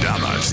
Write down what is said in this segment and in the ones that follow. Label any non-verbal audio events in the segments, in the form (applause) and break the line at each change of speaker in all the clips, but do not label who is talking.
caballeros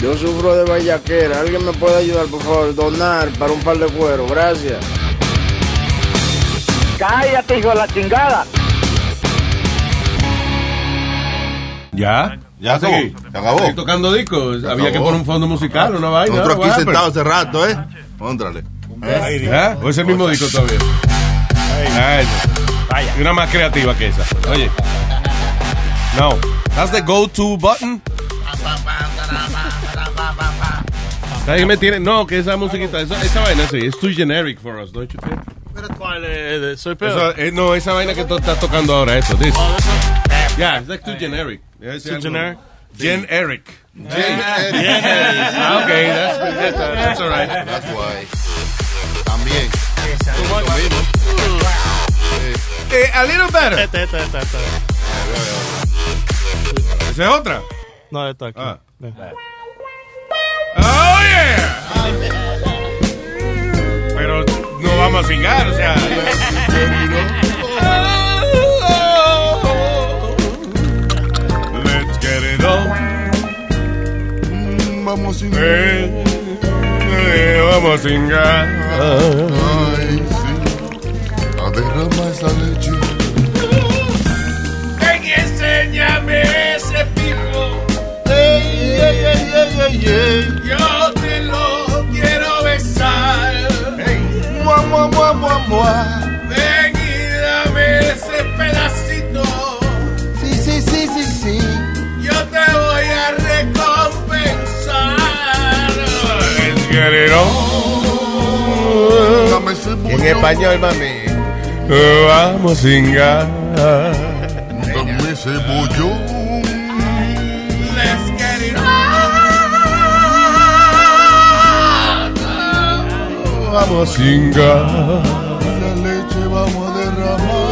Yo sufro de vallaquera. ¿Alguien me puede ayudar, por favor? Donar para un par de cuero. Gracias.
Cállate, hijo de la chingada.
¿Ya? Ah,
Ya se acabó.
Estoy tocando discos.
Se
Había
acabó.
que poner un fondo musical, una vaina.
Nosotros aquí
what happened?
sentados hace rato, ¿eh? Contrale.
¿Eh? O ese mismo disco todavía. Ay,
Vaya.
y una más creativa que esa. Oye. No. That's the go-to button. Ahí me tiene- No, que esa musiquita, esa, esa vaina sí, es too generic for us, don't you think?
¿Cuál? eh, de- soy peor.
Esa- eh, no, esa vaina que tú estás tocando ahora, eso, this. Yeah, it's like too generic. Too
generic?
Gen Eric. Gen Eric. Ah, Okay, that's, that's, that's all right.
That's why. También.
Eh, a little better.
Esta, esta, esta, esta.
Esa es otra.
No, esta aquí.
Ah.
Ve.
Oh, yeah. Pero no vamos a cingar, o sea. Let's get it on.
Mm, Vamos a ir.
Eh, eh, vamos a cingar.
Uh-huh.
Ay, sí. A derrama esa leche.
Ven y enséñame ese pico. Yo te lo quiero besar.
Mua, mua, mua, mua, mua.
Ven y dame ese pedacito.
Sí, sí, sí, sí, sí.
Yo te voy a recompensar. Guerrero.
Dame ese
En
buño.
español, mami.
Vamos sin gas.
Dame ese buño.
Let's get it Vamos sin gas.
La leche vamos a derramar.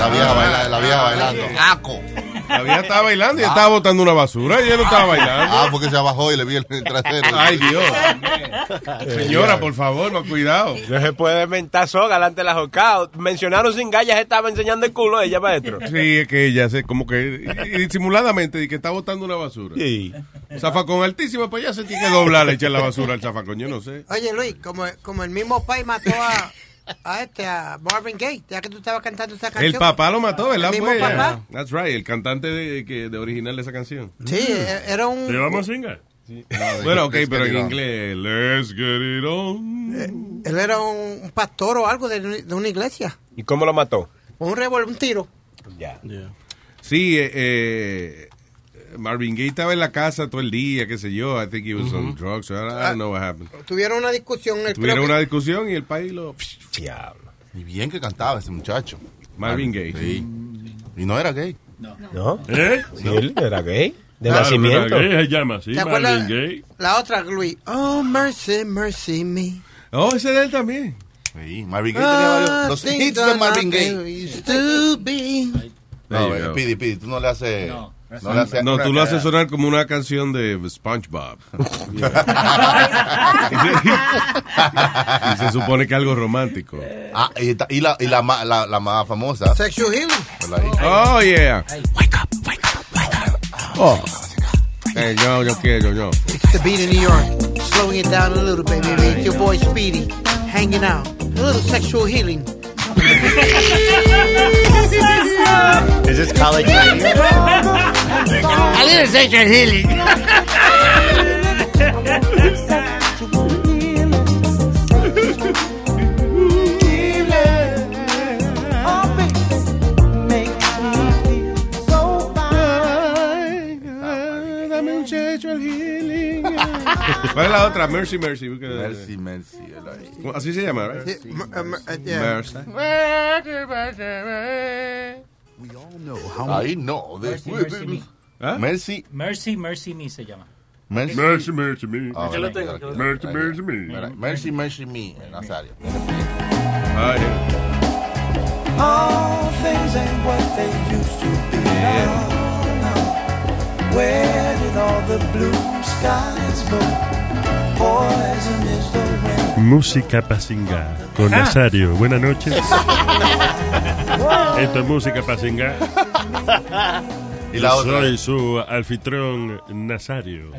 La vieja bailando, la vieja bailando. Aco.
La vieja estaba bailando y estaba botando una basura. Ah, Ella no estaba bailando.
Ah, porque se bajó y le vi el (laughs) trasero.
Ay, Dios. Señora, por favor, más cuidado.
Eh, No se puede mentar soga delante de la jocada. Mencionaron sin gallas, estaba enseñando el culo de ella, maestro.
Sí, es que ella se como que y- y disimuladamente di que está botando una basura. Zafacón altísimo, pues ya se tiene que doblar echar la basura al zafacón, yo no sé.
Oye, Luis, como, como el mismo Pai mató a, a este, a Marvin Gaye, ya que tú estabas cantando esa canción.
El papá lo mató, ¿verdad?
El mismo
pues?
papá.
That's right, el cantante de, que, de original de esa canción.
Sí, e- era un...
vamos a singar? Bueno, ok, pero en inglés. Let's get it on.
Eh, Él era un, un pastor o algo de, de una iglesia.
¿Y cómo lo mató?
Con un revólver, un tiro.
Sí, eh, eh, Marvin Gaye estaba en la casa todo el día, qué sé yo. I think he was on drugs. I don't- I don't know what happened.
Tuvieron una discusión. él
Tuvieron
creo Ah. que-
una discusión y el país lo...
ah,
Diablo.
Y bien que cantaba ese muchacho.
Marvin Gaye.
Sí. Y no era gay.
¿No?
¿Eh?
Sí, él era gay. De
Claro,
nacimiento.
era gay.
¿Qué se llama así?
¿Te acuerdas?
Marvin Gaye.
La otra, Luis. Oh, mercy, mercy me.
Oh, ese de él también. Ah.
Sí, Marvin Gaye tenía varios. Los
Nothing
hits de
that
Marvin
I
Gaye.
used to be.
There
No,
you
bueno,
go.
Pidi, Pidi, tú no le haces. No, le haces.
No, tú lo haces sonar como una canción de
(laughs)
SpongeBob. (laughs) y se supone que algo romántico.
Ah, y, está- y la, y la, ma- la, la más famosa. Pues
Sexual healing.
la-
Oh, yeah. Oh. Eh, yo, yo quiero, yo.
It's the beat of New York. Slowing it down a little bit, baby. It's your boy Speedy. Hanging out. A little sexual healing.
Is this college radio?
Dame un sexual healing. ¿Cuál es la otra? Mercy, Mercy. porque-
Mercy, mercy. la-
Así se llama, ¿verdad?
Yeah, m- uh, m- uh, yeah.
Mercy.
Ahí no.
Mercy,
después
mercy
de-
me.
¿Ah?
Mercy,
Mercy, Mercy Me se llama.
Mercy.
Mercy, mercy, me.
Ah,
Que lo
ahí,
tenga,
ahí,
que lo
ahí,
Mercy,
ahí.
mercy, me.
Mira, Mercy, mercy me, Nazario.
Ay,
Música Pasingá con Nazario. Buenas
(laughs)
noches. Esto es Música Pasingá.
Y la otra.
Soy su anfitrión Nazario.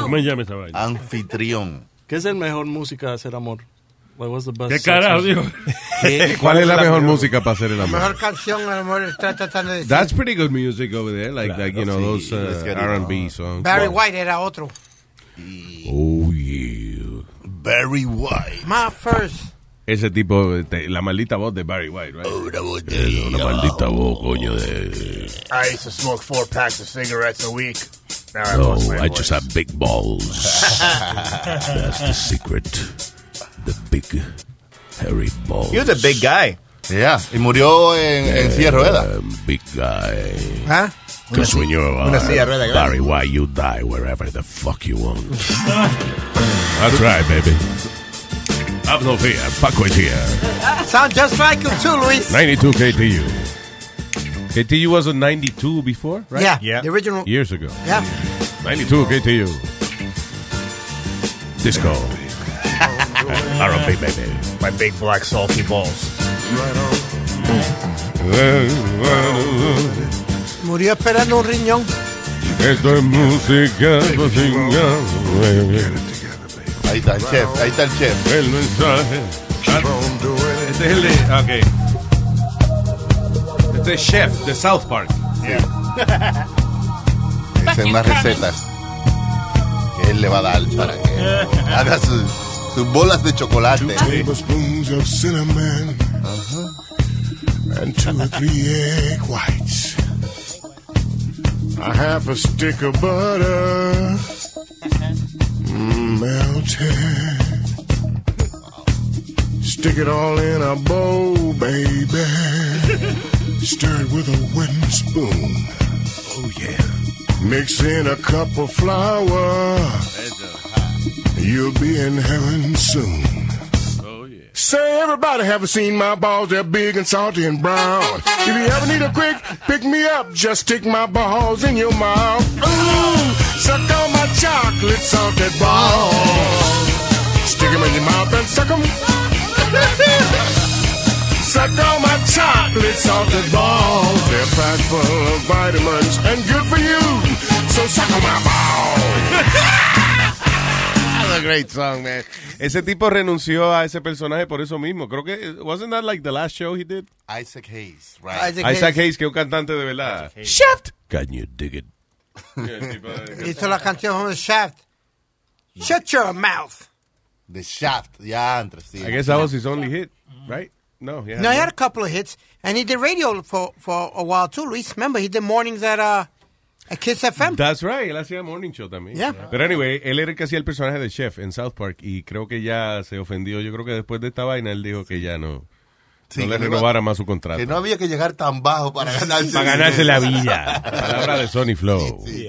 ¿Cómo se llama esa vaina?
Anfitrión.
¿Qué es el mejor música de hacer amor? What was the best
¿Qué
sex
carajo,
music?
dijo?
(laughs)
¿Qué?
(laughs) ¿Cuál es la mejor música para hacer el amor?
Mejor canción, a lo mejor está tratando de decir.
That's pretty good music over there, like, like you know,
sí,
those
let's
uh,
get it
R&B
on.
songs.
Barry White era otro.
Oh, yeah.
Barry White.
My first.
Ese tipo, este, la maldita voz de Barry White, right? Eh,
Una botella.
Una maldita voz, coño, de...
I used to smoke four packs of cigarettes a week. Now I
No,
lost my
Oh, I
voice.
just have big balls. That's the secret. The big, hairy balls.
You're the big
(laughs)
guy.
Yeah, y murió en, en silla de ruedas.
Um, big guy.
¿Ah?
Because when you're
una silla de rueda
uh,
grande.
Barry White, you die wherever the fuck you want. That's right, baby. Have no fear. Paco is here.
Sound just like you too, Luis.
92 KTU. KTU was on 92 before, right?
Yeah,
Yeah.
the original.
Years ago.
Yeah.
92 KTU. Disco. R&B, baby.
My big black salty balls.
Murió esperando un riñón.
Esto es música,
Ahí está el chef, ahí está el chef.
el mensaje. Este es el de. Ok. Este es Chef de South Park.
Esa es una receta que él le va a dar para que haga sus, sus bolas de chocolate.
tablespoons of cinnamon Uh-huh. and two or three egg whites. A half a stick of butter Mm, melted. Stick it all in a bowl, (laughs) baby. Stir it with a wooden spoon. Oh yeah. Mix in a cup of flour. You'll be in heaven soon. Say everybody haven't seen my balls, they're big and salty and brown. If you ever need a quick, pick me up, just stick my balls in your mouth. Ooh, suck on my chocolate salted balls. Stick 'em in your mouth and suck 'em. suck on my chocolate salted balls. They're packed full of vitamins and good for you. So suck on my balls. (laughs)
That's a great song, man. Ese tipo renunció a ese personaje por eso mismo. Creo que. Wasn't that like the last show he did?
Isaac Hayes, right?
Isaac Hayes, que es un cantante de verdad. Shaft. Can you dig it?
Hizo la canción de Shaft. Shut your mouth.
The Shaft, ya antes, sí.
I guess that was his only hit, right? No, yeah.
Now he had a couple of hits, and he did radio for, for a while too, Luis. Remember, he did mornings at, uh, at Kiss FM.
That's right, él hacía Morning Show también.
Yeah.
Pero anyway, él era el que hacía el personaje de Chef en South Park y creo que ya se ofendió. Yo creo que después de esta vaina él dijo que ya no,
Sí,
no le
que no iba-
renovara más su contrato.
Que no había que llegar tan bajo para ganarse.
Para ganarse
(laughs)
la vida. Palabra de Sony Flow.
Sí, sí.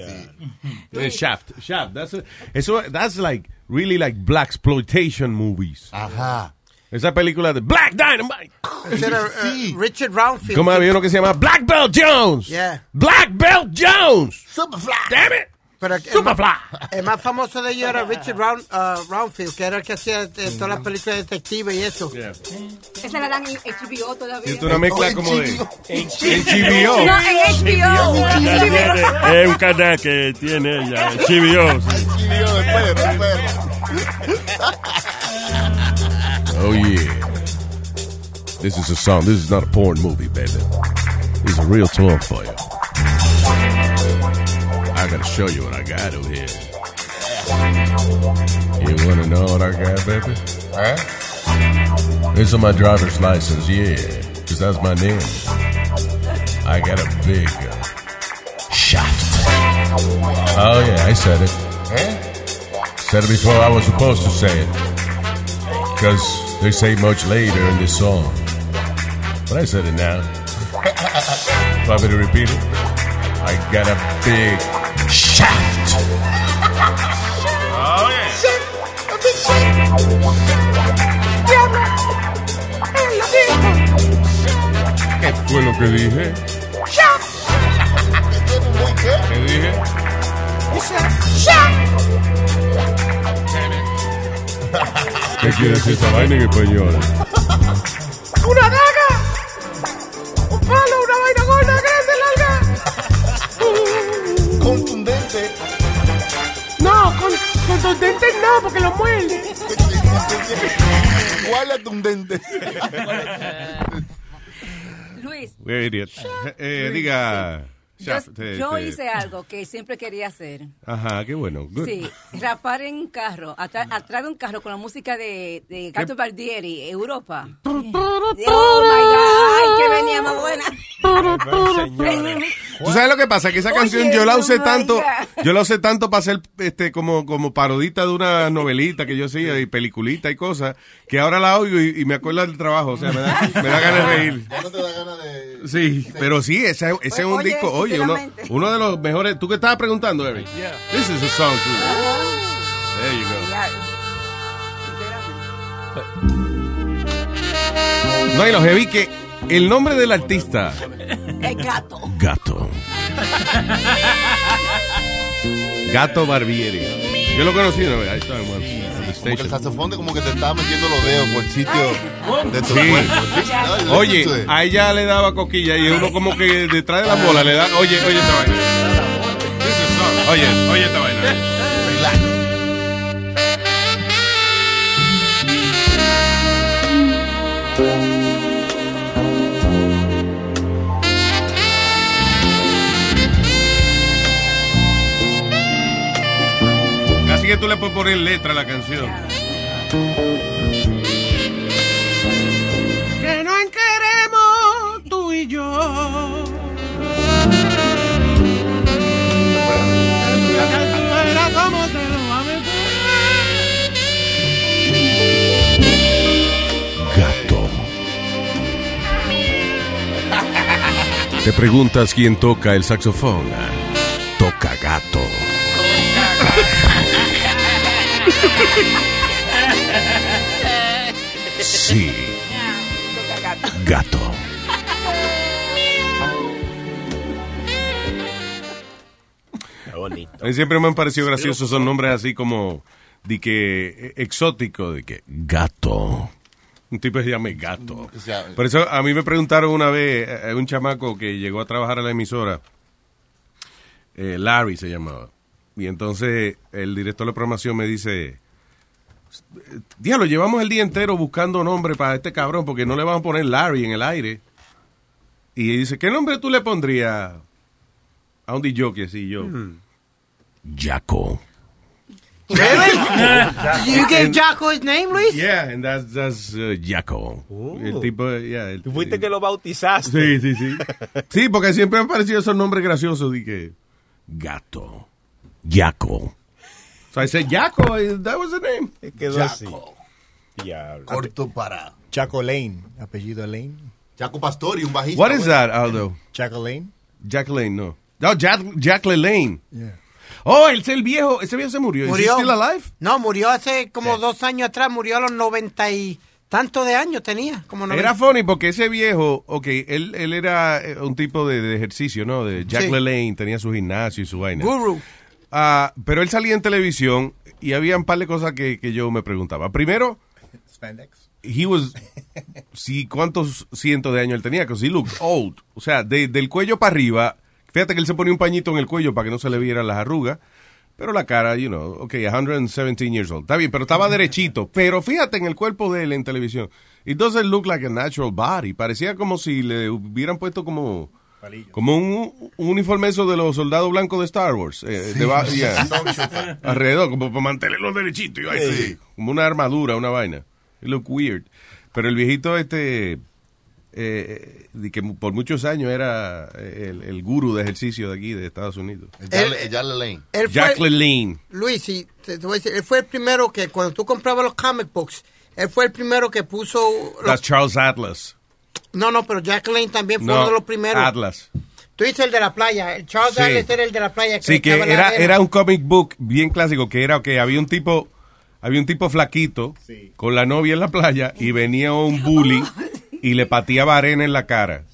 Eh, Shaft, Shaft. That's a- eso, that's like, really like black exploitation movies.
Ajá.
Esa película de Black Dynamite.
Instead of, uh, Richard Roundfield.
¿Cómo había uno que se llama Black Belt Jones?
Yeah.
Black Belt Jones.
Superfly.
Damn it.
Pero el,
Superfly.
el más famoso de ellos era Richard Round, uh, Roundfield, que era el que hacía eh, todas las películas de detective y eso.
Esa la dan en HBO todavía.
Siento una mezcla
Oye,
como de
chico.
HBO.
No, en
Ya tiene-
HBO.
Es eh, un canal que tiene ella, Chivios.
Sí, Dios, espera, (laughs) espera.
Oh yeah. This is a song. This is not a porn movie, baby. This is a real song for you. I gotta show you what I got over here. You wanna know what I got, baby?
¿Eh?
This is my driver's license, yeah. Cause that's my name. I got a big uh, shaft. Oh yeah, I said it.
¿Eh?
Said it before I was supposed to say it. Because they say much later in this song. But I said it now.
Want me to repeat it? I got a big shaft.
Oh, yeah.
¿Qué fue lo que dije? ¿Qué dije? ¿Qué quiere decir esa vaina en español?
Una daga. Un palo, una vaina gorda, grande, larga. Contundente.
No, con, contundente no, porque lo muerde.
Guárdate un dente.
Luis,
We're idiots. Eh, diga.
yo,
Shaft, eh,
yo
eh,
hice algo que siempre quería hacer.
Ajá, qué bueno. Good.
Sí, rapar en un carro, atrás, atrás de un carro con la música de, de Gato Bardieri, Europa. Oh my God, ay, que venía más buena.
¿Tú sabes lo que pasa? Que esa
Oye,
canción yo la usé
no
tanto,
vaya.
yo la usé tanto para hacer este como como parodita de una novelita que yo hacía y peliculita y cosas, que ahora la oigo y, y me acuerdo del trabajo, o sea, me da, me da ganas
(laughs)
de reír.
Ya no te da ganas de.
Sí, pero sí, ese, ese es un
Oye,
disco, oye, uno,
sinceramente.
uno de los mejores. ¿Tú qué estabas preguntando, Eric? This is a song too. There you go. No, y los heavy que el nombre del artista
El gato.
Gato. Gato Barbieri. Yo lo conocí una vez. Ahí estaba en el
Como que el
station.
saxofón como que te estaba metiendo los dedos por el sitio de tu
Sí.
cuerpo.
Oye, a ella le daba coquilla y uno como que detrás de la bola le da. Oye, oye esta vaina. Oye, oye esta vaina. Así que tú le puedes poner letra a la canción.
Que no queremos tú y yo. Era como te lo va a
Gato. Te preguntas quién toca el saxofón. Toca gato.
(laughs)
Sí. Gato.
A mí Eh, siempre me han parecido graciosos esos nombres así como de que eh, exótico, de que gato. Un tipo que se llama gato. Por eso a mí me preguntaron una vez, eh, un chamaco que llegó a trabajar a la emisora, eh, Larry se llamaba. Y entonces el director de programación me dice, diablo, llevamos el día entero buscando nombre para este cabrón porque no le van a poner Larry en el aire. Y dice, ¿qué nombre tú le pondrías a un DJ que sí yo? Jaco. (laughs)
You gave Jocko his name, Luis?
Yeah, and that's, that's uh, Jaco. El tipo, yeah, el-
Oh. Tú fuiste que lo bautizaste.
Sí, sí,
(laughs)
sí. sí, porque siempre me han parecido esos nombres graciosos. Dije, gato, Jaco. So I said, Jaco, eh, that was the name.
Quedó así.
Corto para.
Chaco Lane. Apellido Lane.
Chaco Pastori, un bajista. pues,
What is that, Aldo?
Chaco Lane.
Jack Lane, no. No, Jack, Jack Lane.
Yeah.
Oh, el, el viejo, ese viejo se murió. ¿Murió?
Murió.
still alive?
No, murió hace como dos años atrás, murió a los noventa y tanto de años tenía. Como
Era
90.
funny porque ese viejo, ok, él, él era eh, un tipo de, de ejercicio, ¿no? De Jack
Sí.
LaLanne, tenía su gimnasio y su vaina.
Guru.
Ah, pero él salía en televisión y había un par de cosas que, que yo me preguntaba. Primero,
Spandex.
he was, sí, cuántos cientos de años él tenía, because he looked old. O sea, de- del cuello para arriba, fíjate que él se ponía un pañito en el cuello para que no se le vieran las arrugas. Pero la cara, you know, ok, 117 years old. Está bien, pero estaba derechito. Pero fíjate en el cuerpo de él en televisión. It doesn't look like a natural body. Parecía como si le hubieran puesto como... Como un, un uniforme eso de los soldados blancos de Star Wars. eh, de ba- yeah. (laughs) Alrededor, como para mantenerlo derechito. y vaina así. Como una armadura, una vaina. It look weird. Pero el viejito este... eh, de que por muchos años era eh, el, el guru de ejercicio de aquí, de Estados Unidos.
Jack Lane.
Él
Jack
fue-
LaLanne.
Luis, sí, te, te voy a decir, él fue el primero que cuando tú comprabas los comic books, él fue el primero que puso... los-
That's Charles Atlas.
no, no, pero Jack Lane también fue
No,
uno de los primeros.
Atlas.
Tú dices el de la playa. El Charles
Sí.
Atlas era el de la playa.
Sí, que
estaba en la
era,
arena.
era
(laughs)
un comic book bien clásico, que era que había un tipo, había un tipo flaquito con la novia en la playa y venía un bully y le pateaba arena en la cara.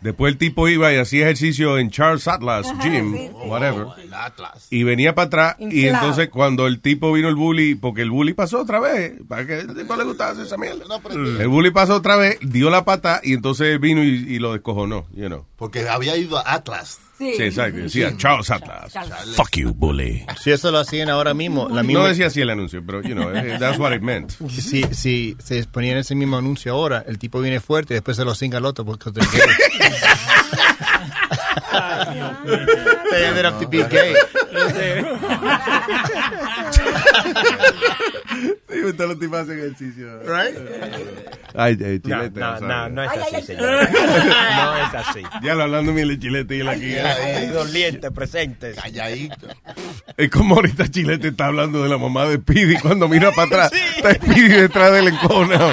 Después el tipo iba y hacía ejercicio en Charles Atlas Gym, whatever. Y venía para atrás y
Inflado.
entonces cuando el tipo vino el bully, porque el bully pasó otra vez, para que el tipo le gustaba hacer esa mierda. El bully pasó otra vez, dio la pata y entonces vino y, y lo descojonó, you know.
Porque había ido a Atlas.
Sí, exacto. Decía Charles Atlas. Fuck you, bully.
Si eso lo hacían ahora mismo, la misma...
No decía así el anuncio, pero, you know, eh, that's what it meant.
Si, si se ponían ese mismo anuncio ahora, el tipo viene fuerte y después se lo cinga al otro porque te gay. They ended up to be
(laughs)
gay.
Sí, todos los tipos hacen ejercicio. Eh.
Right?
Ay, eh,
No,
chilete.
no,
sabe.
no, no es
Ay,
así,
ay, ay.
señor. No es así.
Ya lo hablando mi chilete y él aquí.
Ay, Doliente, presente. Calladito.
Es como ahorita Chilete está hablando de la mamá de Speedy cuando mira para atrás. Está Speedy detrás del encono.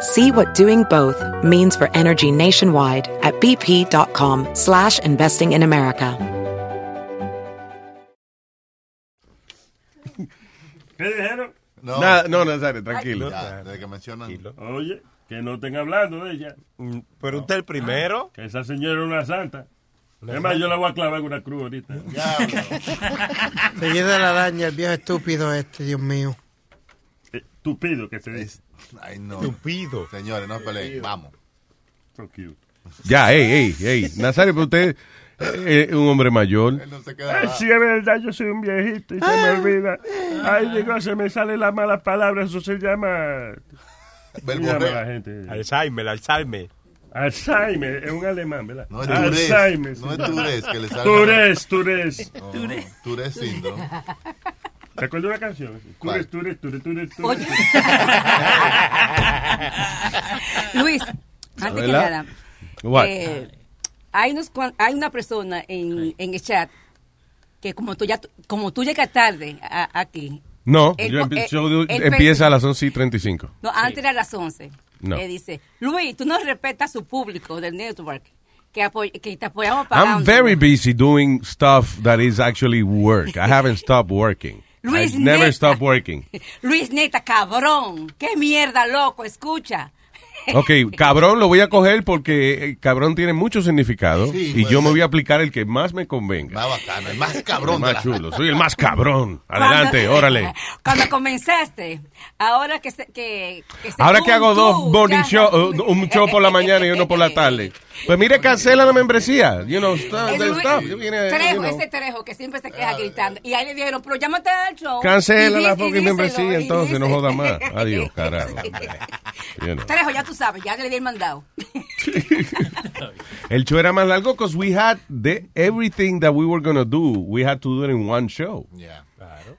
See what doing both means for energy nationwide at bp.com slash investing in America.
¿Qué dijeron?
No.
Nah, no, Nazario, tranquilo.
Ya, desde que mencionan.
Oye, que no estén hablando de ella.
Mm,
Ah,
Pero usted el primero.
Que esa señora es una santa. Además, yo la voy a clavar en una cruz
(laughs)
ahorita.
Seguida la daña, el viejo estúpido este, Dios mío.
Eh, Tupido que se dice.
Ay, no. Tupido. Señores, no peleen. Vamos.
So cute.
Ya, ey, ey, ey. Nazario, pero usted eh, es un hombre mayor.
Ay, sí, es verdad, yo soy un viejito y se me olvida. Ay, digo, se me sale la mala palabra, eso se llama... ¿Cómo llama la gente?
Alzheimer, Alzheimer.
Alzheimer, es un alemán, ¿verdad?
No, es Tourette.
Alzheimer.
No es Tourette, que le sale-
Tourette,
(laughs)
Tourette.
Tourette síndrome.
¿Te acuerdas de una canción?
¿Cuál?
Tourette, Tourette, Tourette, Tourette,
Oye. (laughs)
(laughs) Tourette.
Luis, antes que
¿Verdad?
nada.
What?
eh, hay, unos cuan- hay una persona en, en el chat que como tú, ya, como tú llegas tarde a- aquí.
No,
él
yo
po-
empie-
él-
yo
él
empieza a
persi-
las 11 y 35.
eh, No, antes era a las 11.
No.
Él dice, Luis, tú no respetas a su público del network que, apoy- que te apoyamos
I'm
pagando.
very busy doing stuff that is actually work. I haven't stopped working.
Luis,
I've never
neta.
stopped working.
Luis Neta, cabrón, qué mierda, loco, escucha.
Ok, cabrón lo voy a coger porque eh, cabrón tiene mucho significado
Sí,
y
pues.
yo me voy a aplicar el que más me convenga.
Más bacano, el más cabrón.
El
de
más
la-
chulo, soy el más
(laughs)
cabrón. Adelante,
Cuando-
órale.
(laughs) Cuando comenzaste, ahora que se, que, que se-
Ahora
tú,
que hago
tú,
dos morning
ya-
show, uh, un show por la mañana y uno por la tarde. Pues mire, cancela la membresía. You know, stop,
El Luis-
stop. You know.
Trejo, ese Trejo que siempre se queja gritando. Y ahí le dijeron, pero llámate al show.
Cancela
Y di-
la
y
fucking
díselo, y
membresía, entonces no
dice-
joda
(laughs)
más. Adiós, carajo. You know.
Trejo, ya tú sabes, ya le di el mandado.
El show era más largo because we had the, everything that we were going to do, we had to do it in one show.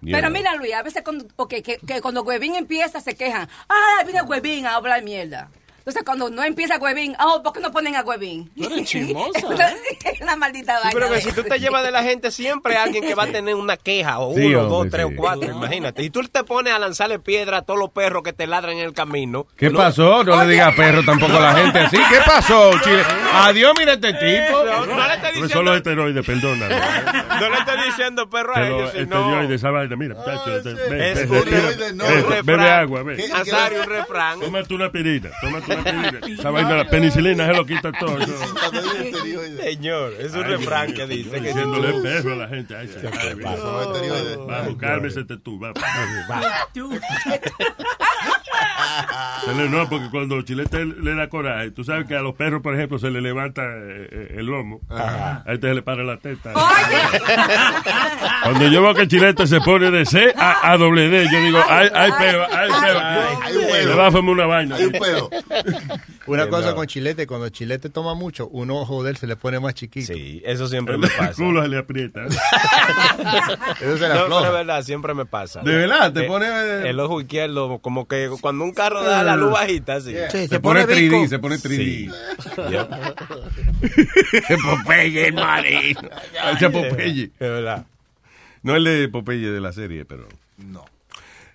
You
Pero
know.
mira, Luis, a veces cuando, porque, que, que cuando Huevín empieza se quejan. Ah, viene Huevín a hablar mierda. Entonces cuando no empieza Huevín, oh, ¿por qué no ponen a Huevín?
Tú eres chismosa,
¿eh? (laughs) Es una maldita
¿eh? Sí,
vaina.
pero que
de
si tú
eso.
te llevas de la gente, siempre hay alguien que va a tener una queja, o
Sí,
uno,
hombre,
dos, tres
sí.
o cuatro, imagínate. Y tú te pones a lanzarle piedra a todos los perros que te ladran en el camino.
¿Qué pasó? No le diga perro tampoco a la gente así. ¿Qué pasó, Chile? Adiós, mira este tipo.
Pero son los esteroides, perdona.
(laughs) No le estoy diciendo perro a
Pero
ellos, sino...
esteroides, esa vaina, mira. muchacho, ve- ve-
Es
ve-
esteroides, no,
ve-
un
Bebe
refrán.
agua, ve.
Nazario, un refrán.
Tómate una pirita, tómate Esa vaina, la penicilina se lo quita todo. eso.
Señor, es un refrán que dice que
Diciéndole
si tú-
perro a la gente. Ay, se Vamos, cálmese tú. Vamos.
(laughs)
Dale, No, porque cuando el chilete le da coraje, tú sabes que a los perros, por ejemplo, se le levanta eh, eh, el lomo.
Ajá.
A este se le para la teta. Cuando yo veo que el chilete se pone de C a, a doble D, yo digo, ay, ay, pero, (laughs) ay, pero. Le va a formar una vaina.
Una
Sí,
cosa
no.
con chilete, cuando el chilete toma mucho, uno joder se le pone más chiquito. Sí,
eso
(laughs)
siempre
me
pasa.
culo se le aprieta.
Eso se le
no,
afloja.
pero es verdad, siempre me pasa.
¿De verdad? ¿Te
Eh,
pone-
El ojo izquierdo, como que cuando un carro da la luz bajita, así.
Sí, se Se pone pone 3D, bico. se pone 3D.
(laughs)
Popeye, marino. Ese es Popeye.
Es verdad.
No el de Popeye de la serie, pero. No.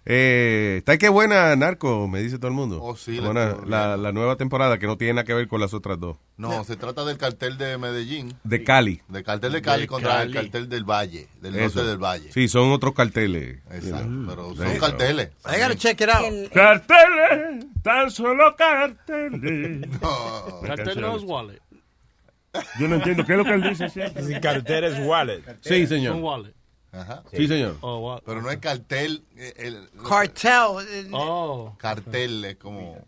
Eh, está que buena Narco, me dice todo el mundo.
Oh, sí, la
Buena-
estoy
la, la nueva temporada que no tiene nada que ver con las otras dos.
No, se trata del cartel de Medellín.
De Cali.
Del cartel de Cali
De
contra el
Cali.
cartel del Valle, del norte
Eso.
del Valle.
Sí, son otros carteles.
Exacto,
Mm.
pero
There
son
you go.
carteles.
I gotta check it out.
Carteles, tan solo carteles.
Cartel no es wallet.
Yo no entiendo qué es lo que él dice siempre.
Si cartera es wallet.
Sí, señor.
Un wallet.
Ajá.
Sí, señor.
Pero no es cartel. eh, el- Oh.
Cartel.
Cartel es como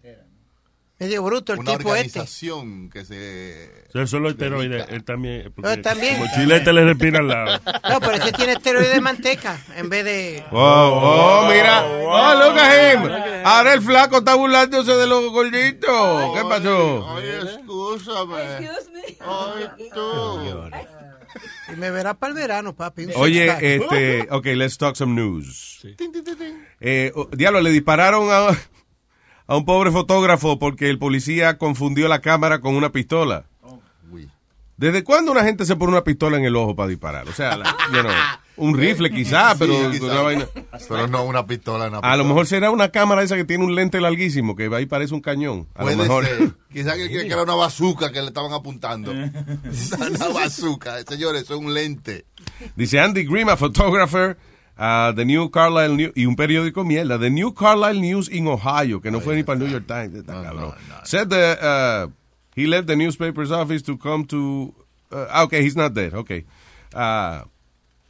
Medio bruto el
una
tipo este.
organización que se...
Eso es solo esteroides, él también. porque
No, también.
Como chilete le respira al lado.
No, pero ese tiene esteroide de manteca en vez de...
Oh, oh, mira. Oh, look at him. Ahora el flaco está burlándose de los gorditos. ¿Qué pasó?
Oye, escúchame.
Excuse me. Ay, tú. Y me verás para el verano, papi. un six-pack.
Oye,
(laughs)
este. Ok, let's talk some news. Eh, oh, diablo, le dispararon a, (laughs) a un pobre fotógrafo porque el policía confundió la cámara con una pistola.
Oh,
¿Desde cuándo una gente se pone una pistola en el ojo para disparar? O sea, la- you know, un rifle quizá,
Sí,
pero
quizá.
una vaina-
Pero no una pistola. Una
A lo
pistola.
mejor será una cámara esa que tiene un lente larguísimo, que ahí parece un cañón. A
Puede
lo mejor.
ser. Quizás que, que era una bazuca que le estaban apuntando. una bazuca. Señores, eso es un lente.
Dice Andy Grimm, a photographer, uh, The New Carlisle News, y un periódico mierda, The New Carlisle News in Ohio, que no fue ni para el New York Times. está cabrón. Said that uh, he left the newspaper's office to come to. Uh, ah, okay, he's not there. Okay. Uh,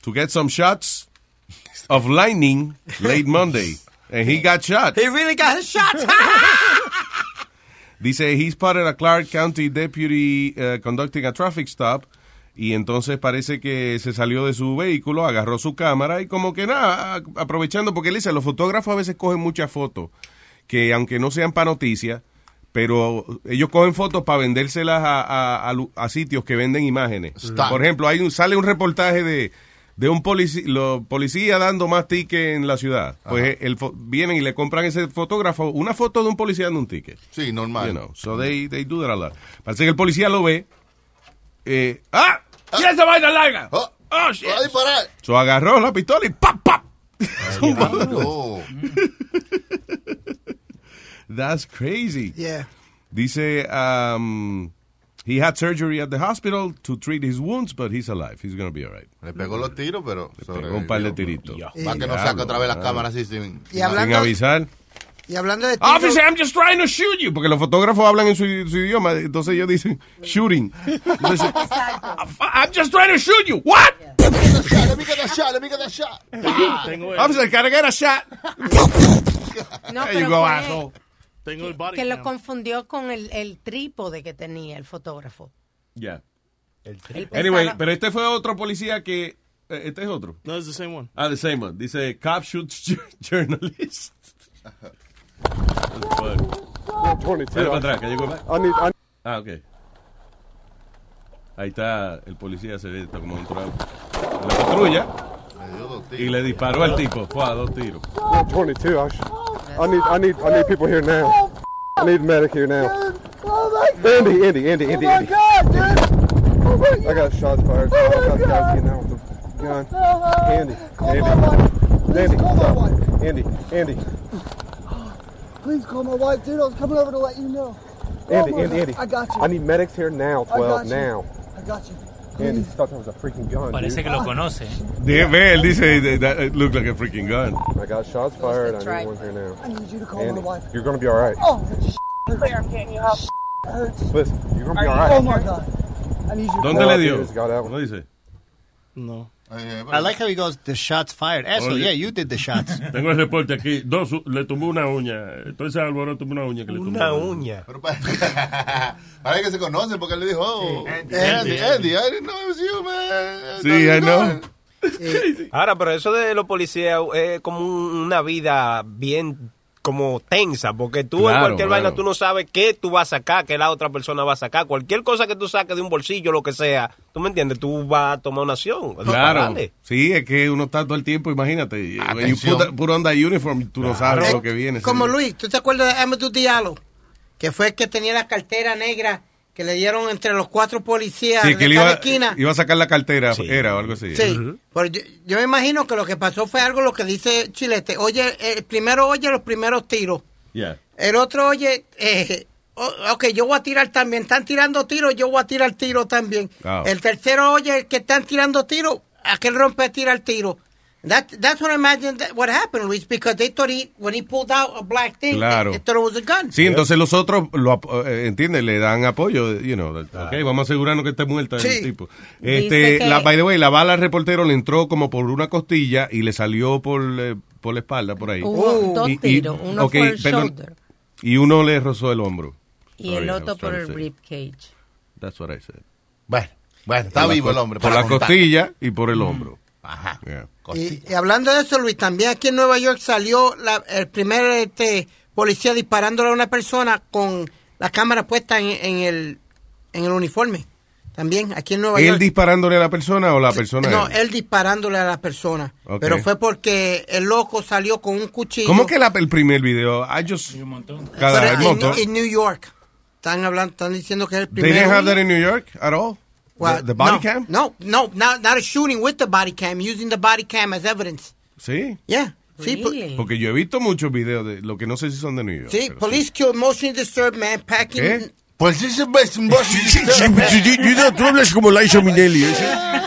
to get some shots of lightning late Monday. And
(laughs)
he got shot.
He really got his shot.
Dice, he spotted a Clark County deputy uh, conducting a traffic stop. Y entonces parece que se salió de su vehículo, agarró su cámara y como que nada, a- aprovechando, porque él dice, los fotógrafos a veces cogen muchas fotos, que aunque no sean para noticias, pero ellos cogen fotos para vendérselas a, a- a lu- a sitios que venden imágenes.
Stop.
Por ejemplo, hay un, sale un reportaje de, de un policía, policía dando más tickets en la ciudad. Pues el fo- vienen y le compran a ese fotógrafo una foto de un policía dando un ticket.
Sí, normal.
You know, so they, they do that a lot. Parece que el policía lo ve. eh, ¡Ah! ¡Y esa vaina larga!
¡Oh,
shit!
¡Va a disparar!
So agarró la pistola y ¡pap, pap!
Oh.
That's crazy.
Yeah.
Dice, um, he had surgery at the hospital to treat his wounds, but he's alive. He's going to be all right.
Le pegó los tiros, pero.
pegó un par de tiritos.
Para que no saque otra vez las cámaras así sin.
Y hablando-
Sin avisar. Ah,
Y hablando de...
Officer, I'm just trying to shoot you. Porque los fotógrafos hablan en su, su idioma, entonces ellos dicen shooting. Entonces,
Ah,
I'm just trying to shoot you. What?
Let me get a shot, let me get a shot.
Tengo el,
Officer, can (laughs) I get a shot? (laughs)
No,
There
pero
you go,
fue
asshole.
tengo el body
que
cam.
lo confundió con el, el trípode que tenía el fotógrafo.
Ya. (laughs)
Él
Anyway,
pensaba-
pero este fue otro policía que. eh, Este es otro.
No, it's the same one.
Ah, the same one. Dice, cop (laughs) shoots ju- journalist. What the fuck? Dale para atrás, que llegó más. Ah, ok. Ahí está, el policía se ve, está como entró en la patrulla y le disparó al tipo. Fue a dos tiros.
22. I, sh- I need, I need, I need people here now. I need a medic here now.
Oh
Andy, Andy, Andy, Andy, Andy. I got shots fired.
Oh
I got guys getting out with the gun.
Uh-huh.
Andy, Andy, Andy, stop. Andy, Andy,
(laughs) Please call my wife, dude. I was coming over to let you know.
Andy,
Oh, my
Andy, Andy.
God. I got you.
I need medics here now.
I got
Twelve
you.
now.
I got you.
Andy, thought that was a freaking gun.
Parece
dude.
que lo conoce.
¿eh?
De- Ve, él dice, that- that it looked like a freaking gun.
I got shots fired. I
tried.
need one here now.
I need you to call my
Andy,
wife.
you're gonna be all right.
Oh, Clear, can you help? Hurts.
Listen, you're gonna be
Are you-
alright.
Oh my god. I need you.
¿Dónde le dio?
He's got out.
¿No dice?
No.
bueno.
I like how he goes, the shots fired. Asshole,
Oye.
yeah, you did the shots.
(laughs) Tengo el reporte aquí. Dos, le tumbó una uña. Entonces Álvaro tumbó una uña que le tumbó.
Una uña.
Pero pa- Parece que se conocen porque él le dijo, oh, Andy, Andy, I didn't know it was you, man.
I
know.
Ahora, pero eso de los policías eh, es como un- una vida bien como tensa, porque tú en
Claro,
cualquier vaina
claro.
tú no sabes qué tú vas a sacar, qué la otra persona va a sacar, cualquier cosa que tú saques de un bolsillo, lo que sea, tú me entiendes, tú vas a tomar una acción. Eso está
Claro.
grande.
Sí, es que uno está todo el tiempo, imagínate. When you
Atención.
put, put on that uniform, tú no sabes lo que viene.
Como Luis, ¿tú te acuerdas de Amadou Diallo? Que fue el que tenía la cartera negra que le dieron entre los cuatro policías
Sí,
de
que él
cada
iba,
esquina.
iba a sacar la cartera, era o algo así.
Sí, pero yo, yo me imagino que lo que pasó fue algo lo que dice Chilete. Oye, el primero oye los primeros tiros.
Yeah.
El otro oye, eh, o- ok, yo voy a tirar también. Están tirando tiros, yo voy a tirar tiro también.
Wow.
El tercero oye el que están tirando tiro, aquel rompe tira el tiro. That, that's what I imagine that what happened, Luis, because they thought he, when he pulled out a black thing,
Claro.
they, they thought it was a gun.
Sí, entonces los otros, lo, ap- eh, ¿entiendes? Le dan apoyo, you know, ok, vamos a asegurarnos que esté muerta
Sí.
el tipo.
Dice
Este,
que-
la, by the way, la bala al reportero le entró como por una costilla y le salió por, eh, por la espalda, por ahí.
Hubo dos tiros, uno
ok,
por el
perdón,
shoulder.
Y uno le rozó el hombro.
Y el
Sorry, I
otro
was
por
trying
el
to say.
ribcage.
That's what I said.
Bueno, bueno, está
Por la
vivo el
co-
hombre.
Por
para
la
contar. Mm.
costilla y por el hombro.
Ajá.
Yeah.
Y, y hablando de eso, Luis, también aquí en Nueva York salió la- el primer este, policía disparándole a una persona con la cámara puesta en, en el, en el uniforme. También aquí en Nueva
¿Él
York.
disparándole a la persona o la persona? a
No,
él?
él disparándole a la persona.
Ok.
Pero fue porque el loco salió con un cuchillo.
¿Cómo que la- el primer video? I just... Cada
Pero
el
en-
moto.
En, New York. Están, hablando, están diciendo que es el
They
primer.
didn't have that in New York at all.
Well,
the, the body
no,
cam.
No, no, not, not a shooting with the body cam, using the body cam as evidence.
Sí.
Yeah. Sí, po-
Porque yo he visto muchos videos de lo que no sé si son de New York.
Sí, police killed emotionally disturbed man packing. (laughs)
¿Qué?
Pues sí, sí, pues, sí, sí, sí,
(laughs)
Sí, sí, sí, no, tú hablas como Liza Minnelli. eh?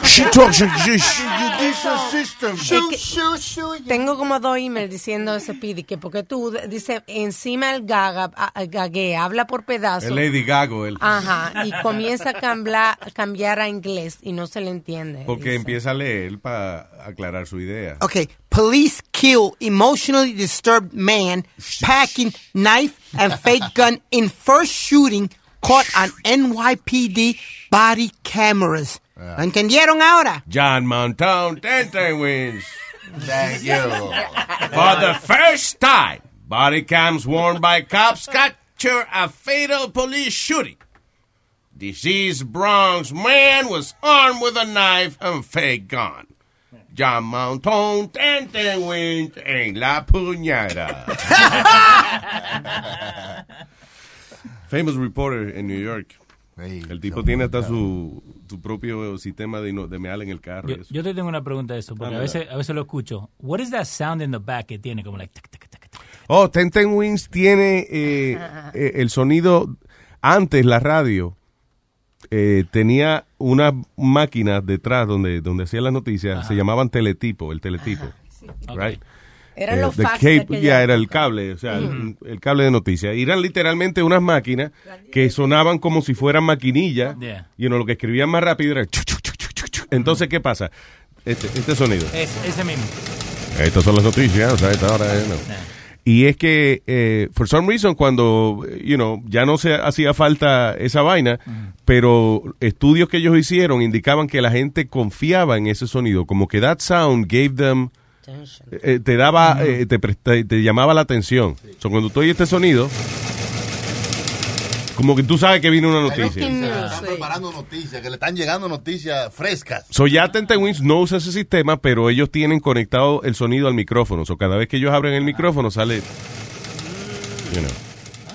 She talks like this.
Es Ah, que Tengo como dos emails diciendo ese pidi que porque tú de- dice encima el gaga, a- a- gaguea, habla por pedazos.
El Lady Gago, él.
Ah,
Ajá, y comienza a cambla- a cambiar a inglés y no se le entiende.
Porque empieza a leer para aclarar su idea.
Okay, police kill emotionally disturbed man packing knife and fake gun in first shooting caught on NYPD body cameras. ¿Lo entendieron ahora?
John Mountown Tente wins.
Thank you.
For the first time, body cams worn by cops capture a fatal police shooting. Deceased Bronx man was armed with a knife and fake gun. John Mountown Tente wins en la puñada. Famous reporter en New York. El tipo tiene hasta su, su propio sistema de, ino- de meal en el carro.
Yo,
y eso.
yo te tengo una pregunta de eso, porque a
Dale,
veces, a veces lo escucho. What is that sound in the back que tiene? Como like, tic, tic, tic.
Oh, Ten Ten Wings tiene eh,
(laughs)
eh, el sonido. Antes la radio eh, tenía unas máquinas detrás donde, donde hacían las noticias. Se llamaban teletipo, el teletipo. Right?
Eran
Eh,
los
the
fax
cable-
de aquella
ya era el cable, o sea,
Ujú.
el, el cable de noticias. Y eran literalmente unas máquinas que sonaban como si fueran maquinillas.
Yeah.
Y uno lo que escribían más rápido era. chu, chu, chu, chu, chu, chu. Entonces, ¿qué pasa? Este, este sonido.
Es- ese mismo.
Estas son las noticias, o sea, esta hora es, no. Y es que, eh, for some reason, cuando, you know, ya no se hacía falta esa vaina, pero estudios que ellos hicieron indicaban que la gente confiaba en ese sonido, como que that sound gave them, eh, te daba, eh, te, presta- te llamaba la atención. O sea, cuando tú oyes este sonido, como que tú sabes que viene una noticia.
Están preparando noticias, que le están llegando noticias frescas.
So ya Tenten Wings no usa ese sistema, pero ellos tienen conectado el sonido al micrófono. O cada vez que ellos abren
Ah.
el micrófono sale. you know.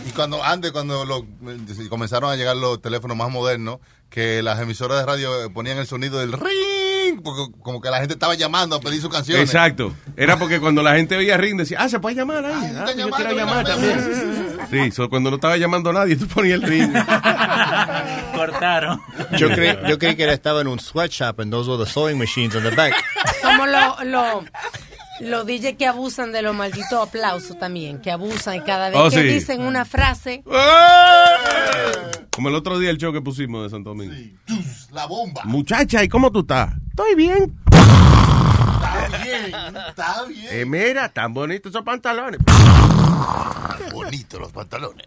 Y cuando antes, cuando lo- eh, comenzaron a llegar los teléfonos más modernos, que las emisoras de radio eh, ponían el sonido del ring, porque como que la gente estaba llamando a pedir sus canciones.
Exacto. Era porque cuando la gente veía Ring decía, ah, se puede llamar ahí. Ah, yo quiero llamar también.
Ah.
Sí, so cuando no estaba llamando a nadie, tú ponías el Ring.
Cortaron.
Yo creí, yo creí que él estaba en un sweatshop and those were the sewing machines in the back.
Como lo, lo, los DJs que abusan de los malditos aplausos también, que abusan y cada vez
Oh,
que
sí.
dicen una frase.
Como el otro día el show que pusimos de Santo Domingo.
La bomba.
Muchacha, ¿y cómo tú estás? Estoy bien.
Está bien, está bien.
Eh, mira, tan bonitos esos pantalones.
Bonitos los pantalones.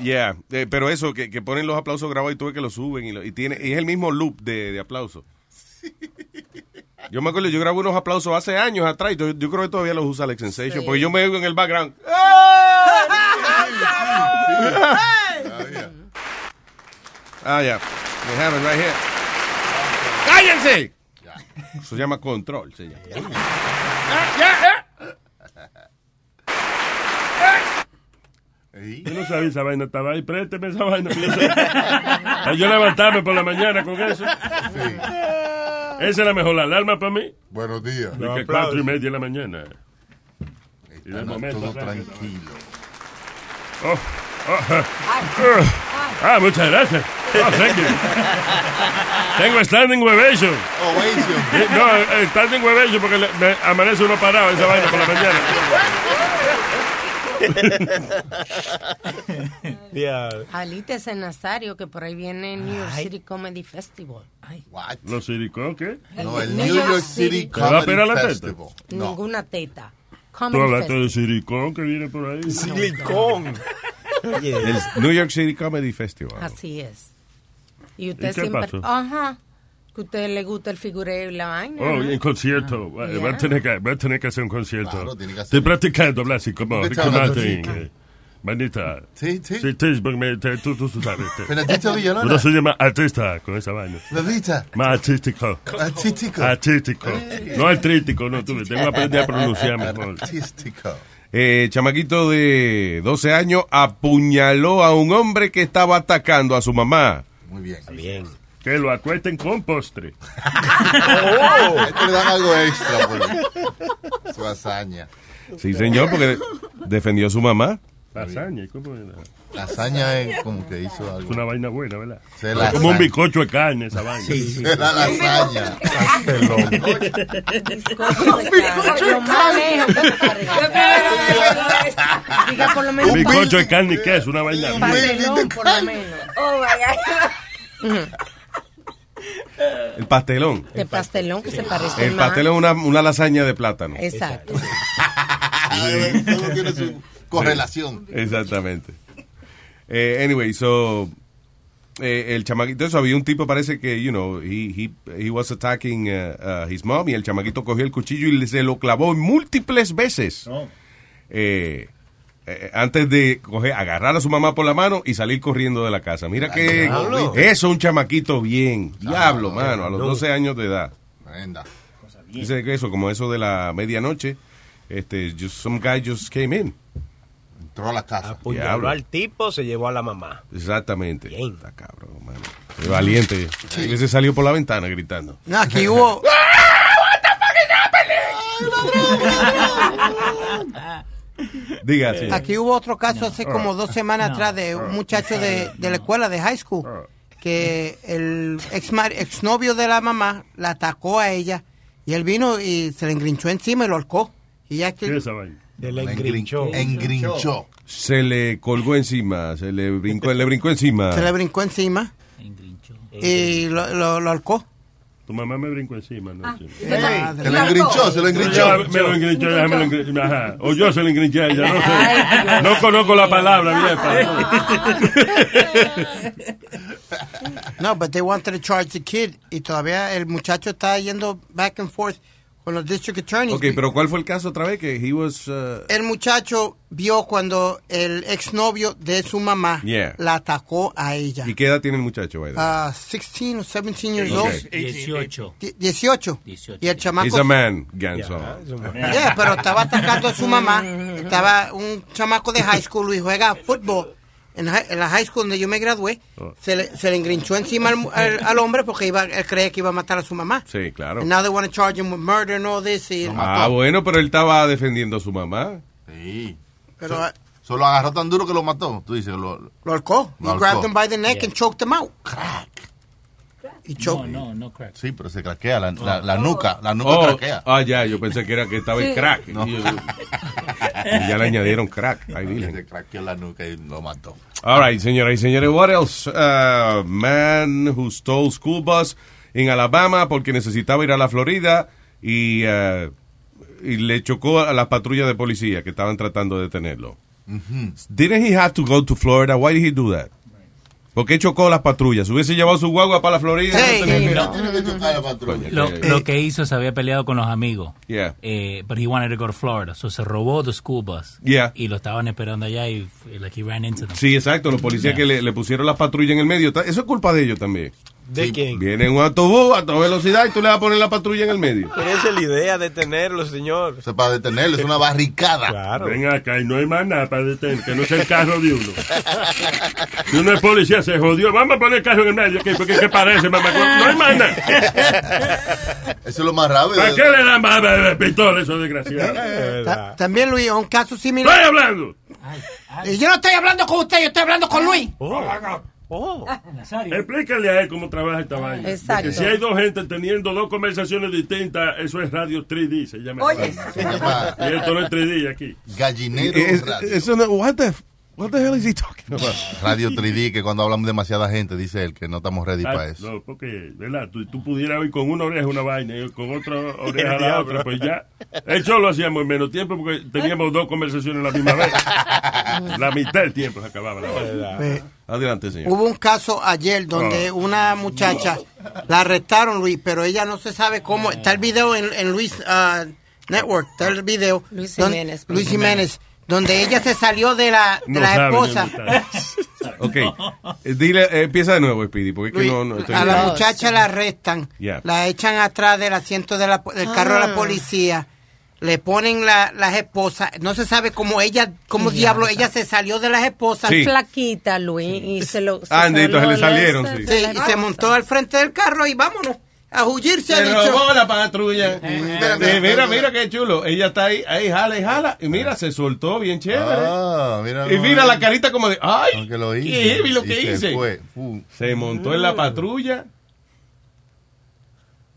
Yeah, eh, pero eso, que, que ponen los aplausos grabados y tú ves que los suben y, lo- y tiene, y es el mismo loop de, de aplausos. Yo me acuerdo, yo grabé unos aplausos hace años atrás y yo, yo creo que todavía los usa Alex Sensation, porque yo me oigo en el background. Ah, ya. We have it right here. ¡Cállense! Eso se llama control, se llama.
Yo no sabía esa vaina estaba ahí. Présteme esa vaina. Yo, sabía. Yo levantarme por la mañana con eso. Esa es la mejor alarma para mí.
Buenos días.
De que cuatro y media de la mañana. Y de momento,
todo
¿sabes?
tranquilo.
Oh, oh, ah. Ah, muchas gracias. Oh, thank you. Tengo standing ovation. Eh, No, eh, standing ovation porque le- me amanece uno parado esa vaina por la mañana.
Alítese Nazario, que por ahí viene el New York City Comedy Festival.
(laughs) ¿Los siricó qué?
No, el New York City
¿Te va a pegar la
Comedy
teta? Tú
Ninguna teta.
hablaste de siricón que viene por ahí. Oh,
Silicón.
(laughs)
El New York City Comedy Festival.
Así es. Y
¿Y
usted
qué
siempre.
pasó?
Ajá. Que a usted le gusta el figureo y la vaina.
Oh,
¿no?
y en concierto. Va-
Ya.
Va, a tener que, va a tener que hacer un concierto.
Claro, tiene que hacer.
Estoy practicando hablar así como
Vete
Ricky
a hablar
Martin.
así.
eh, Manita.
Sí, sí.
Sí, sí, porque me- te- tú, tú, tú sabes. te-
Pero artista Villalona.
Uno se llama artista con esa vaina.
Revista.
Más artístico.
Artístico.
Artístico.
Eh.
No artístico, no, tú. Tengo que aprender a pronunciar mejor.
Artístico.
Eh, chamaquito de 12 años apuñaló a un hombre que estaba atacando a su mamá.
Muy bien.
Bien. Que lo acuesten con
(laughs)
postre. Oh.
Este le dan algo extra pues. por su hazaña.
Sí, señor, porque defendió a su mamá.
Lasaña, ¿cómo era?
Lasaña es como que hizo algo.
Es una vaina buena, ¿verdad?
Se
Es
lasaña.
como un bizcocho de carne esa vaina.
Sí, sí. Se la lasaña. Castelón.
Lo más lejos que te parezca. Diga por lo
Un
menos.
bizcocho de carne y queso, una vaina.
Pastelón, por lo menos.
Oh my
El pastelón.
De pastelón que se parece
El
más.
pastelón es una, una lasaña de plátano.
Exacto.
Todo tiene su correlación.
Sí, Exactamente. Eh, anyway, so eh, el chamaquito, eso había un tipo, parece que, you know, he, he, he was attacking uh, uh, his mom y el chamaquito cogió el cuchillo y le- se lo clavó múltiples veces. Eh, eh, antes de coger, agarrar a su mamá por la mano y salir corriendo de la casa. Mira que
diablo. Ah,
eso un chamaquito bien, diablo, mano, a los
no.
12 años de edad.
Tremenda.
Dice que eso, como eso de la medianoche, este, just some guy just came in.
Entró a la casa.
Apuñaló al tipo, se llevó a la mamá.
Exactamente. Está cabrón, mano. Qué valiente. Él se salió por la ventana gritando.
No,
(laughs)
aquí hubo.
¡Ah! Eh,
Diga, señor.
Aquí hubo otro caso hace como dos semanas atrás de un muchacho de, de la escuela de high school que el ex exnovio de la mamá la atacó a ella y él vino y se le engrinchó encima y lo ahorcó. Y ya que
¿Qué es esa vaina?
Engrinchó. Engrinchó.
Se le colgó encima, se le brincó, le brincó encima.
se le brincó encima y lo, lo, lo ahorcó. Ah,
Tu mamá me brincó encima anoche.
Madre.
Se lo engrinchó, se lo engrinchó.
Ella Me lo engrinchó, ella me lo engrinchó. Ajá. O yo se lo engrinché a ella, no sé. No conozco la palabra, vieja.
No, but they wanted to charge the kid y todavía el muchacho está yendo back and forth con los district attorneys.
Ok, pero ¿cuál fue el caso otra vez? Que he was... uh,
El muchacho vio cuando el exnovio de su mamá
Yeah.
la atacó a ella.
¿Y qué edad tiene el muchacho, by the way?
Ah, 16 o 17 years
Ok.
old.
18.
Die- 18.
Ah,
Y el chamaco.
He's a man, Ganson.
Yeah, pero estaba atacando a su mamá. Estaba un chamaco de high school y juega fútbol. En, hi- en la high school donde yo me gradué, se le, se le engrinchó encima al, al- al hombre porque iba, él creía que iba a matar a su mamá.
Sí, claro.
And now they want to charge him with murder and all this. y-
Ah, bueno, pero él estaba defendiendo a su mamá.
Sí.
Pero,
So-
ah,
so lo agarró tan duro que lo mató. Tú dices, lo,
lo ahorcó.
Lo
He grabbed
ahorcó.
him by the neck
Yeah.
and choked him out. y choke.
No, no, no crack.
Sí, pero se craquea la, la- la nuca. La nuca
Oh,
pues craquea.
Ah, ya, yo pensé que era que estaba el
Sí.
crack.
No.
Y yo- y ya le añadieron crack. Ay, virgen.
Se craqueó la nuca y lo mató.
All right, señoras y señores, what else? Uh, man who stole school bus en Alabama porque necesitaba ir a la Florida y, uh, y le chocó a la patrulla de policía que estaban tratando de detenerlo. Didn't he have to go to Florida? Why did he do that? Porque chocó las patrullas. Hubiese llevado su guagua para la Florida. no tenía que-
Lo, lo que hizo se había peleado con los amigos.
Yeah.
Eh, but he wanted to go to Florida, so se robó the school bus.
Yeah.
Y lo estaban esperando allá y f- like he ran into them.
Sí, exacto. Los policías que le, le pusieron las patrullas en el medio. ta- Eso es culpa de ellos también.
¿De quién?
Viene un autobús a toda velocidad y tú le vas a poner la patrulla en el medio.
Pero esa es la idea, detenerlo, señor.
es para detenerlo, es una barricada.
Claro.
Ven acá y no hay más nada para detener, que no sea el carro de uno.
Hmm.
Si uno es policía, se jodió. Vamos a poner el carro en el medio, ¿qué, porque, ¿qué parece, mamá? No hay más nada.
(laughs) Eso es lo más rápido.
¿Para qué le dan más eh, pistola a esos desgraciados?
Eh, Ta- También, Luis, un caso similar.
¡Estoy hablando!
Y yo no estoy hablando con usted, yo estoy hablando con Luis.
Oh.
Explícale a él cómo trabaja esta vaina.
Exacto.
Porque si hay dos gente teniendo dos conversaciones distintas, eso es radio 3D, se llama.
Oye.
Se llama- Y esto no es 3D aquí.
Gallinero
Eh, eh,
radio.
Eso no, what the, what the hell is he talking about?
Radio 3D, que cuando hablamos demasiada gente, dice él que no estamos ready para
Ah,
eso.
No, porque, ¿verdad? Tú, tú pudieras oír con una oreja una vaina y con otra
(laughs)
oreja la
diablo.
otra, pues ya. Eso lo hacíamos en menos tiempo porque teníamos dos conversaciones la misma
(laughs)
vez. La mitad del tiempo se acababa la
Sí.
vaina.
Adelante, señor. Ah.
Hubo un caso ayer donde una muchacha la arrestaron, Luis, pero ella no se sabe cómo. Está el video en, en Luis ah, Network, está el video.
Luis
don-
Jiménez.
Luis Jiménez, donde ella se salió de la, de
No
la
sabe
esposa.
dónde Ok. Eh, Dile, eh, empieza de nuevo, Speedy, porque es que
Luis,
no, no estoy-
a la muchacha la arrestan,
Yeah.
la echan atrás del asiento de la po- del carro de
Ah.
la policía, le ponen la- las esposas, no se sabe cómo ella, cómo diablo, ella se salió de las esposas.
Sí.
Flaquita, Luis, y se lo... se
Ah, Andito, se le
salió de
salieron,
esa-
sí.
Sí, y se montó al frente del carro y vámonos a huir. Se ha
Se
dicho.
robó la patrulla. Eh, mira, mira qué chulo. Ella está ahí, ahí jala y jala. Y mira, se soltó bien chévere.
Ah, mira,
y mira
no,
la carita como de, ay,
que lo
qué
hice.
heavy lo
Y
que
se
hice.
fue.
Se montó en la patrulla.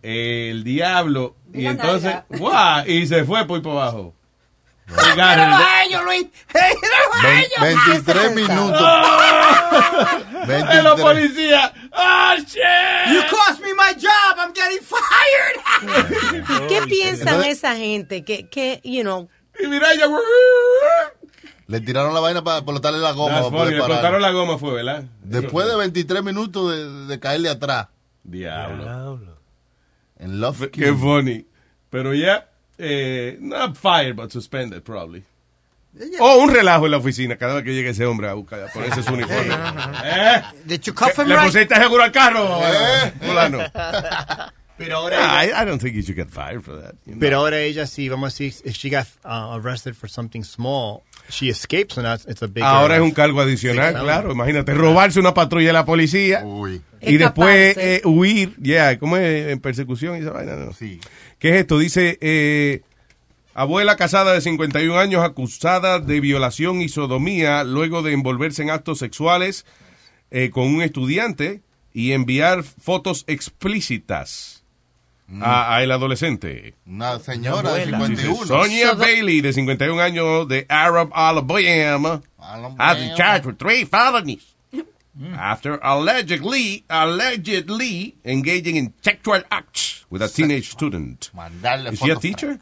El diablo. Y
Mira,
entonces,
nalga.
guau, y se fue por ahí por abajo.
Míralo a ellos, Luis. Míralo a
Ven-
ellos.
veintitrés
Ah,
minutos.
¡Es los policías! ¡Ah, shit!
You cost me my job. I'm getting fired.
¿Y (laughs) qué piensan esa gente? Que, que, you know...
Y mira, ella...
Le tiraron la vaina para explotarle la goma.
Las
para
bolas,
poder
le
parar.
explotaron la goma, fue, ¿verdad?
Después de 23 minutos de, de caerle atrás.
Diablo.
En Love
Qué funny. Pero ya, eh, not fired, but suspended, probably. O un relajo en la oficina cada vez que llegue ese hombre a buscar, a
(laughs)
ponerse su uniforme. ¿Eh?
Did you cuff him
¿Le
right?
pusiste seguro al carro, eh, fulano?
Pero
Ah,
ahora
I,
ella,
I don't think you should get fired for that. you know.
pero ahora ella sí, vamos a decir, if she got uh, arrested for something small, she escapes and that's, it's a big
Ahora es
error.
un cargo adicional,
Sí,
claro. Imagínate, robarse una patrulla de la policía y
Escaparse.
después eh, huir, ya, ¿cómo es? En persecución y esa vaina. ¿no? ¿Qué es esto? Dice, eh, abuela casada de 51 años acusada de violación y sodomía luego de envolverse en actos sexuales eh, con un estudiante y enviar fotos explícitas a, a el adolescente.
Una señora de
Abuela.
51.
Sonia Bailey, de 51 años, de Arab Alabama, has been charged with three felonies
Mm.
after allegedly, allegedly engaging in sexual acts with a teenage student.
Mandarle
Is she a
fotos.
teacher?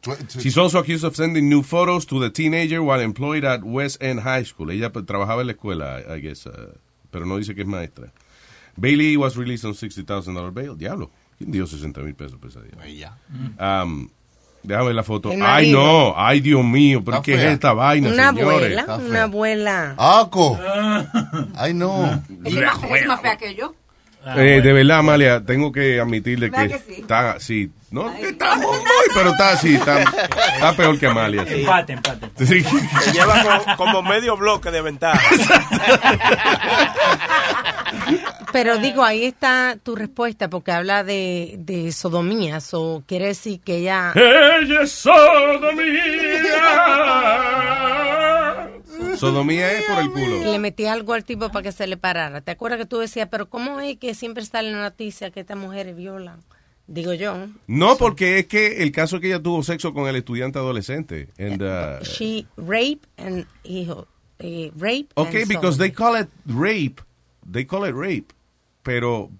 Tw- tw-
She's also accused of sending new photos to the teenager while employed at West End High School. Ella pues, trabajaba en la escuela, I I guess, uh, pero no dice que es maestra. Bailey was released on $60,000 bail. Diablo, ¿quién dio 60 mil pesos por esa día?
Ella.
Um, déjame ver la foto.
El
Ay,
marido.
no. Ay, Dios mío. ¿Pero qué
fea.
es esta vaina,
Una
señores?
abuela, una abuela.
Ah.
¡Aco!
Ah.
¡Ay,
(laughs)
no!
Es Ah. más, es más fea que yo.
Eh, de verdad, Amalia, tengo que admitirle que,
¿Verdad que sí?
está así. No, que está muy, muy, pero está así. Está, está peor que Amalia. sí.
Empate, empate.
Sí.
Se lleva como, como medio bloque de (laughs) ventaja.
Pero digo, ahí está tu respuesta, porque habla de, de sodomías, o quiere decir que ella...
Ella es sodomía.
(laughs) Sodomía es por el culo.
Y le metí algo al tipo para que se le parara. ¿Te acuerdas que tú decías, pero cómo es que siempre sale en la noticia que estas mujeres violan?
(laughs)
Digo yo.
No, porque es que el caso es que ella tuvo sexo con el estudiante adolescente. And, uh,
Eh, She rape and hijo. eh, rape.
Okay,
and
because
sodomy.
they call it rape. They call it rape. Pero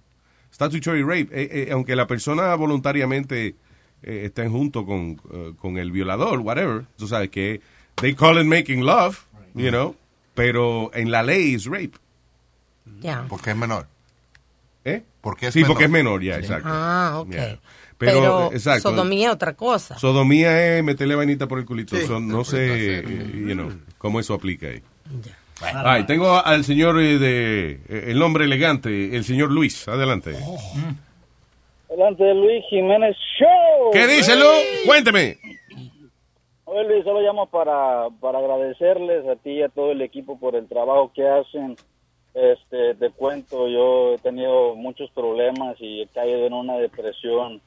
statutory rape, eh, eh, aunque la persona voluntariamente eh, esté junto con, eh, con el violador, whatever, tú sabes que they call it making love, you know, pero en la ley es rape.
Ya.
Porque es menor. ¿Eh?
Porque es
sí, porque es
menor.
menor, ya, exacto.
Ah, ok.
Yeah. Pero, eh,
Pero,
exacto.
sodomía es otra cosa.
Sodomía es meterle vainita por el culito.
Sí.
So, no sé, eh, you know, cómo eso aplica ahí.
Bueno.
Ay, tengo al señor eh, de eh, el nombre elegante, el señor Luis. Adelante.
Delante de Luis Jiménez Show.
¿Qué dice Lu? Cuénteme.
Oye, Luis, solo llamo para, para agradecerles a ti y a todo el equipo por el trabajo que hacen. Este, te cuento, yo he tenido muchos problemas y he caído en una depresión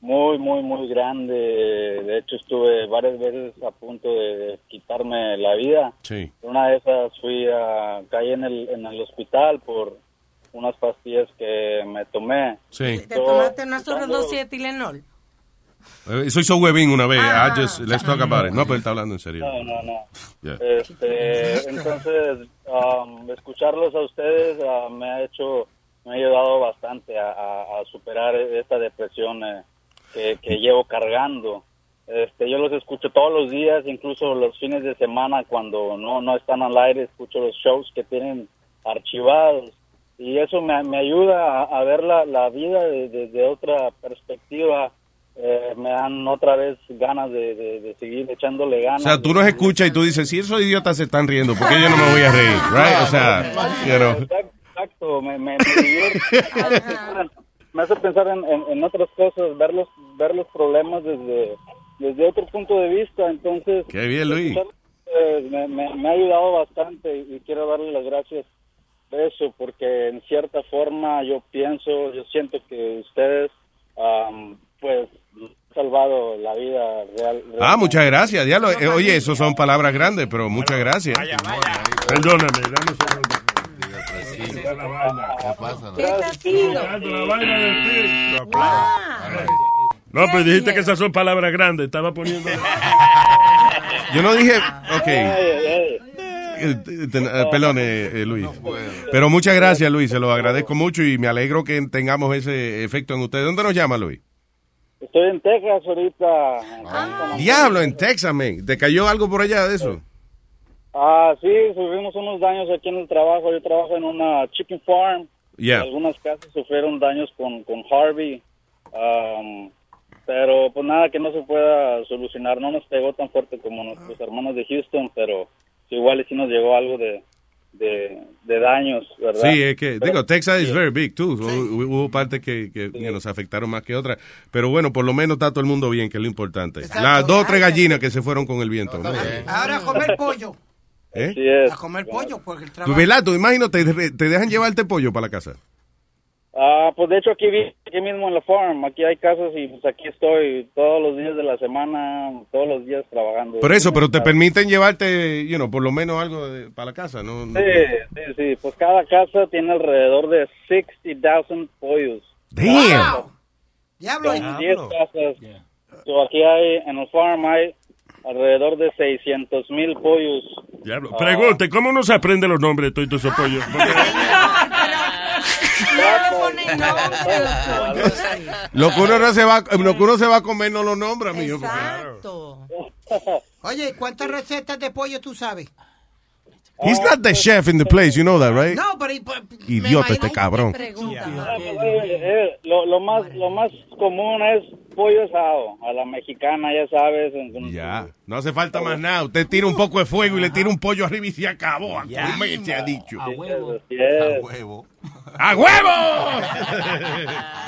muy, muy, muy grande. De hecho, estuve varias veces a punto de quitarme la vida.
Sí.
Una de esas fui a, caí en el, en el hospital por unas pastillas que me tomé.
Sí.
¿Te tomaste una sobredosis de Tilenol?
Eh, Soy so huevín una vez. I just- let's talk about it. No, pero él está hablando en serio.
No, no, no.
Yeah.
Este, entonces, um, escucharlos a ustedes ah, me ha hecho, me ha ayudado bastante a, a- a superar esta depresión eh, que, que llevo cargando. Este, yo los escucho todos los días, incluso los fines de semana cuando no, no están al aire, escucho los shows que tienen archivados. Y eso me, me ayuda a, a ver la, la vida de- desde otra perspectiva. Eh, me dan otra vez ganas de, de- de seguir echándole
O
ganas.
sea, tú nos escuchas y tú dices, si esos idiotas se están riendo, ¿por qué yo no me voy a
(laughs)
reír? Right? O sea, you know.
Exacto, me, me, me divierte. Me hace pensar- me hace pensar en, en- en otras cosas, ver los, ver los problemas desde, desde otro punto de vista. Entonces,
Qué bien, Luis.
eh, me, me- me ha ayudado bastante y quiero darle las gracias de eso, porque en cierta forma yo pienso, yo siento que ustedes, am, pues, han salvado la vida real.
Ah, muchas gracias, diablo. Eh, oye, eso son palabras grandes, pero muchas gracias.
Perdóname, dame un segundo.
¿Qué está haciendo?
La vaina de ti. Lo aplaudo.
Eh.
eh.
No, pero dijiste que esas son palabras grandes. Estaba poniendo.
Yo no dije,
Ah, Ay,
ok, Eh, ten- eh, Perdón, eh, eh, Luis. Pero muchas gracias, Luis. Se lo agradezco mucho y me alegro que tengamos ese efecto en ustedes. ¿Dónde nos llama, Luis?
Estoy en Texas ahorita.
Diablo, en Texas, man. ¿Te cayó algo por allá de eso?
Ah, sí, sufrimos unos daños aquí en el trabajo. Yo trabajo en una chicken farm.
Yeah.
Algunas casas sufrieron daños con, con Harvey. Am, pero pues nada que no se pueda solucionar. No nos pegó tan fuerte como nuestros hermanos de Houston, pero igual y sí nos llegó algo de, de, de daños, ¿verdad?
Sí, es que, digo, Texas is very big, too. Hubo, hubo partes que, que, que nos afectaron más que otras. Pero bueno, por lo menos está todo el mundo bien, que es lo importante. Las dos o tres gallinas que se fueron con el viento. ¿no?
Ahora a comer pollo.
¿Eh?
A comer pollo porque el
Tú,
trabajo.
¿Verdad? Tú imagino, te, te dejan llevarte pollo para la casa.
Ah, pues de hecho aquí, vi- aquí mismo en la farm, aquí hay casas y pues aquí estoy todos los días de la semana, todos los días trabajando.
Por eso, pero te permiten llevarte, you know, por lo menos algo de- para la casa, ¿no?
Sí, sí, sí. Pues cada casa tiene alrededor de 60,000 pollos.
Damn.
Diablo, Son 10 casas. So, aquí hay, en el farm hay alrededor de 600 mil pollos. Ah.
Diablo. Pregunte, ¿cómo uno se aprende los nombres de todos esos
(laughs)
pollos? Porque-
Ah,
Lo que uno no se va, lo que uno se va a comer no lo nombra, mío. porque-
Exacto. Oye, ¿cuántas recetas de pollo tú sabes?
He's not the chef in the place, you know that, right?
No, pero y- pues,
Idiota este cabrón.
Ah, pues, eh, eh, lo, lo más, lo más común es pollo asado, a la mexicana, ya sabes. en- en-
Ya, no hace falta más nada. Usted tira un poco de fuego y le tira un pollo arriba y se acabó. A comer, se ha dicho. A
huevo.
A huevo. ¡A (laughs) huevo!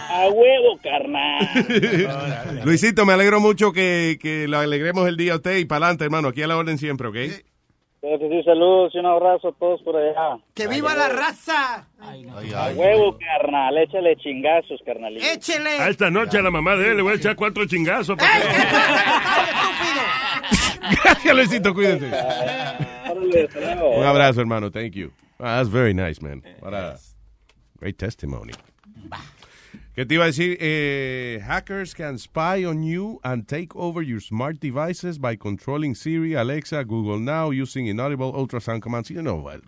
A huevo,
(laughs)
carnal.
Luisito, me alegro mucho que, que le alegremos el día a usted y para adelante, hermano. Aquí a la orden siempre, ¿ok?
Claro que sí, saludos y un abrazo a todos por allá.
¡Que viva
oh.
la raza!
A huevo, carnal, échale chingazos, carnalito.
A
¡Échele!
esta noche a la mamá de él le voy a echar cuatro chingazos. porque-
Gracias, Luisito, cuídese.
tardes. Hasta luego.
Un abrazo, hermano. Thank you. Ah, that's very nice, man. What a great testimony. ¿Qué te iba a decir? Eh, hackers can spy on you and take over your smart devices by controlling Siri, Alexa, Google Now, using inaudible ultrasound commands. You know what?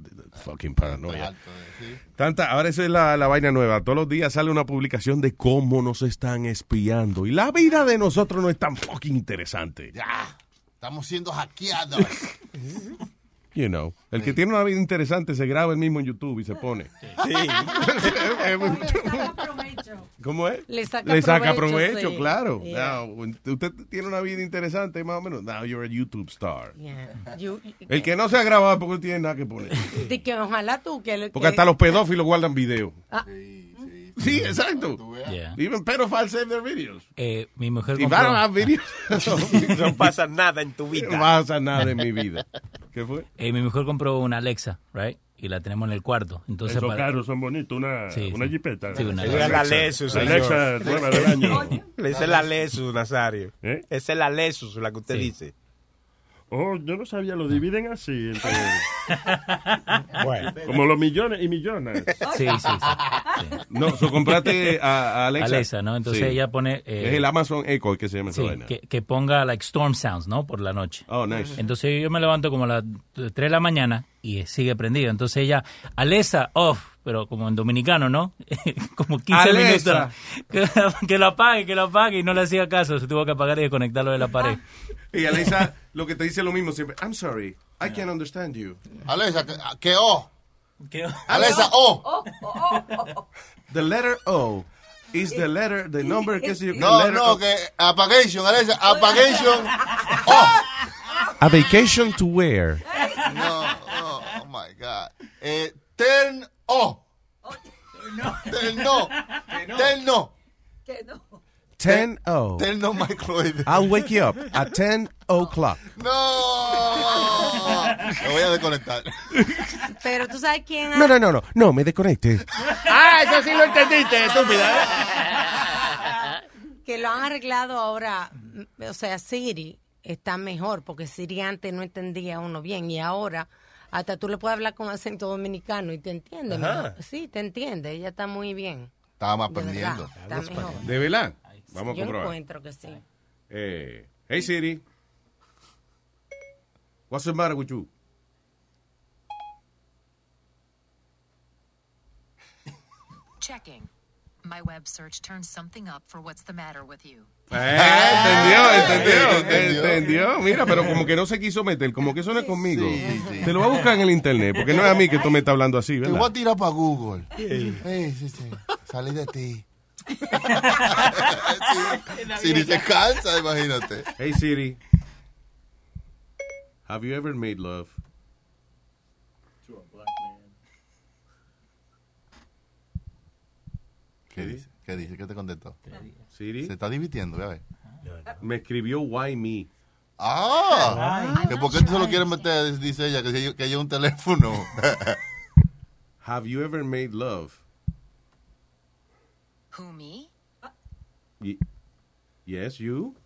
Fucking paranoia.
eh.
Tanta, ahora esa es la, la vaina nueva. Todos los días sale una publicación de cómo nos están espiando. Y la vida de nosotros no es tan fucking interesante.
Ya, estamos siendo
(laughs)
hackeados.
You know. El que tiene una vida interesante se graba el mismo en YouTube y se pone. (laughs) ¿Cómo es?
Le saca
provecho,
provecho, sí.
claro.
Yeah.
Now, when usted tiene una vida interesante, más o menos. Now you're a YouTube star.
Yeah. You-
El que no se ha grabado porque no tiene nada que poner.
de que ojalá tú que
Porque hasta los pedófilos guardan video.
Ah.
Sí, exacto. Even pedophiles save their videos.
Eh, mi mujer
If I
compró-
don't have videos,
No pasa nada en tu
(laughs)
vida.
No pasa nada en mi vida. ¿Qué fue?
Eh, mi mujer compró una Alexa, right? Y la tenemos en el cuarto. Entonces
Esos
para-
carros son bonitos, una,
Sí,
una
sí.
jipeta.
Sí, una
Esa es la Lesus,
Alexa, Alexa
señor.
nueva del año.
Le dice la Lesus, Nazario.
¿Eh?
Esa es la Lesus, la que usted dice.
Oh, yo no sabía, lo dividen así.
(laughs)
entre-
Bueno.
Como los millones y millones.
Sí, sí, sí.
No, so compraste
(laughs)
a, a Alexa.
Alexa, ¿no? Entonces ella pone, eh,
es el Amazon Echo que se llama esa
Sí,
vaina.
que, que ponga like storm sounds, ¿no? Por la noche.
Oh, nice.
Entonces yo me levanto como a las 3 de la mañana y sigue prendido. Entonces ella, Alexa, off, pero como en dominicano, ¿no? (laughs) como 15
Alexa.
minutos. Que, que lo apague, que lo apague y no le hacía caso. Se tuvo que apagar y desconectarlo de la pared.
(laughs) Y Alexa lo que te dice lo mismo siempre. I'm sorry, I can't understand you.
Alexa, que, ah, que O.
¿Qué?
(laughs) Alexa O.
The letter O is the letter, the number que se yo.
No,
ah.
no, que apagation, Alexa, Oh. apagation.
A vacation to where?
No, oh, oh my God. Eh, turn O. Turn no. Turn no.
10 o.
10 no microwave.
I'll wake you up at 10 o'clock.
No. Me voy a desconectar.
(laughs) Pero tú sabes quién.
No, no, no, no, no, me desconecte.
Ah, eso sí lo
entendiste,
(laughs)
estúpida.
Que lo han arreglado ahora. mm, O sea, Siri está mejor porque Siri antes no entendía uno bien y ahora hasta tú le puedes hablar con acento dominicano y te entiende.
Ajá.
mejor. Sí, te entiende. Ella está muy bien.
Estábamos
De verdad,
aprendiendo.
está mejor.
¿De verdad? Vamos a
Yo
comprobar.
encuentro que sí.
Eh, hey Siri. What's the matter with you?
Checking. My web search turns something up for what's the matter with you.
Eh, (laughs)
Ah.
entendió, entendió, entendió, Mira, pero como que no se quiso meter, como que eso no es conmigo. Te lo va a buscar en el internet, porque no es a mí que tú me estás hablando así,
Te voy a
¿verdad?
tirar para Google.
Sí.
Eh, sí, sí. Salí de ti. Si ni se cansa, imagínate.
Hey Siri. Have you ever made love?
¿Qué dice? ¿Qué dice? ¿Qué te contestó?
Siri.
Se está divirtiendo, ve a ver.
Me escribió why me.
Ah, que ¿por qué tú se lo quieres meter? Dice ella que hay- que hay un teléfono.
(laughs) Have you ever made love?
Who, me?
Ye- yes, you?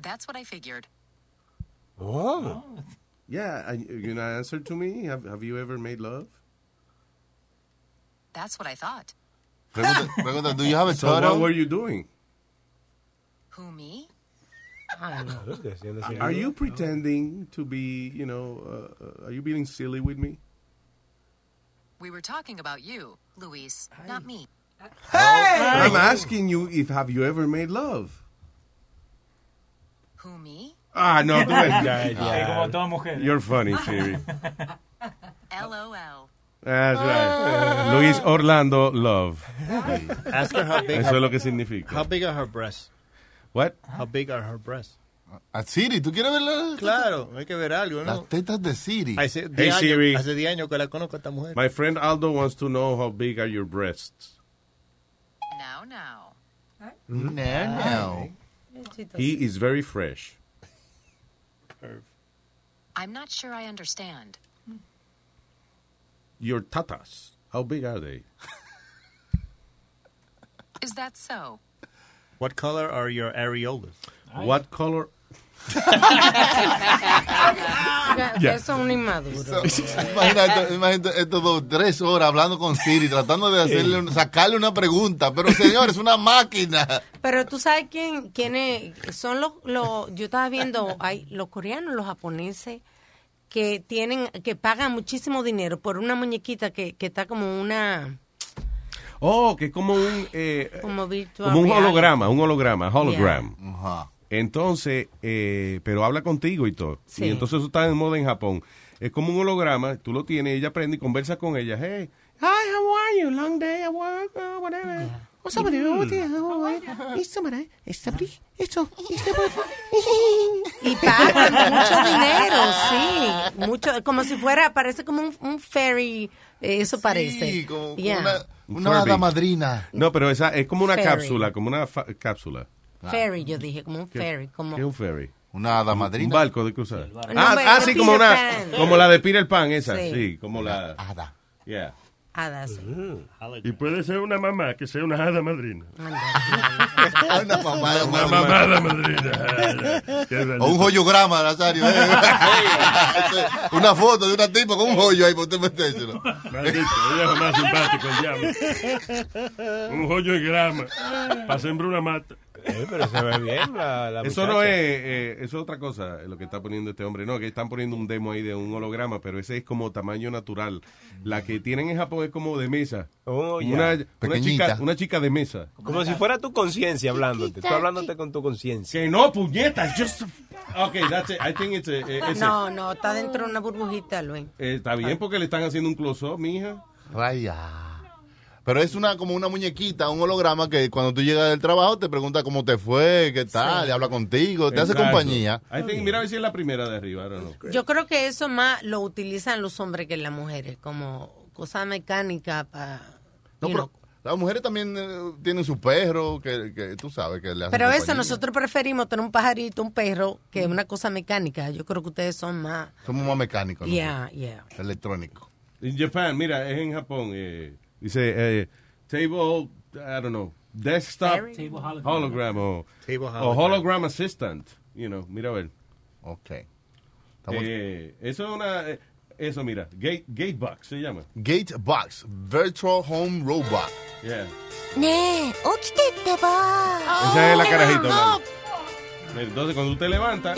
That's what I figured.
Oh. Yeah, I, you know, answer to me. Have, have you ever made love?
That's what I thought.
Pregunta, pregunta, do you have a
So what
turtle?
were you doing?
Who, me?
Are you pretending to be, you know, uh, uh, are you being silly with me?
We were talking about you, Luis, not me.
I'm asking you if have you ever made love?
Who, me?
Ah, no, tú
(laughs)
ves.
Ya, ya. Sí, como toda mujer.
You're funny,
(laughs)
Siri.
LOL.
That's
Ah.
right. Luis Orlando Love.
Ask her how big
Eso es lo que significa.
How big are her breasts?
What?
How big are her breasts?
A Siri,
(laughs)
¿tú quieres verla?
Claro, hay que ver algo, ¿no?
Las tetas de Siri.
Hace 10
Hey,
años-
Siri.
Hace 10 años que la conozco a esta mujer.
My friend Aldo wants to know how big are your breasts.
Now, now.
No,
Mm-hmm.
no.
He is very fresh.
I'm not sure I understand.
Your tatas, how big are they?
Is that so?
What color are your areolas?
What color?
Ya.
Ah. Eso es
(laughs)
un inmaduro.
Imagina, esto- imagina estos dos, tres horas hablando con Siri, tratando de hacerle, un- sacarle una pregunta. Pero señor, es una máquina.
Pero tú sabes quién, quién es- son los, los, yo estaba viendo, hay los coreanos, los japoneses, que tienen, que pagan muchísimo dinero por una muñequita que, que está como una,
Oh, que es como un, eh,
como virtual.
como un
reality.
holograma, un holograma, hologram.
Yeah.
Entonces, eh, pero habla contigo y todo.
Sí.
Y entonces eso está en moda en Japón. Es como un holograma, tú lo tienes, ella aprende y conversa con ella. Hey, Hi, how are you? Long day at work, uh, whatever. What's up with you? What the hell? It's somebody. It's somebody. It's so- it's so-
Y pagan mucho dinero, sí. Mucho, como si fuera, parece como un, un ferry, eh, eso parece.
como- como
Yeah.
Una
Furby.
hada madrina.
No, pero esa es como una
Ferry.
cápsula, como una fa- cápsula.
Ferry, yo dije, como un
¿Qué-
ferry, como...
¿Qué es un ferry?
Una hada madrina.
Un barco de cruzar.
barco.
Ah,
No,
ah,
pero
sí,
de
como
Peter
una,
Pan.
como la de Peter Pan, esa,
Sí.
sí, como la hada. Yeah.
hadas.
Y puede ser una mamá que sea una hada madrina.
Una mamada
Una
madrina.
mamada madrina.
O un joyograma, Nazario. ¿eh? una foto de una tipo con un joyo ahí, por usted metérselo.
Maldito, ella es más simpático, el diablo. Un joyo de grama. Para sembrar una mata.
Eh,
pero se ve bien
la- la
eso
muchacha.
no es, eh, eso es otra cosa eh, lo que está poniendo este hombre. No, que están poniendo un demo ahí de un holograma, pero ese es como tamaño natural. La que tienen en Japón es como de mesa.
ya.
una, una
Pequeñita.
chica, una chica de mesa.
Como si fuera tu conciencia hablándote. Tú hablándote con tu conciencia.
Que no, puñeta. Just... Ok, that's it. I think it's a- eh, ese.
No, no, está dentro de una burbujita, Luis.
Eh, está bien porque le están haciendo un close-up, mija.
Raya. Pero es una como una muñequita, un holograma que cuando tú llegas del trabajo te pregunta cómo te fue, qué tal, y habla contigo, te hace
Exacto.
compañía.
I think- mira a ver si es la primera de arriba. I don't know.
Yo creo que eso más lo utilizan los hombres que las mujeres, como cosa mecánica para...
No, pero las mujeres también eh, tienen su perro, que, que tú sabes que le hacen
Pero eso,
compañía.
nosotros preferimos tener un pajarito, un perro, que una cosa mecánica. Yo creo que ustedes son más...
Somos más mecánicos. ¿no?
Yeah, yeah.
Electrónico.
En Japan, mira, es en Japón. eh, dice, eh, table, I don't know, desktop
Table hologram.
hologram o,
Table
o
hologram.
hologram assistant. You know, mira a ver.
Ok.
Eh, eso es una, eh, eso mira, gate, gatebox se llama.
Gatebox, Virtual Home Robot.
Yeah.
ねえ起きてってば
Esa es la carajita. hablando. Entonces, cuando usted levanta,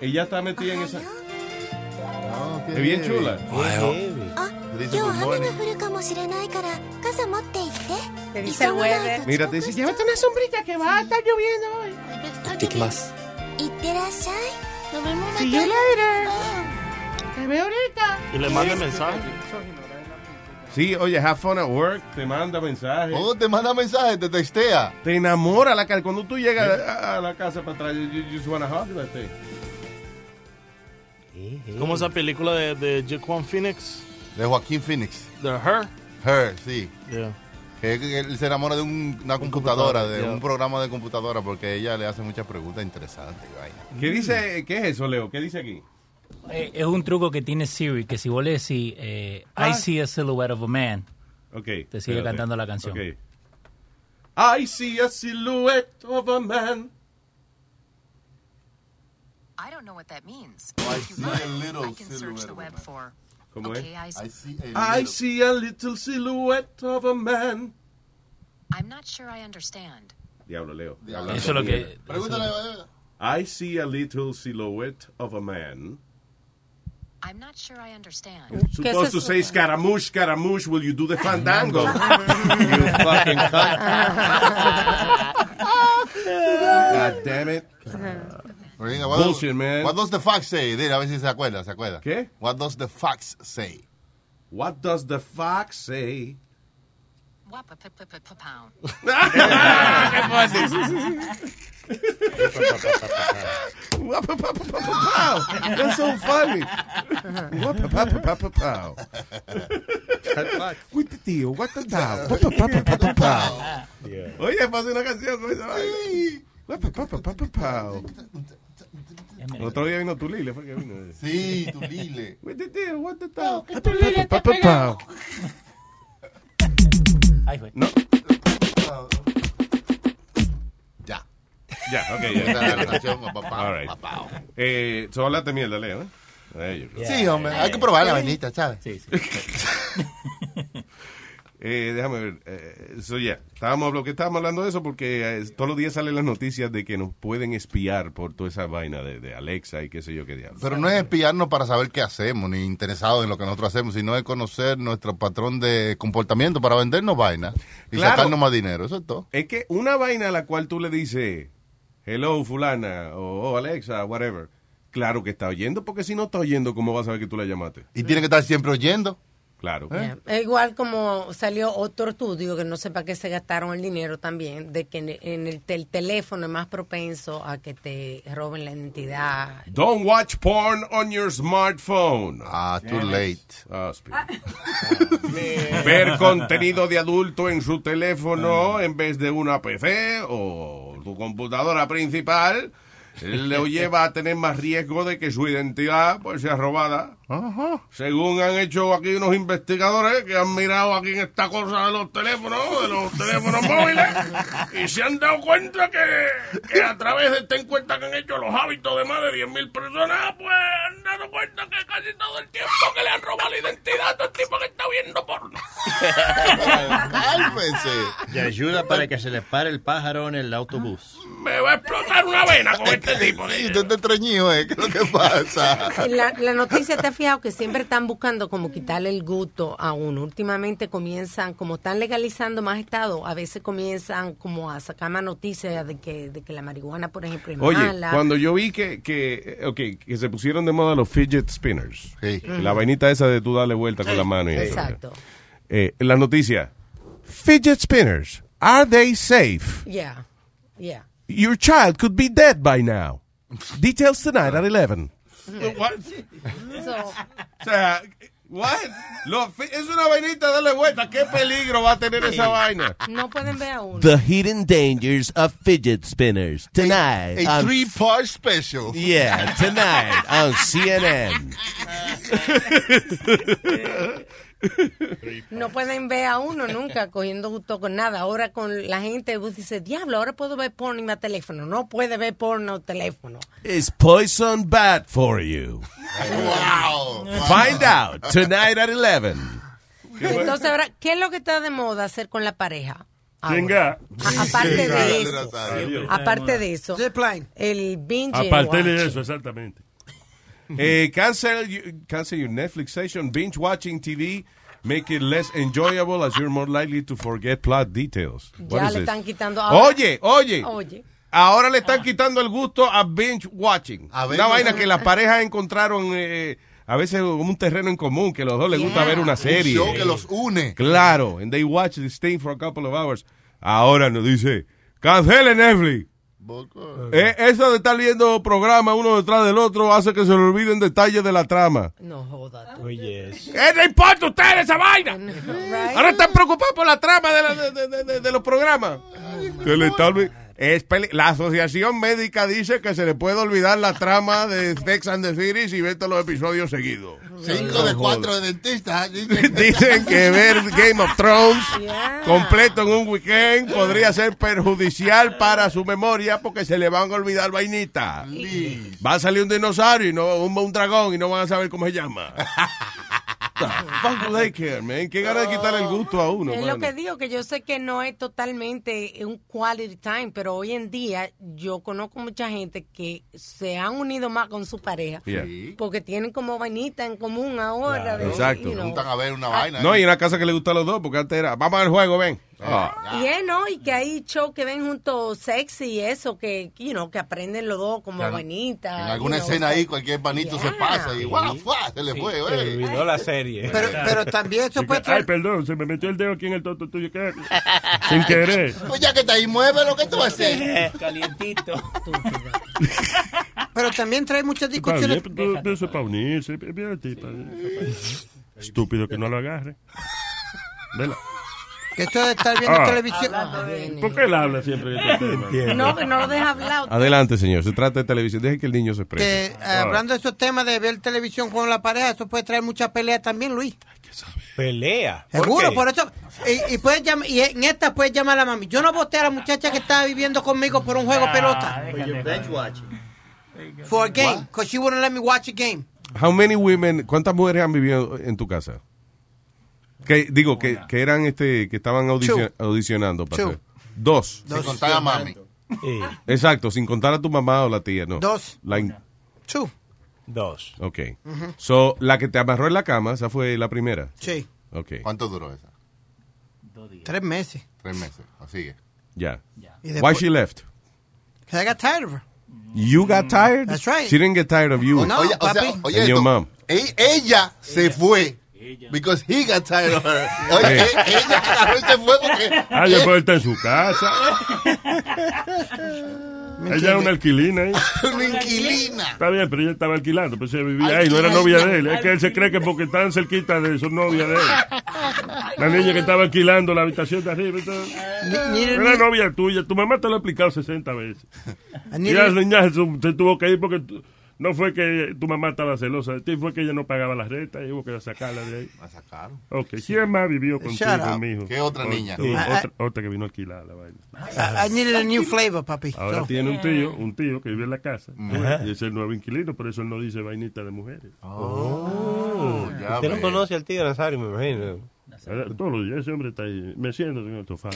ella está metida en esa...
Ah,
es bien
heavy.
chula.
Wow. Le dice
今
good
日雨
morning.
が降るかもしれないから傘持って行って急
dice el
がない
Mira, te dice, llévate una sombrilla que va a estar lloviendo hoy.
と行ってらっしゃい飲み物
See you later.
Te veo ahorita.
Y le manda mensaje. Sí, oye, have fun at work, te manda mensaje.
Oh, te manda mensaje, te textea.
Te enamora la cara. Cuando tú llegas a, a la casa para atrás, you, you just wanna hug that thing.
¿Cómo esa película de, de Joaquin Phoenix?
De Joaquín Phoenix.
De Her.
Her, sí.
Yeah.
Que que él se enamora de un- una computadora,
computadora,
de
yeah.
un programa de computadora, porque ella le hace muchas preguntas interesantes. y vaina.
¿Qué dice? ¿Qué es eso, Leo? ¿Qué dice aquí?
Eh, es un truco que tiene Siri, que si vos le decís, eh,
Ah.
I see a silhouette of a man,
Okay,
te sigue
espérate.
cantando la canción.
Okay. I see a silhouette of a man.
I don't know what that means.
I
If you
see
want,
a little
I can search
silhouette
the
of
web for.
¿Cómo
okay, I
es?
see.
I see a little silhouette of a man.
I'm not sure I understand.
Diablo, Leo.
Diablo.
Hablando
Eso es lo
mierda.
que-
Pregúntale, eh,
I see a little silhouette of a man.
I'm not sure I understand.
Supposed to say scaramouche, scaramouche, will you do
(laughs)
the fandango? you fucking cunt. God damn it.
Oiga,
Bullshit, man.
What does the fax say? Dile, a ver si se acuerda, se acuerda.
¿Qué?
What does the fax say?
What does the fox say?
Wapa-pa-pa-pa-pound.
Wow, that's so funny. What the papa papa pow? What the deal? What the dow? What the papa papa pow? Oye, pasé una canción con esa vaina. What the papa papa pow? El otro día vino Tulile, fue que vino.
Sí, Tulile.
What the deal? What the dow?
Tulile
Papa
te
pow.
Ay, güey.
No.
Ya.
Ya, ok.
Esa es la relación, papá,
All right. Eh, so, háblate mierda, Leo, ¿eh? There you go.
Sí, hombre, hay que probar la vainita, ¿sabes?
Sí, sí.
(laughs) Eh, déjame ver. eh, so, yeah. estábamos, lo que estábamos hablando de eso porque eh, todos los días salen las noticias de que nos pueden espiar por toda esa vaina de, de Alexa y qué sé yo qué diablo.
Pero no es espiarnos para saber qué hacemos, ni interesados en lo que nosotros hacemos, sino es conocer nuestro patrón de comportamiento para vendernos vainas y
Claro.
sacarnos más dinero. Eso es todo.
Es que una vaina a la cual tú le dices, hello fulana o "Oh, Alexa, whatever, claro que está oyendo, porque si no está oyendo, ¿cómo va a saber que tú la llamaste?
Y tiene que estar siempre oyendo. ¿Eh?
Claro.
Es E Igual como salió otro estudio, que no sé para qué se gastaron el dinero también, de que en en el, tel- teléfono es más propenso a que te roben la identidad.
Don't watch porn on your smartphone. Ah,
too late.
Ver contenido de adulto en su teléfono en vez de una PC o tu computadora principal le lleva a tener más riesgo de que su identidad pues, sea robada. Según han hecho aquí unos investigadores que han mirado aquí en esta cosa de los teléfonos, de los teléfonos móviles, y se han dado cuenta que, que a través de esta encuesta que han hecho los hábitos de más de 10.000 personas, pues han dado cuenta que casi todo el tiempo que le han robado la identidad a este tipo que está viendo
(laughs)
porno.
Y ayuda para que se les pare el pájaro en el autobús.
Me va a explotar una vena con este tipo.
Y usted está estreñido, ¿eh? ¿Qué es lo que pasa?
La, la noticia te has fijado que siempre están buscando como quitarle el gusto a uno. Últimamente comienzan, como están legalizando más estados, a veces comienzan como a sacar más noticias de que, de que la marihuana, por ejemplo, es
Oye,
mala.
cuando yo vi que, que, eh, ok, que se pusieron de moda los fidget spinners,
Ujú.
la vainita esa de tú darle vuelta con la mano y eso.
Exacto.
Eh, la noticia, fidget spinners, are they safe?
Yeah, yeah.
Your child could be dead by now. Details tonight at 11. O sea, what? Lo fi- es una vainita, dale vuelta. ¿Qué peligro va a tener esa vaina?
No pueden ver a uno.
The hidden dangers of fidget spinners tonight.
A
Um,
on-
three-part special.
yeah, tonight on CNN.
No pueden ver a uno nunca cogiendo gusto con nada. Ahora con la gente vos dices, diablo, ahora puedo ver porno en mi teléfono. No puede ver porno en teléfono.
Is poison bad for you?
Wow.
Find out tonight at 11.
Entonces ahora, ¿qué es lo que está de moda hacer con la pareja? Ahora.
Chinga.
A- Ah, aparte de
Chinga.
eso. Aparte de eso. El binge
Aparte
watch.
de eso, exactamente.
(laughs) Eh, cancel, you- cancel your Netflix session, binge watching TV, make it less enjoyable as you're more likely to forget plot details. What
Ya
is
le
this?
están quitando ahora-
Oye, oye.
Oye.
Ahora le están quitando el gusto a binge watching.
ver,
una
no
vaina
sé.
que las parejas encontraron eh, a veces como un terreno en común, que los dos les gusta
Yeah.
ver una
Un
serie.
show que los une.
Claro, and they watch this thing for a couple of hours. Ahora nos dice, cancele Netflix. Eh, eso de estar viendo programas uno detrás del otro hace que se le olviden detalles de la trama.
No jodas.
Oye. Eh, no importa ustedes esa vaina! Ahora están preocupados por la trama de, la- de- de- de-
(laughs)
de los programas. Se le está olvi- es peli- la asociación médica dice que se le puede olvidar la trama de Sex and the City si ve todos los episodios seguidos.
Cinco de cuatro de ah, dentistas. (laughs) Dicen
(laughs) Dicen que ver Game of Thrones completo en un weekend podría ser perjudicial para su memoria porque se le van a olvidar vainitas. Va a salir un dinosaurio y no un, un dragón y no van a saber cómo se llama. The fuck do they care, man? Qué ganas de quitarle el gusto a uno.
es
mano.
lo que digo, que yo sé que no es totalmente un quality time, pero hoy en día yo conozco mucha gente que se han unido más con su pareja
Yeah.
porque tienen como vainita en común ahora. de-
Exacto.
you know. Ah,
Juntan a ver una vaina.
No,
¿eh?
y una casa que le gusta a los dos porque antes era, vamos al juego, ven. Ah.
Y es, ¿no? Y que hay shows que ven juntos sexy y eso, que, you know, que aprenden los dos como
Claro.
vainita.
En alguna
you know,
escena
o sea,
ahí, cualquier panito se pasa y ¡guau! ¡fua! Se le fue, güey.
Olvidó la serie.
Pero- pero
también
Así que- Ay, perdón, se me metió el dedo aquí en el toto tuyo. ¿qué? Sin
(laughs)
querer.
Pues ya que está ahí, mueve lo que tú vas a hacer.
Calientito.
Pero también trae muchas
Pa'
discusiones.
unir, tú- tú- Eso es para unirse. eh, mira, ti, pa' unirse. Estúpido que no lo agarre. Vela.
Que esto de estar viendo
Ah.
televisión.
¿Por qué él habla siempre de este tema?
No, que no lo deja hablar.
Ah. Adelante, señor. Se trata de televisión. Deje que el niño se Ah. exprese.
eh,
eh,
Ah,
Que, hablando de esos temas de ver televisión con la pareja, eso puede traer mucha pelea también, Luis.
Pelea.
Seguro,
qué?
por eso. Y, y puedes llam- y en esta puedes llamar a la mami. Yo no voté a la muchacha que estaba viviendo conmigo por un juego de pelota. For a game, because she wouldn't let me watch a game.
How many women, ¿Cuántas mujeres han vivido en tu casa? Que, digo, que, que eran este, que estaban audicio- audicionando. para
Two.
ser. Dos.
Sin contar a mami.
Exacto, sin contar a tu mamá o la tía, no.
Dos.
La in-
Two.
Dos.
Ok.
Ujú.
So, la que te amarró en la cama, esa fue la primera.
Sí.
Ok.
Ah.
¿Cuánto duró esa?
Tres meses.
Tres meses. oh, Así es.
Ya.
Y
Why
después-
she left?
'Cause I got tired of her.
You got tired?
Mm. That's right.
She didn't get tired of you.
Oh, no, Oye, o sea, papi.
oye,
And your
esto-
mom.
E- ella se fue. Because he got tired of her.
(laughs)
Oye,
Sí.
e- ella agarró y se fue porque.
Ah, yo puedo estar en su casa. Ella es una alquilina ahí.
Una inquilina.
Está bien, pero ella estaba alquilando, pero se vivía ahí, no
Alquila-
era novia de él. Es que él se cree que porque estaban cerquita de su novia de él. La niña que estaba alquilando la habitación de arriba. y todo.
ni-
Era novia tuya, tu mamá te lo ha explicado 60 veces.
(laughs) ni-
Y la niña se, se tuvo que ir porque tu- no fue que tu mamá estaba celosa de ti, fue que ella no pagaba las rentas y hubo que sacarla de ahí.
La sacaron.
Ok, ¿quién más vivió
Shut
contigo,
up.
mijo?
¿Qué otra
O-
niña?
tú,
Ah,
otra, otra que vino a alquilar la vaina.
Ah,
I, I needed a new flavor, papi.
Ahora
So-
tiene un tío, un tío que vive en la casa.
Ajá.
Y es el nuevo inquilino, por eso él no dice vainita de mujeres.
Oh,
Oh,
Usted no conoce al tío Nazario, me imagino.
Ahora, Eh, Todos los días ese hombre está ahí meciéndose en el sofá.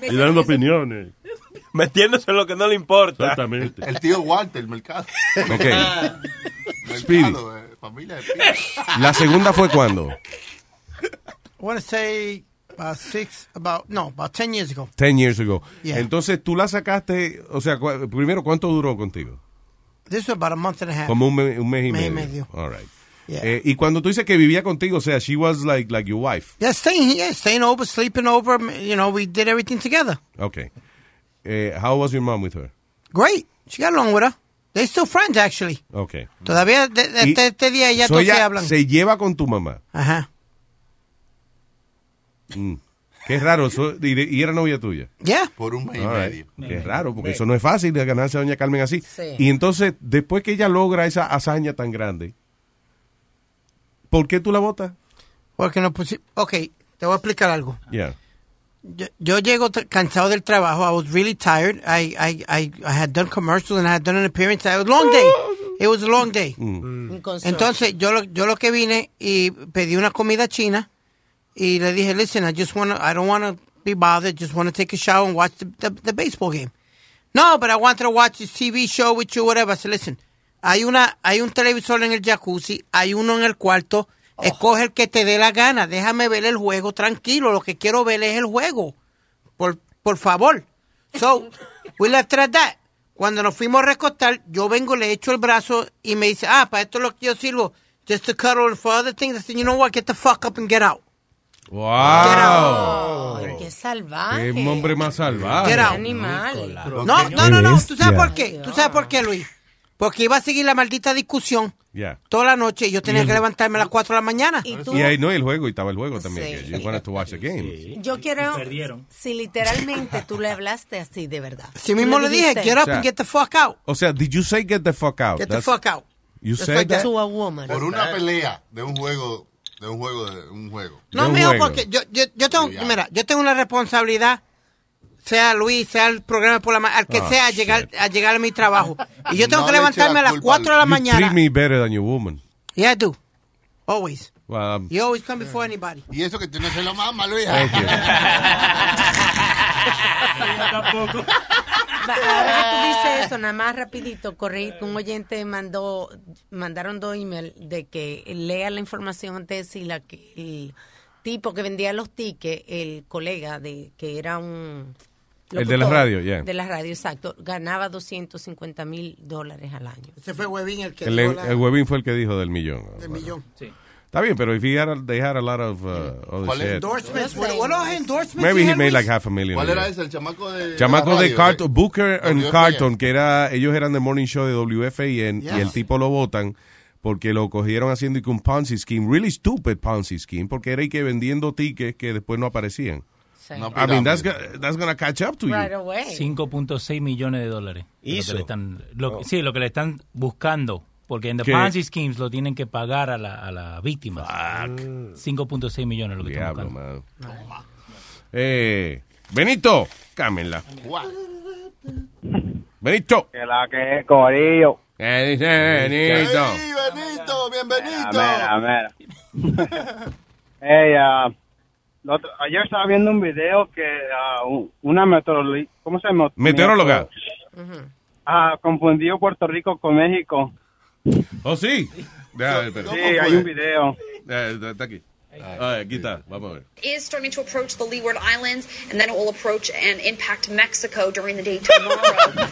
y dando opiniones.
Metiéndose en lo que no le importa.
Exactamente.
El tío Walter, el mercado.
Ok.
(laughs)
Speedy.
mercado, eh, familia de Speedy.
(laughs) La segunda fue
(laughs)
cuando?
I want to say about six, about, no, about 10 years ago.
10 years ago.
Yeah.
Entonces tú la sacaste, o sea, cu- primero, ¿cuánto duró contigo?
This was about a month and a half.
Como un, me- un mes y
Mes y
medio.
medio.
All right.
Yeah.
Eh, y cuando tú dices que vivía contigo, o sea, she was like, like your wife.
Yeah, staying here, staying over, sleeping over. You know, we did everything together.
Okay. Eh, how was your mom with her?
Great. She got along with her. They're still friends, actually.
Okay.
Todavía, de- de-
Mm. Y-
este, este día ya
So
todos se
ella
hablan.
se lleva con tu mamá.
Ajá.
Mm. Qué raro. so- y, y era novia tuya.
Yeah.
Por un mes y
All right.
medio.
Qué raro, porque eso no es fácil de ganarse a Doña Carmen así.
Sí.
Y entonces, después que ella logra esa hazaña tan grande, ¿por qué tú la votas?
Porque nos pusimos... Ok, te voy a explicar algo.
Yeah.
Yo, yo llego t- cansado del trabajo. I was really tired. I, I, I, I had done commercials and I had done an appearance. It was a long day. It was a long day.
Mm.
Mm.
Mm. Entonces, yo lo, yo lo que vine y pedí una comida china y le dije, listen, I just wanna, I don't wanna be bothered, just wanna take a shower and watch the, the, the baseball game. No, but I wanted to watch this TV show with you, whatever. I said, listen, hay, una, hay un televisor en el jacuzzi, hay uno en el cuarto, escoge el que te dé la gana, déjame ver el juego, tranquilo, lo que quiero ver es el juego. Por, por favor. So, we left it at that. Cuando nos fuimos a recostar, yo vengo, le echo el brazo y me dice, ah, para esto es lo que yo sirvo. Just to cuddle for other things. I said, you know what, get the fuck up and get out.
¡Wow!
Ay, Oh. qué salvaje.
¡Qué hombre más salvaje!
Get out.
Animal.
No, no, no, no. ¿Tú sabes
Bestia.
por qué? ¿Tú sabes por qué, Luis? Porque iba a seguir la maldita discusión
Yeah.
toda la noche y yo tenía
Y el-
que levantarme a las 4 de la mañana.
Y ahí no, y el juego, y estaba el juego también.
Sí.
que You wanted to watch the game.
Yo quiero. Si literalmente tú le hablaste así de verdad.
Si mismo le dije,
dijiste,
get up and get the fuck out.
O sea, did you say get the fuck out?
Get the
That's-
fuck out.
You
That's
said
like
that?
to a woman.
Por una pelea de un juego, de un juego, de un juego.
No,
De un
mijo,
juego.
porque yo, yo, yo tengo, mira, yo tengo una responsabilidad, sea Luis, sea el programa por la ma- al que
Ah,
sea, a llegar, a llegar a mi trabajo.
(laughs)
Y yo tengo
No
que
le eche la
levantarme a las
culpa
4 de la
You treat
mañana.
me better than your woman.
Yeah, I do. Always.
Well, I'm-
You always come before anybody.
Eh, Y eso que tú no se lo mamas, Luis.
Thank you.
Tampoco. Ahora que tú dices eso, nada más rapidito, corrí que un oyente mandó, mandaron dos email de que lea la información antes si la que el tipo que vendía los tickets, el colega de que era un
El de la
locutor,
radio, yeah.
De la radio, exacto. Ganaba 250 mil dólares al año.
Ese fue Webin el que
El, el Webin fue el que dijo del millón.
millón.
Está bien, pero if he had, they had a lot of uh, other
(laughs) ¿Cuál es?
shit.
Endorsements. What, what are endorsements?
Maybe
you
he
had,
made
Luis?
like half a million.
¿Cuál
a
era
year.
ese? El chamaco de.
Chamaco
la
de
radio,
Carton, Booker and
WFAN.
Carton, que era, ellos eran de Morning Show de WFAN
Yes.
y el tipo lo votan porque lo cogieron haciendo y que un Ponzi scheme, really stupid Ponzi scheme, porque era y que vendiendo tickets que después no aparecían.
Sí.
Una
I mean, that's, go- that's gonna catch up to you.
Right away.
5.6 millones de dólares. Lo que
Hizo.
le están- lo-
Oh.
Sí, lo que le están buscando Porque en the
¿Qué?
Ponzi schemes lo tienen que pagar a la, a la víctima. 5.6 millones lo que están
Diablo,
buscando.
mano. Eh, Benito, cámenla. Benito.
Que la que es, corillo.
¿Qué dice eh, Benito?
Hey, Benito, bienvenido.
Mira, mira. Ey, ah, lo otro- ayer estaba viendo un video que ah, un- una meteoroli- ¿cómo se llama?
Meteoróloga.
Ah, confundió Puerto Rico con México.
¿Oh, sí? Deja ver, espera.
Sí, hay un video.
Eh, Está aquí. Ah, aquí está, vamos a ver.
is starting to approach the Leeward Islands, and then it will approach and impact Mexico during the
(laughs)
day tomorrow.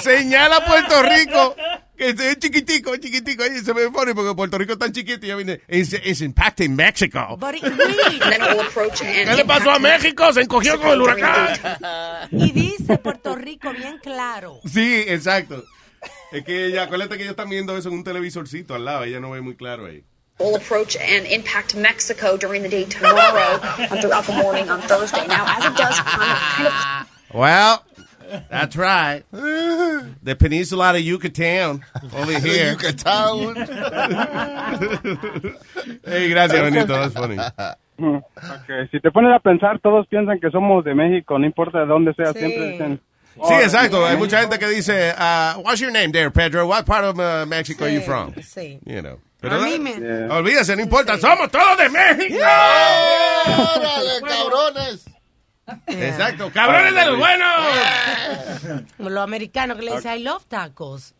Señala Puerto Rico. Que es chiquitico, es chiquitico. Ahí se me pone porque Puerto Rico es tan chiquito. Y ya viene. Es, es impacting México.
¿Qué
le pasó a México? Se encogió con el huracán. (laughs)
Y dice Puerto Rico bien claro.
Sí, exacto. Es que ella, acuérdate que ellos están viendo eso en un televisorcito al lado. Ella no ve muy claro ahí.
Will approach and impact Mexico during the day tomorrow and throughout the morning on Thursday. Now, as it does, kind of, kind
Well, that's right. The peninsula of Yucatan over here. Hey,
(laughs)
gracias, Benito. That's funny.
Ok, Si te pones a pensar, todos piensan que somos de México, no importa de dónde sea,
Sí.
siempre dicen.
Sí, exacto. Hay mucha gente que dice, ah, what's your name there, Pedro? What part of uh, Mexico are you from?
Sí.
You know.
A
no-
mí me- Yeah.
Olvídese, no importa. Somos todos de México.
¡Órale, cabrones!
Exacto. Cabrones de los buenos.
Los americanos que le dicen, I love tacos.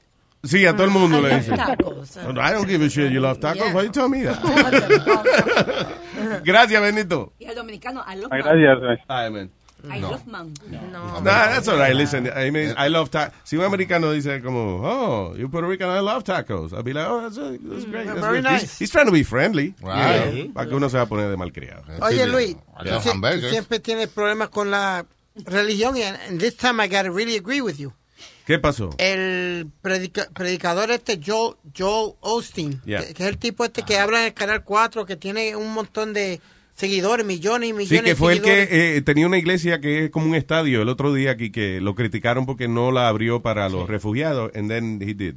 Sí, a todo el mundo le dicen.
Tacos.
I don't give a shit. You love tacos.
Yeah.
Why you tell me
(laughs)
that? gracias, Benito.
Y el dominicano, I love man.
Gracias. Amen.
I
No.
love man. No.
No, that's all right. Listen, I mean, I love tacos. Si un americano dice como, oh, you Puerto Rican, I love tacos. I'll be like, oh, that's, a, that's great. That's
Mm, Very
good. He's-
nice.
He's, trying to be friendly.
Right.
you know, para que uno se va a poner de malcriado.
Oye, Luis, tú sie- tú siempre tienes problemas con la religión y and this time I gotta really agree with you.
¿Qué pasó?
eh, El predica- predicador este, Joel, Joel Osteen,
Yeah.
que, que es el tipo este que habla en el Canal 4, que tiene un montón de seguidores, millones y millones
Sí, que
de
fue el
seguidores.
que eh, tenía una iglesia que es como un estadio el otro día aquí que lo criticaron porque no la abrió para los refugiados. And then he did.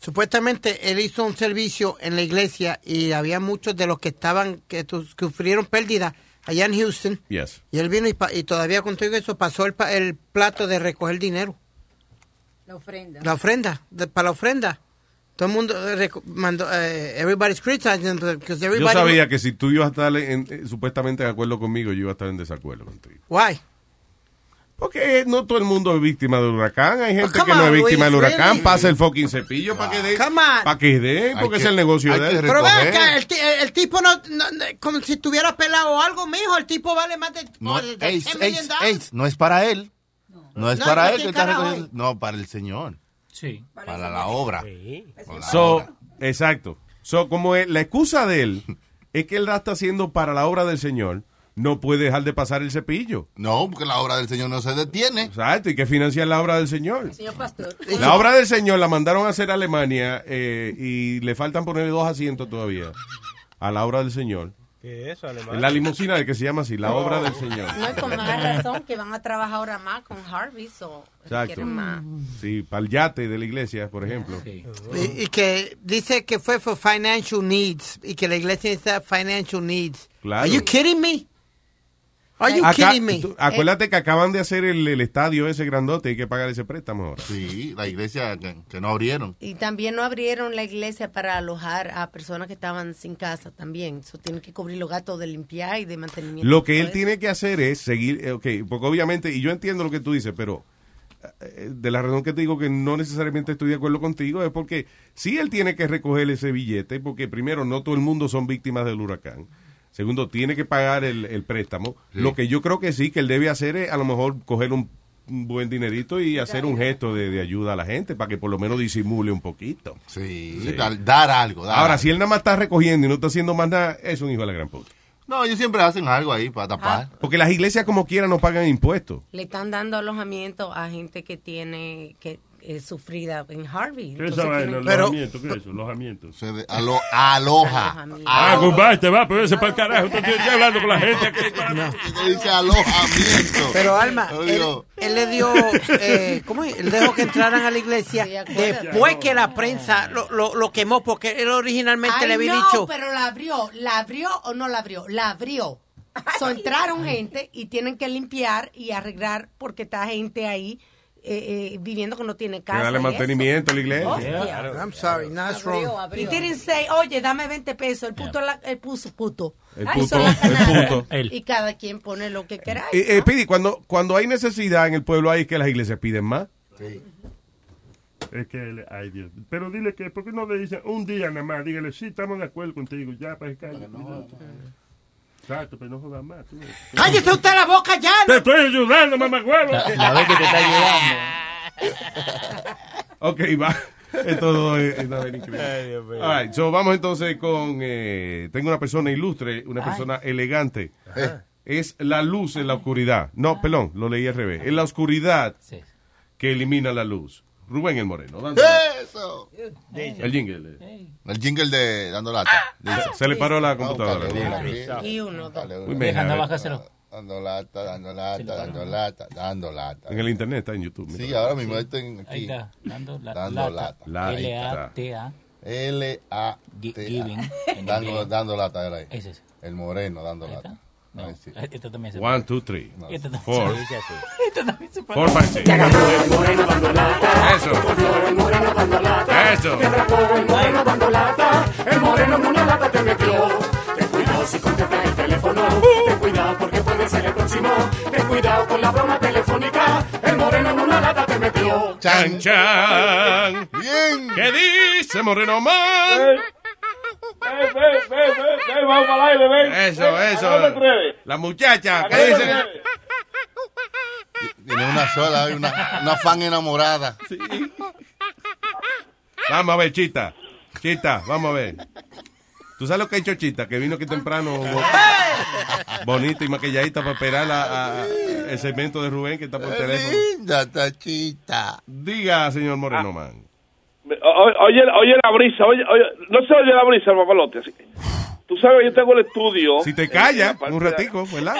Supuestamente él hizo un servicio en la iglesia y había muchos de los que estaban, que tu- que sufrieron pérdida allá en Houston.
Yes.
Y él vino y, pa- y todavía contigo eso, pasó el, pa- el plato de recoger dinero.
La ofrenda.
La (laughs) ofrenda, de- para la ofrenda. Todo el mundo eh, reco- mandó, eh, everybody's criticizing because
Yo
everybody.
sabía que si tú ibas a estar en- eh, supuestamente de acuerdo conmigo, yo iba a estar en desacuerdo contigo.
Why?
Porque no todo el mundo es víctima del huracán. Hay gente
come
que no
on,
es víctima
Luis,
del huracán.
really?
Pasa el fucking cepillo para que dé. Para que dé,
Hay
porque
que-
es el negocio
hay
de
que
él.
Pero vean
Eh.
acá, el, ti- el- el tipo no, no- no- como si estuviera pelado o algo, mijo. El tipo vale más de,
No,
oh, de- de
ey,
10
ey,
million dollars.
ey, no es para él. No es
No,
para
¿para
él
qué
que está
carajo?
recogiendo- No, para el señor.
Sí.
Para la obra. Para la
So,
obra.
exacto. So, como es- la excusa de él es que él la está haciendo para la obra del Señor, no puede dejar de pasar el cepillo.
No, porque la obra del Señor no se detiene.
Exacto, y que financiar la obra del Señor.
Señor pastor.
La obra del Señor la mandaron a hacer a Alemania eh, y le faltan ponerle dos asientos todavía a la obra del Señor.
¿Qué es eso, alemán?
La limusina de que se llama así, la obra del Señor.
No es con más razón que van a trabajar ahora más con Harvey, so
(laughs) Exacto.
quieren más.
Sí, para el yate de la iglesia, por ejemplo.
Y, y que dice que fue for financial needs y que la iglesia necesita financial needs.
Claro.
Are you kidding me? Are you
Acá-
kidding me? Eh.
tú- acuérdate que acaban de hacer el, el estadio ese grandote, hay que pagar ese préstamo ahora.
Sí, la iglesia que, que no abrieron.
Y también no abrieron la iglesia para alojar a personas que estaban sin casa también. Eso tienen que cubrir los gastos de limpiar y de mantenimiento.
Lo que él tiene que hacer es seguir, eh, ok, porque obviamente, y yo entiendo lo que tú dices, pero eh, de la razón que te digo que no necesariamente estoy de acuerdo contigo es porque sí él tiene que recoger ese billete, porque primero, no todo el mundo son víctimas del huracán. Segundo, tiene que pagar el, el préstamo.
Sí.
Lo que yo creo que sí, que él debe hacer es a lo mejor coger un, un buen dinerito y hacer un gesto de, de ayuda a la gente para que por lo menos disimule un poquito.
Sí, dar- dar algo, dar
Ahora,
algo.
si él nada más está recogiendo y no está haciendo más nada, es un hijo de la gran puta.
No, ellos siempre hacen algo ahí para tapar.
Porque las iglesias como quiera no pagan impuestos.
Le están dando alojamiento a gente que tiene que
eh, sufrida en Harvey.
¿Qué es
Entonces
esa vaina?
tienen-
¿Los alojamientos? ¿Qué es eso? ¿Alojamientos?
alo- aloja.
Alojamiento.
Ah, goodbye, te va, pero ese para el carajo. Usted tiene que hablando con la gente aquí.
Dice alojamiento.
Pero Alma,
Yo
él,
digo-
él le dio, eh, ¿cómo es? Él dejó que entraran a la iglesia después que la prensa lo, lo, lo quemó porque él originalmente
Ay,
le había
no,
dicho.
pero la abrió, la abrió o no la abrió, la abrió. So, entraron gente y tienen que limpiar y arreglar porque está gente ahí eh, eh, viviendo que no tiene
Que
casa.
darle
y
mantenimiento a la
eso.
iglesia.
Hostia.
I'm sorry, no, that's wrong.
Y didn't say, oye, dame 20 pesos. El puto, la, el puso puto.
El
Ay,
puto,
son las
el
canales. (laughs)
puto. Él.
Y cada quien pone lo que quiera.
Eh, eh, Pidi, cuando, cuando hay necesidad en el pueblo, hay que las iglesias piden más.
(laughs)
Es que, le- ay Dios. Pero dile que, ¿por qué no le dicen un día nada más? Dígale, sí, estamos de acuerdo contigo. Ya, para que calle. Exacto, pero no jodas más. tú.
¡Cállese usted la boca ya!
Te estoy ayudando, mamá huevo.
La vez que te está ayudando. Ok, va. Esto todo es una vaina increíble.
Ay, Dios mío.
All right, so vamos entonces con. eh, tengo una persona ilustre, una
Ay.
persona elegante. Es la luz en la oscuridad. No,
Ah.
perdón, lo leí al revés. Es la oscuridad que elimina la luz. Rubén el Moreno. dando-
Eso.
El jingle.
El jingle de dando
Ah,
lata. dice.
Se le paró la computadora.
Ah,
Bien.
Y uno, dos.
Dale,
Uy,
dale,
mija,
dale.
nada más
Dando lata, dando lata, dando lata, dando lata.
En el internet, está en YouTube.
Sí,
mira.
ahora mismo estoy en- aquí.
Ahí está, dando la-
Dando
lata.
lata.
La- ahí está.
L-A-T-A. Giving.
L-A-T-A. Dando, dando lata, era ahí. El moreno dando lata. Ahí sí.
Esto ah, este también se
One, two, three.
No. Esto este también
Four.
se dice así. (laughs) Esto también se
Four, five, six. Eso. Eso.
El moreno en una lata te metió. Ten cuidado si contestas el teléfono. Ten cuidado porque puede ser el próximo. Ten cuidado con la broma telefónica. El moreno en una lata te metió.
Chan, chan.
Bien.
¿Qué dice Moreno
Eh.
Man?
Ven, ven, ven, ven, ven, vamos al aire, ven.
Eso,
Dame
eso.
tres.
La muchacha, ¿qué dice?
Tiene una sola, hay una, una fan enamorada.
Vamos a ver, Chita. Chita, vamos a ver. ¿Tú sabes lo que ha hecho Chita? Que vino aquí temprano bo- bonita y maquilladita para esperar a- a- a- el segmento de Rubén que está por teléfono.
Linda está Chita.
Diga, señor
Ah.
Moreno Man.
O- Oye, oye la brisa, oye, oye, no se oye la brisa, el papalote. así que- Tú sabes, yo tengo el estudio.
Si te
calla
callas un ratico, ¿verdad?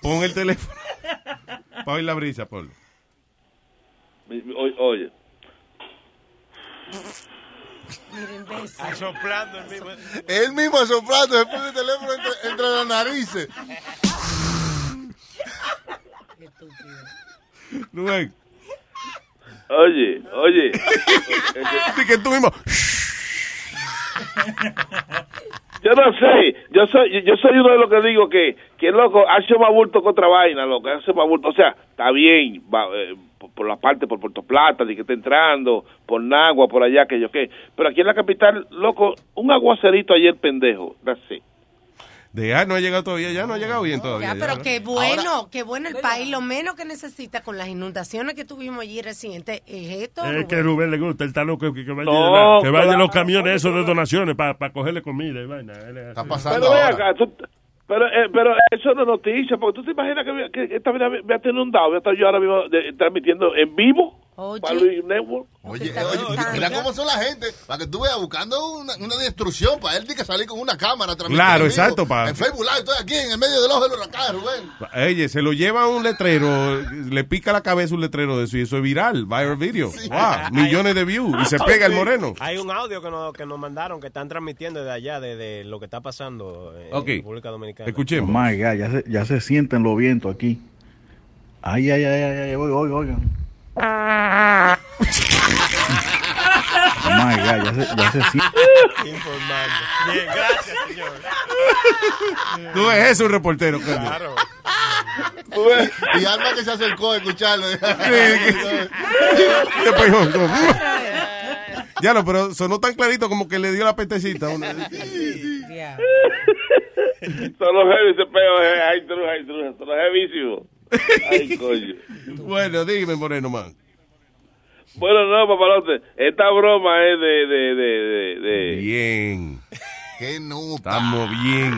Pon el teléfono. (laughs) Para oír la brisa, Pablo.
Oye, oye.
Soplando el mismo.
Él mismo soplando, después del teléfono entre, entre las narices.
Rubén.
Oye, oye.
(laughs) Y que tú mismo.
Yo no sé, yo soy, yo soy uno de los que digo que, que loco, hace más bulto que otra vaina, loco, hace más bulto. O sea, está bien, va, eh, por, por la parte, por Puerto Plata, de que está entrando, por Nagua, por allá, que yo qué. Pero aquí en la capital, loco, un aguacerito ayer, pendejo, no sé.
De ah, no ha llegado todavía, ya no ha llegado bien todavía.
Ya,
ya,
pero
¿no?
que-
Qué bueno, qué bueno el país. Lo menos que necesita con las inundaciones que tuvimos allí reciente es esto.
Es
Eh,
Rubén.
que a Rubén le gusta, él está loco que, que vaya,
No,
de la- que vaya
claro.
los camiones esos de donaciones para cogerle comida y vaina. Está
Pero ven acá, tú- pero, eh, pero eso no es noticia, porque tú te imaginas que, que esta vida me ha inundado, voy a estar yo ahora mismo eh, transmitiendo en vivo para Luis Network.
Oye, oye, mira cómo son la gente. Para que tú veas buscando una, una destrucción. Para él tiene que salir con una cámara. transmitir
Claro,
en vivo.
exacto, pa.
En Facebook Live, estoy aquí en el medio del ojo del huracán, Rubén.
Oye, se lo lleva un letrero, le pica la cabeza un letrero de eso y eso es viral, viral video. Wow, millones de views y se pega el moreno.
Hay un audio que nos, que nos mandaron que están transmitiendo de allá, de, de lo que está pasando en
Ok.
República Dominicana.
Escuchemos.
Oh my God, ya se, ya se sienten los vientos aquí. Ay, ay, ay, ay, ay, oigan, oigan, oigan. Oh my God, ya se, ya se sienten.
Informando. Bien, gracias, señor.
Tú ves eso, un reportero, coño.
Y Alma que se acercó a escucharlo.
Después yo, yo, uh. ya no, pero sonó tan clarito como que le dio la petecita. a uno.
Son los heavy ese peo, eh, ay, true, ay, true, son los heavísimos. Ay, coño.
Bueno, dime, Moreno Man.
Bueno, no, papalote, esta broma es de, de, de, de, de-
Bien.
Qué nota.
Estamos bien.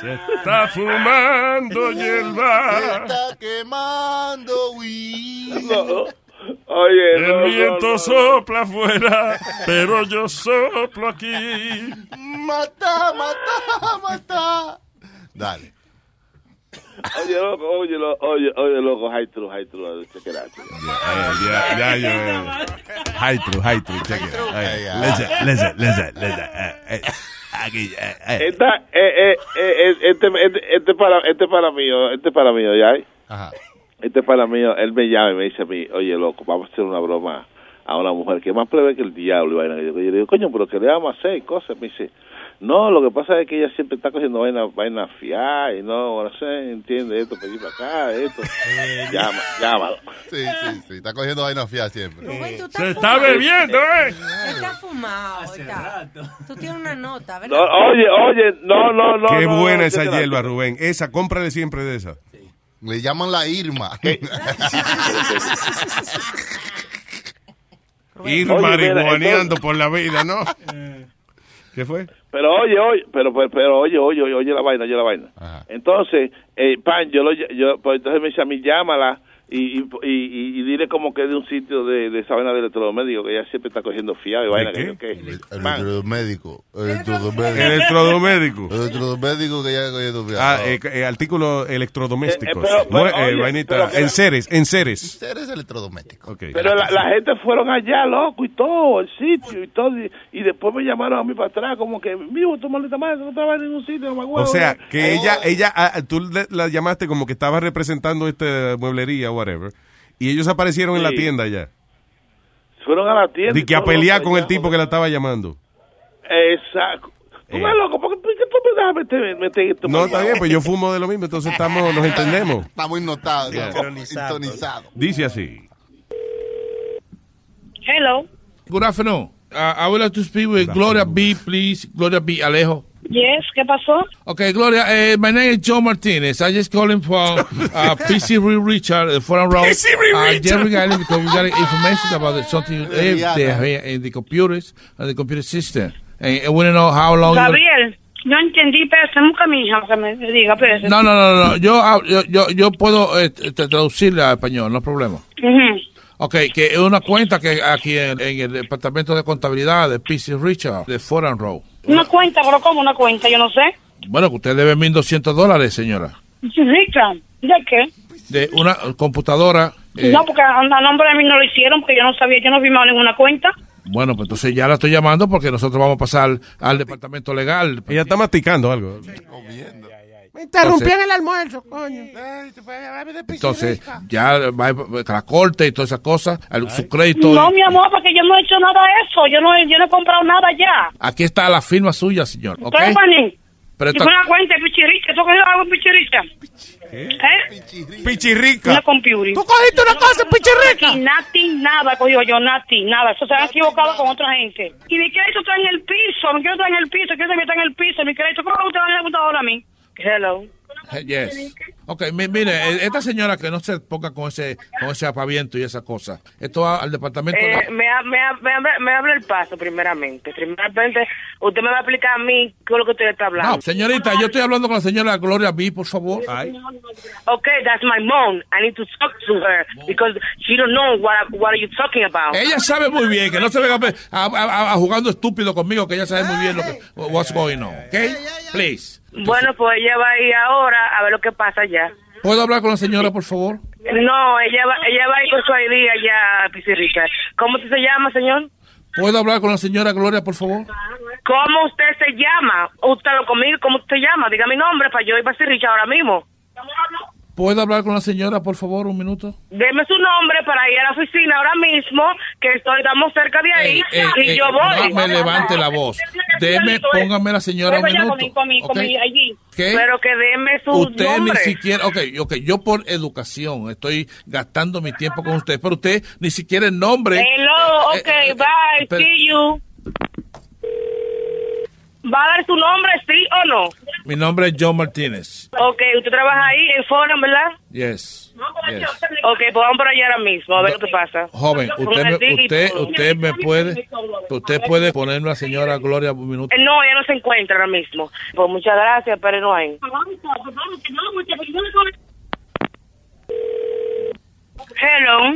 Se está fumando hierba.
Se está quemando, güey.
No, Oye,
El
no, no,
viento
no.
sopla afuera, pero yo soplo aquí.
Mata, mata, mata. Dale.
Oye, loco, oye, lo- oye, oye, loco, high true, high true, check it out.
Yeah, yeah, yeah. Hi true, hi true, check it out. Hey, Listen, listen, listen, listen. Eh, eh, Aquí, eh, eh.
Esta, eh, eh, eh, este, este, este para, este para mío, este para mío, ya. ¿eh? Este para mío, él me llama y me dice a mí, oye, loco, vamos a hacer una broma a una mujer que es más plebe que el diablo. Y vaina. Y yo, yo le digo, coño, pero que le vamos a hacer y cosas. Me dice, no, lo que pasa es que ella siempre está cogiendo vaina, vaina fiar y no, no sé, entiende esto, pedir para acá, esto. Llama, llámalo.
Sí, sí, sí. Está cogiendo vainas fiadas siempre.
Eh, Se está bebiendo, ¿eh?
Está fumado. está. Tú tienes una nota, ¿verdad?
oye, oye, no, no, no.
Qué
no,
buena
no,
esa
check it out.
hierba, Rubén. Esa, cómprale siempre de esa.
Le llaman la Irma. (laughs)
Oye,
Ir
mira,
marihuaneando
entonces-
por la vida,
(laughs)
¿no? ¿Qué fue?
Pero oye, oye, pero, pero, pero oye, oye, oye, oye la vaina, oye la vaina. Entonces, eh, pan, yo lo, ll- yo, pues entonces me dice a mí, llámala y, y, y, y- y dile como que de un sitio de, de esa vaina de electrodoméstico que ella siempre está cogiendo fiado y vaina.
qué?
Que, yo, que,
El
pan.
electrodoméstico. El electrodoméstico.
Electrodoméstico.
El electrodoméstico que ya cogiendo
Ah,
fiadas.
eh, eh, artículos electrodomésticos.
Eh, eh, pero-
No,
pero,
eh,
oye,
vainita.
pero- pero-
En seres, en seres.
Eres electrodoméstico.
Pero la, la gente fueron allá, loco, y todo, el sitio y todo. Y, y después me llamaron a mí para atrás, como que, mijo, tu maldita madre, tú no estabas en ningún sitio, no me
O
acuerdo.
sea,
Oh.
que ella, ella, ah, ah, tú le- la llamaste como que estaba representando esta mueblería o whatever. Y ellos aparecieron en la
Sí.
tienda ya.
Fueron a la tienda.
Y que a
todo,
pelear
loco,
con
allá.
el tipo que la estaba llamando.
Exacto.
Eh.
Tú me loco, ¿por qué por qué tú me dejas meter, meter esto?
No, está bien, pues yo fumo de lo mismo, entonces estamos, nos
(laughs)
entendemos.
Estamos innotados.
Yeah.
Sintonizado.
Dice así.
Hello.
Good afternoon. Uh, I would like to speak with Gloria B, please. Gloria B, Alejo.
Yes, ¿qué pasó?
Okay, Gloria, uh, my name is Joe Martinez. I just calling from
(laughs)
uh, PC Re Richard, the forum row.
PC Re
uh,
Richard.
Jerry Island, because we got information about the, something uh, they
Rihanna.
have in the computers and the computer system. And, and we don't know how long. you-
Gabriel, no entendí, pese, nunca mi hija que me diga, pese.
No, no, no, no. Yo, hab- yo, yo, yo puedo eh, t- traducirla a español, no hay problema.
Ujú.
Ok, que es una cuenta que aquí en, en el departamento de contabilidad de PC Richard, de Foreign Row.
Una cuenta, pero ¿cómo una cuenta? Yo no sé.
Bueno, que usted debe 1.200 dólares, señora.
Rica, ¿de qué?
De una computadora. eh,
No, porque a, a nombre de mí no lo hicieron, porque yo no sabía, yo no firmaba ninguna cuenta.
Bueno, pues entonces ya la estoy llamando porque nosotros vamos a pasar al departamento legal.
Ella está masticando algo.
Me
Interrumpían el almuerzo, coño.
Entonces, ya va a la corte y todas esas cosas, al- su crédito.
No, mi amor, porque yo no he hecho nada de eso. Yo no, he- yo no he comprado nada ya.
Aquí está la firma suya, señor. ¿ok?
¿Qué, Pani?
Pero
Si
esta-
fue una cuenta, pichirica. ¿Tú cogió algo en pichirica? ¿Eh?
Pichirrica.
Una computer. ¿Tú cogiste una cosa, pichirrica? Nothing, nada cogió yo, nothing, nada. Eso se han equivocado con otra gente. Y mi crédito está en el piso, mi crédito está en el piso, mi crédito está en el piso, mi crédito. ¿Cómo usted va a dar ahora a mí? Hello.
Eh, Yes. Ok, mi- mire, eh, esta señora que no se ponga con ese con ese apaviento y esas cosas. Esto va al departamento. de-
Eh, me, ha- me, ha- me, habla- me habla el paso, primeramente. Primeramente, usted me va a explicar a mí qué es lo que usted está hablando.
No, señorita, yo estoy hablando con la señora Gloria B, por
Eh,
favor.
Okay, that's my mom. I need to talk to her because she don't know what what are you talking about.
Ella sabe muy bien que no se venga a, a- a- a jugando estúpido conmigo, que ella sabe muy bien lo que what's going on, ¿ok? Please.
Bueno, pues ella va a ir ahora a ver lo que pasa allá.
¿Puedo hablar con la señora, por favor?
No, ella va, ella va a ir con su ID allá a Pizirrica. ¿Cómo usted se llama, señor?
¿Puedo hablar con la señora Gloria, por favor?
¿Cómo usted se llama? Usted lo conmigo, ¿cómo usted se llama? Diga mi nombre para yo ir para Pizirrica ahora mismo.
¿Puedo hablar con la señora, por favor, un minuto?
Deme su nombre para ir a la oficina ahora mismo, que estoy, estamos cerca de ahí,
Eh,
y
eh,
yo voy.
No me levante la voz. Deme, póngame la señora un
Voy allá
minuto.
conmigo, conmigo,
¿ok?
conmigo, allí.
¿Qué?
Pero que deme su
Usted ni
nombre.
siquiera, ok, ok, yo por educación estoy gastando mi tiempo con usted, pero usted ni siquiera el nombre.
Hello,
Eh,
ok, bye,
espera.
see you. ¿Va a dar su nombre, sí o no?
Mi nombre es John Martínez.
Ok, usted trabaja ahí en Forum, ¿verdad?
Yes. yes.
Ok, pues vamos para allá ahora mismo, a ver lo que pasa.
Joven, usted
Con el
me,
tigre y
usted,
todo.
usted me puede, usted puede ponerme a la señora Gloria un minuto.
Eh, No, ella no se encuentra ahora mismo. Pues muchas gracias, pero no hay. Hello.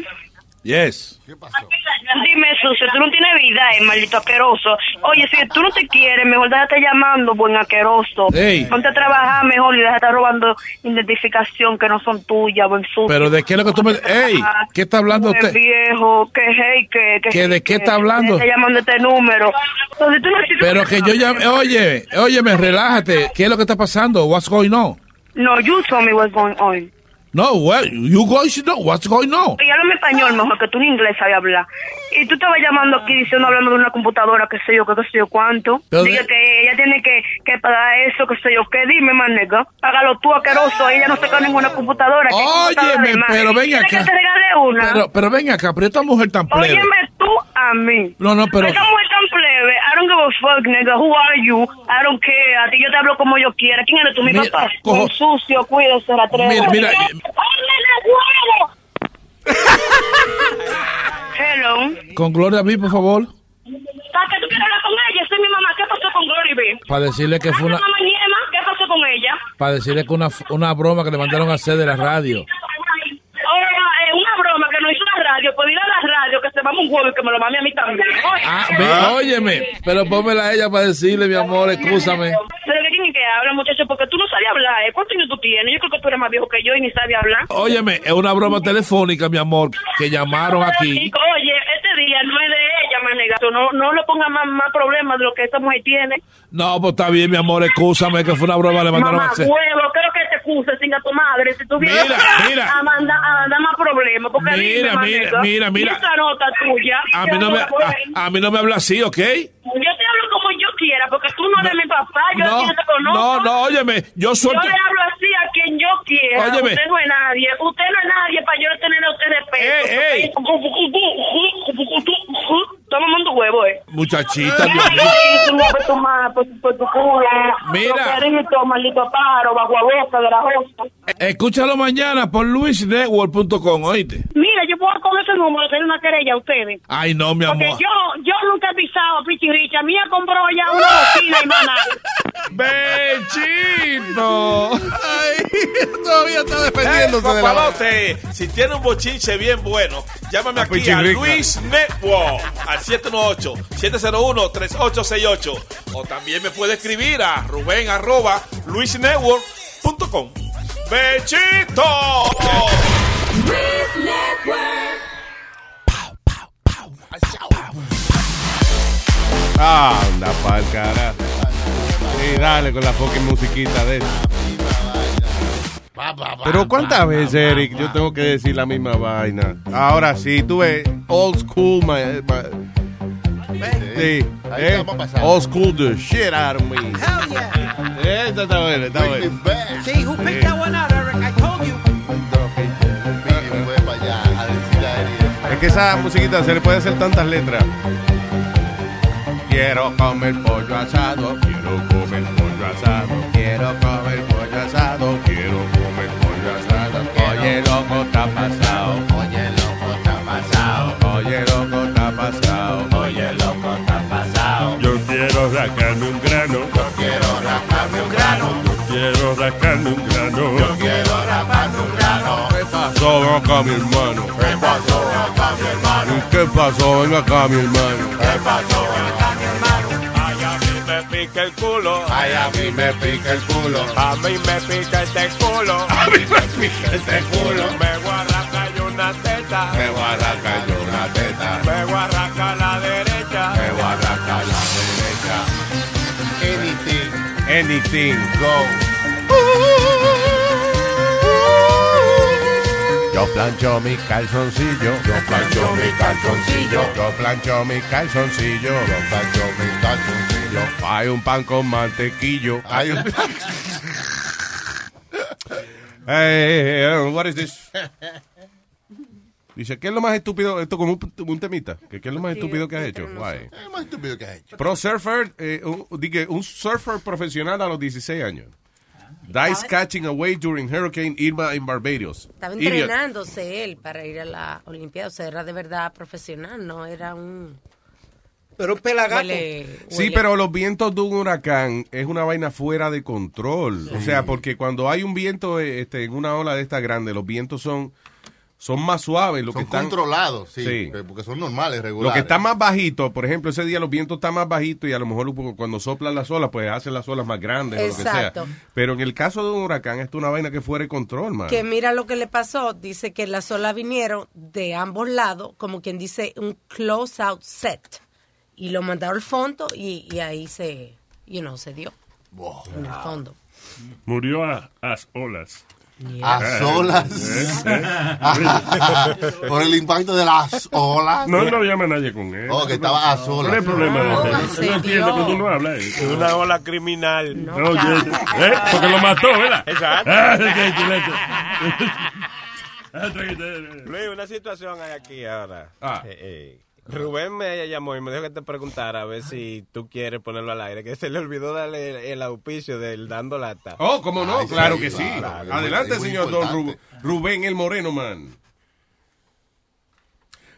Yes.
Dime, sucio, tú no tienes vida, eh, maldito asqueroso. Oye, si tú no te quieres, mejor déjate llamando, buen asqueroso.
Ey.
Ponte a trabajar mejor y déjate estar robando identificación que no son tuyas, buen sucio.
Pero de qué es lo que tú me... ¡Ey! ¿Qué está hablando
Buen
usted?
viejo, que hey, que... que
¿Que de qué está hablando?
Está llamando este número. Entonces, tú no, si tú
Pero
no-
que yo ya... Oye, óyeme, relájate. ¿Qué es lo que está pasando? What's going on?
No, you told me what's going on.
No, what, you guys know what's going on.
Y háblame español mejor, que tú ni inglés sabes hablar. Y tú te vas llamando aquí diciendo, hablando de una computadora, qué sé yo, qué, qué sé yo cuánto.
Pero
Diga
de-
que ella tiene que, que pagar eso, qué sé yo qué. Dime, manega, hágalo tú, asqueroso. Ella no saca ninguna computadora. ¿qué computadora
Óyeme,
de más?
pero ven
¿Quieres
acá.
que te regale una?
Pero, pero ven acá, pero esta mujer tan plebe.
Óyeme tú a mí.
No, no, pero...
Esa mujer tan plebe, I don't give a fuck, nigga, who are you? I don't care, a ti yo te hablo como yo quiera. ¿Quién eres tú, mi
Mira, ah,
papá?
cojo-
Un sucio, cuídese, la tres.
Mira, mira, eh,
Hello.
Con Gloria B, por favor,
¿Para qué tú quieres hablar con ella? Soy mi mamá. ¿Qué pasó con Glory B?
para decirle que fue una...
Mamá Niema, ¿qué pasó con ella?
Para decirle que una, una broma que le mandaron a hacer de la radio.
Ahora, eh, una broma que nos hizo la radio. Pues dile a la radio que se mame un huevo y que me lo mame a mí también. Oye,
Ah, ve, óyeme, pero pónmela a ella para decirle, mi amor, escúchame.
¿Pero de quién es que habla, muchacho? Porque tú no sabes hablar, ¿eh? ¿Cuántos años tú tienes? Yo creo que tú eres más viejo que yo y ni sabes hablar.
Óyeme, es una broma telefónica, mi amor, que llamaron aquí.
Chico, Oye, este día no es de ella, manegato. No, no le ponga más, más problemas de lo que esta mujer tiene.
No, pues está bien, mi amor, escúchame, que fue una broma, le mandaron a
Mamá,
hacer.
huevo, creo que te excuses sin a tu madre. Si tú vienes
Mira, mira.
a mandar a mandar más problemas. Porque
Mira,
dime,
mira,
manega,
mira, mira.
¿y Esa nota tuya.
A mí no me, a, a mí no me habla así, ¿ok?
Yo te hablo como yo quiera, porque tú no eres mi papá. Ah, Yo
No,
no te conozco.
no, no, óyeme, yo suelto...
Yo le hablo así a quien yo quiera.
Óyeme.
Usted no es nadie. Usted no es nadie para yo tener a usted respeto.
Eh,
Está mamando huevo, eh.
Muchachita, Dios
Ay,
mío.
tú no puedes tomar por, por tu culo.
Mira.
Loquerito, maldito pájaro, bajo a boca de la hosta.
Escúchalo mañana por luisnetwork.com, oíste.
Mira, yo puedo con ese número tener una querella a ustedes.
Ay, no, mi
Porque
amor.
yo, yo nunca he pisado pichiricha. Mía compró ya una bocina y más nada.
¡Bechito!
todavía está
defendiéndose de la
Si tiene un bochinche bien bueno, llámame aquí a
Pichirrica.
Luis Network al 718-701-3868. O también me puede escribir a Rubén arroba luisnetwork.com. ¡Bechito!
Anda pa'l carajo. Sí, dale con la fucking musiquita de eso. Pero cuántas veces, Eric, yo tengo que decir la misma vaina. Ahora sí, tú ves, old school, my, my- sí,
Ahí
eh,
vamos a pasar.
old school the shit out of me. Eh, esta está buena, está buena.
See, who picked that one out, Eric? I told you.
Es que esa musiquita se le puede hacer tantas letras. Quiero comer pollo asado, quiero comer pollo asado, quiero comer pollo asado, quiero comer pollo asado. Oye, loco, está pasado. Oye, loco, está pasado. Oye, loco, está pasado. Oye, loco, está pasado.
Yo quiero rascarme un grano. Yo quiero rascarme un grano. Yo quiero rascarme un grano. Yo quiero rascarme un grano.
¿Qué pasó? Ven acá, mi hermano. ¿Qué pasó? Ven acá, mi hermano. ¿Qué pasó? Ven acá, mi hermano. ¿Qué pasó?
Me pica el culo.
Ay, a mí me pica el culo.
A mí me pica este culo. (laughs) A mí me pica este culo. Me guarraca y una teta.
Me guarraca yo una teta.
Me guarraca la derecha.
Me guarraca la derecha. Anything. Anything. Go. Yo plancho mi calzoncillo. Yo plancho mi calzoncillo. Yo plancho mi calzoncillo. Yo plancho mi calzoncillo. Hay un pan con mantequillo. Hay un (laughs) Hey, hey, hey, Eh, what is this? (laughs) Dice, ¿qué es lo más estúpido? Esto como un, un temita. ¿Qué, qué es lo más estúpido que has hecho? Why?
Es más estúpido que has hecho.
Pro surfer, eh, un, dije, un surfer profesional a los 16 años. Dies catching away during Hurricane Irma in Barbados.
Estaba
Idiot.
entrenándose él para ir a la Olimpiada. O sea, era de verdad profesional, no era un.
Pero un pelagato.
Sí, pero los vientos de un huracán es una vaina fuera de control. O sea, porque cuando hay un viento eh, este, en una ola de esta grande, los vientos son son más suaves. Los
Son
que están,
controlados, sí, Porque son normales, regulares.
Lo que está más bajito, por ejemplo, ese día los vientos están más bajitos y a lo mejor cuando soplan las olas, pues hacen las olas más grandes o
Exacto.
lo que sea. Pero en el caso de un huracán, esto es una vaina que fuera de control, man.
Que mira lo que le pasó, dice que las olas vinieron de ambos lados, como quien dice un close out set. Y lo mandaron al fondo y, y ahí se, you know, se dio. En el fondo.
Murió a, a Eh, olas.
A solas. (laughs) Por el impacto de las olas.
eh. No, no llama a nadie con él.
Oh, que estaba a solas.
¿Cuál es el problema de
Oh,
usted?
se
No entiende
dio.
cuando uno habla. eh.
Una ola criminal.
Oye, eh, porque lo mató, ¿verdad?
Exacto.
Ah, (laughs) qué chulete.
(laughs)
Luis, una situación hay aquí ahora.
Ah.
Eh, eh, Rubén me llamó y me dijo que te preguntara a ver si tú quieres ponerlo al aire, que se le olvidó darle el, el auspicio del dando lata.
Oh, cómo no,
Ay,
claro
sí,
que sí.
claro, es muy-
Adelante,
es muy
señor Don
importante.
Ru- Rubén el Moreno, man.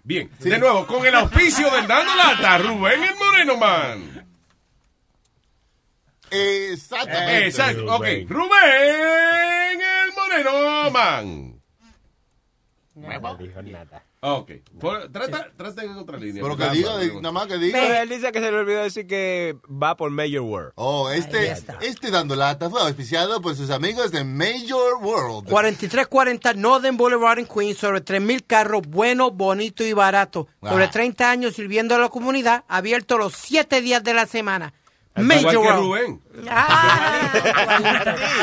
Bien, de nuevo, con el auspicio del Dando Lata, Rubén el Moreno, man.
Exactamente.
Exacto, ok. Rubén el Moreno, man. Ok, Por- trata, trata en otra línea.
Pero que diga, de- nada más que diga.
Pero él dice que se le olvidó decir que va por Major World.
Oh, este, este dando lata fue auspiciado por sus amigos de Major World.
4340 Northern Boulevard en Queens, sobre 3.000 carros, bueno, bonito y barato.
Ah.
Sobre 30 años sirviendo a la comunidad, abierto los 7 días de la semana.
Igual
Major
que
World. Ah.
Rubén. (laughs)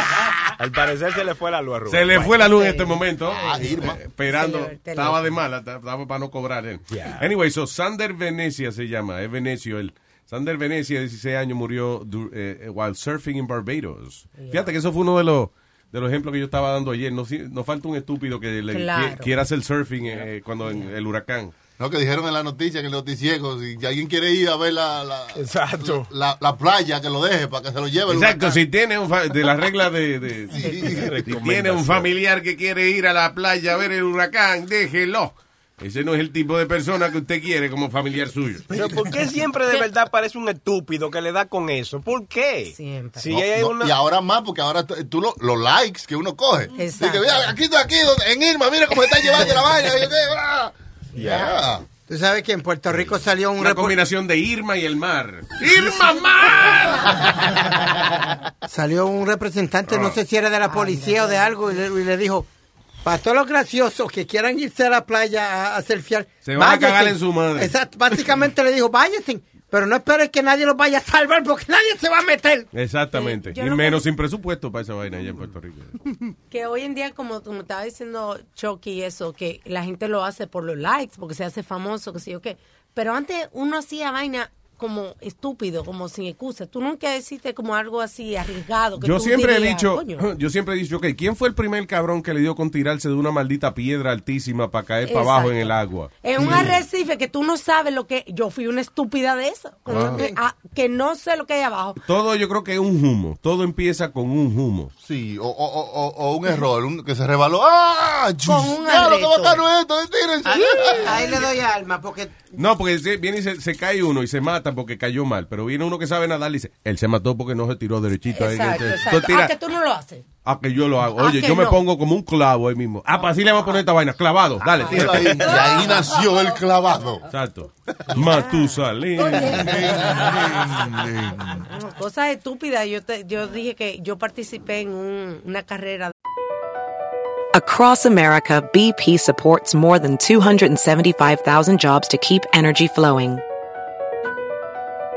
Al parecer se le fue la luz a Rubén.
Se le fue la luz en este momento.
Ah,
eh,
Irma.
esperando.
Señor, teléfono.
estaba de mala, ta- estaba para no cobrar él. Anyway, so Sander Venecia se llama, es Venecio él. Sander Venecia, 16 años, murió du- eh, eh, while surfing in Barbados. Fíjate que eso fue uno de los de los ejemplos que yo estaba dando ayer. No, si- no falta un estúpido que le
Claro.
quie- quiera hacer surfing eh, cuando en el huracán.
No, que dijeron en la noticia, que en los noticiegos, si alguien quiere ir a ver la, la,
Exacto.
la, la playa, que lo deje para que se lo lleve. el
Exacto,
huracán.
si tiene un fa- de la regla de, de- si tiene un familiar que quiere ir a la playa a ver el huracán, déjelo. Ese no es el tipo de persona que usted quiere como familiar suyo.
Pero ¿por qué siempre de verdad parece un estúpido que le da con eso? ¿Por qué? Siempre.
No, no, Y ahora más, porque ahora t- tú lo- los likes que uno coge. Dice, mira, aquí estoy, aquí, donde- en Irma, mira cómo se Pues está llevando la vaina. y yo, ¿qué? Ah.
Ya. Tú sabes que en Puerto Rico salió un
Una
reportaje.
combinación de Irma y
(laughs)
el mar. ¡Irma Mar!
Salió un representante,
Ah.
no sé si era de la policía o de algo, y le, y le dijo, para todos los graciosos que quieran irse a la playa a, a surfear,
Se van a
váyanse".
cagar en su madre.
Exacto, básicamente le dijo, váyanse, pero no esperen que nadie los vaya a salvar porque nadie se va a meter.
Exactamente.
Yo
y
lo que-
menos sin presupuesto para esa vaina allá en Puerto Rico.
Que hoy en día, como, como estaba diciendo Chucky y eso, que la gente lo hace por los likes, porque se hace famoso, que sé yo qué. Pero antes uno hacía vaina como estúpido, como sin excusa. Tú nunca hiciste como algo así arriesgado. Que
Yo
tú
siempre he
dirías,
dicho, (laughs)
"Coño".
yo siempre he dicho, ok, ¿quién fue el primer cabrón que le dio con tirarse de una maldita piedra altísima para caer para abajo en el agua?
En un arrecife que tú no sabes lo que... Yo fui una estúpida de eso. con lo
Ah.
que, ah, que no sé lo que hay abajo. (laughs)
Todo yo creo que es un humo. Todo empieza con un humo.
Sí, o, o- o- o un error, un- que se rebaló. ¡Ah! Con
un
¡Claro, qué
arreto.
bacano esto! ¿eh? tírense.
Ahí, ahí le doy alma, porque
No, porque se- viene y se, se cae uno y se mata porque cayó mal. Pero viene uno que sabe nadar y dice, él se mató porque no se tiró derechito. ahí". este.
Exacto,
Entonces,
exacto.
tú tiras,
Aunque tú no lo haces.
"Ah, que yo lo hago.
Ah,
Oye,
que
yo me
no.
pongo como un clavo ahí mismo. Ah, para así le vamos a poner esta vaina. Clavado.
Ah,
Dale, tira.
(laughs) Y ahí- y (laughs) ahí nació el clavado.
Exacto. Matusalén.
No, Cosas estúpidas. Yo, te- yo dije que yo participé en un- una carrera
Across America, BP supports more than 275,000 jobs to keep energy flowing.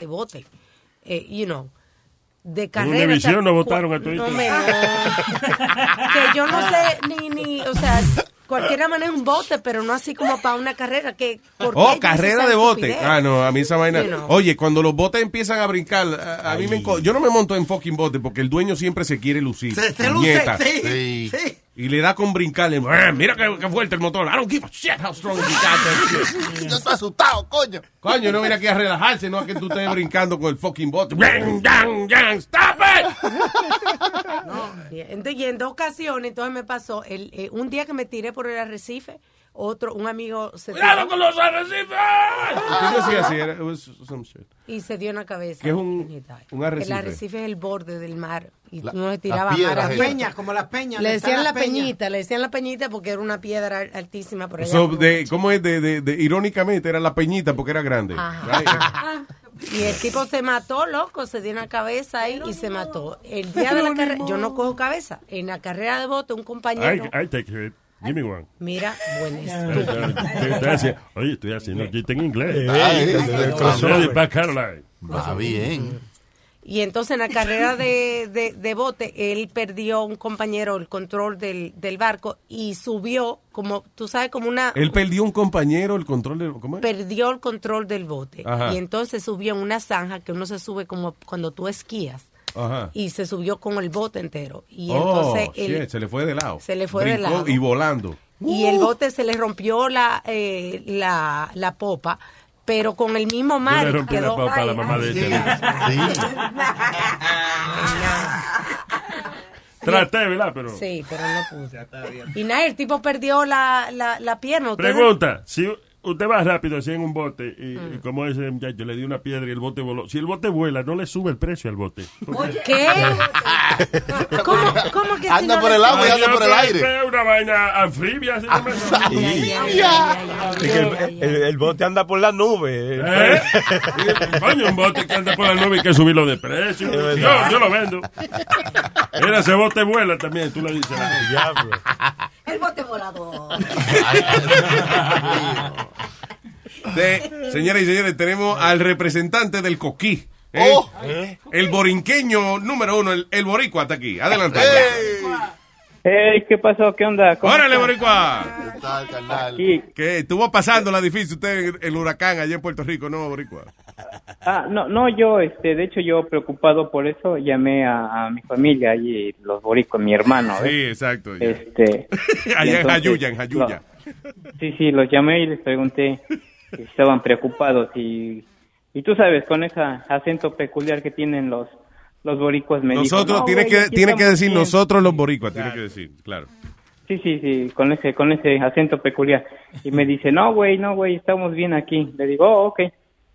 de bote. eh, you know, de
En
carrera. o sea,
Univision no
cu-
votaron a todito.
No me- no. que yo no (laughs) sé ni, ni, o sea, cualquiera maneja un bote, pero no así como para una carrera. que ¿por qué
Oh,
ellos
carrera
usan
de bote.
estupidez?
Ah, no, a mí esa vaina.
You know.
Oye, cuando los botes empiezan a brincar, a, a mí me enco- yo no me monto en fucking bote porque el dueño siempre se quiere lucir.
Se- se luce,
Puñeta.
sí, sí.
Y le da con brincarle. "Ah, Mira qué, qué fuerte el motor. I don't give a shit how strong you got that shit.
Yo estoy asustado, coño.
Coño, no viene aquí a relajarse, no a que tú estés brincando con el fucking bote. Bang, bang, bang, stop it.
(laughs) Y en- Y en dos ocasiones, entonces me pasó, el, eh, un día que me tiré por el arrecife, otro, un amigo se
¡Cuidado
tiró
con los arrecifes! ¿Qué decía así? Era- it was some shit.
y se dio en la cabeza.
¿Qué es un, un
El
arrecife?
arrecife es el borde del mar y
La-
tú no
las
se tiraba
piedras
mar
esas.
abierto.
Peña, como las peñas,
Le
donde están
decían la
las peñas.
peñita, le decían la peñita porque era una piedra al- altísima por allá.
So, de, ¿Cómo es? De, de, de- irónicamente era la peñita porque era grande.
Ajá.
Right?
Ajá. Y el tipo se mató, loco, se dio una cabeza ahí y se mató. El día de la carrera, yo no cojo cabeza. En la carrera de bote, un
I,
compañero,
I take it. Give me one.
mira, buen
Ay,
estúpido.
ya, te- te hace- Oye, estoy haciendo aquí, tengo inglés.
Eh, Ay, el del
Soy de
extranjero.
Back Caroline.
Va bien.
Y entonces en la carrera de, de, de bote, él perdió un compañero el control del, del barco y subió, como tú sabes, como una...
Él perdió un compañero el control de... ¿Cómo es?
perdió el control del bote.
Ajá.
Y entonces subió en una zanja que uno se sube como cuando tú esquías.
Ah.
Ajá.
Y se subió con el bote entero. Y
oh,
entonces el-
shit, se le fue de lado.
se le fue de
Brincó
lado.
Y volando.
y
Uh.
el bote se le rompió la, eh, la, la popa, pero con el mismo mar.
Yo le
y
rompí la
quedó-
papa a la mamá de este. (laughs) Traté, ¿verdad? Pero.
Sí, pero no pude. Y nada, el tipo perdió la, la, la pierna. Ustedes-
Pregunta, si usted va rápido así en un bote y, y como ese muchacho le dio una piedra y el bote voló, si el bote vuela, no le sube el precio al bote. (laughs)
¿Qué? ¿Cómo, cómo que si
Anda
no
por
le-
el agua y anda
Yo
por el
creo
aire. Ah,
que Es una vaina anfibia. así nomás.
Es que el, el- el bote anda por la nube.
¿Eh? Coño, un bote que anda por la nube hay que subirlo de precio. Yo, yo lo vendo. Mira, ese bote vuela también, tú le dices. diablo.
El bote volador.
De- señoras y señores, tenemos al representante del coquí. ¿eh?
Oh.
El borinqueño número uno, el, el boricua, está aquí. Adelante.
Hey, ¿qué pasó? ¿Qué onda? ¿Cómo
¡Órale,
están?
boricua! ¿Qué
tal, canal?
Que estuvo pasando la difícil usted el huracán allá en Puerto Rico, ¿no, boricua?
Ah, no, no, yo, este, de hecho, yo preocupado por eso, llamé a, a mi familia y los boricos, mi hermano.
Sí,
¿eh?
exacto. ya.
Este, y
(laughs) allá en
entonces,
Jayuya, en Jayuya.
lo- sí, sí, los llamé y les pregunté si estaban preocupados y, y tú sabes, con ese acento peculiar que tienen los, los boricos me dijo,
Nosotros,
"No,
tiene,
güey,
que,
aquí
tiene que
estamos
decir
bien".
nosotros los boricuas, tiene que decir, claro.
Sí, sí, sí, con ese, con ese acento peculiar. Y me dice, no, güey, no, güey, estamos bien aquí. Le digo, oh, ok.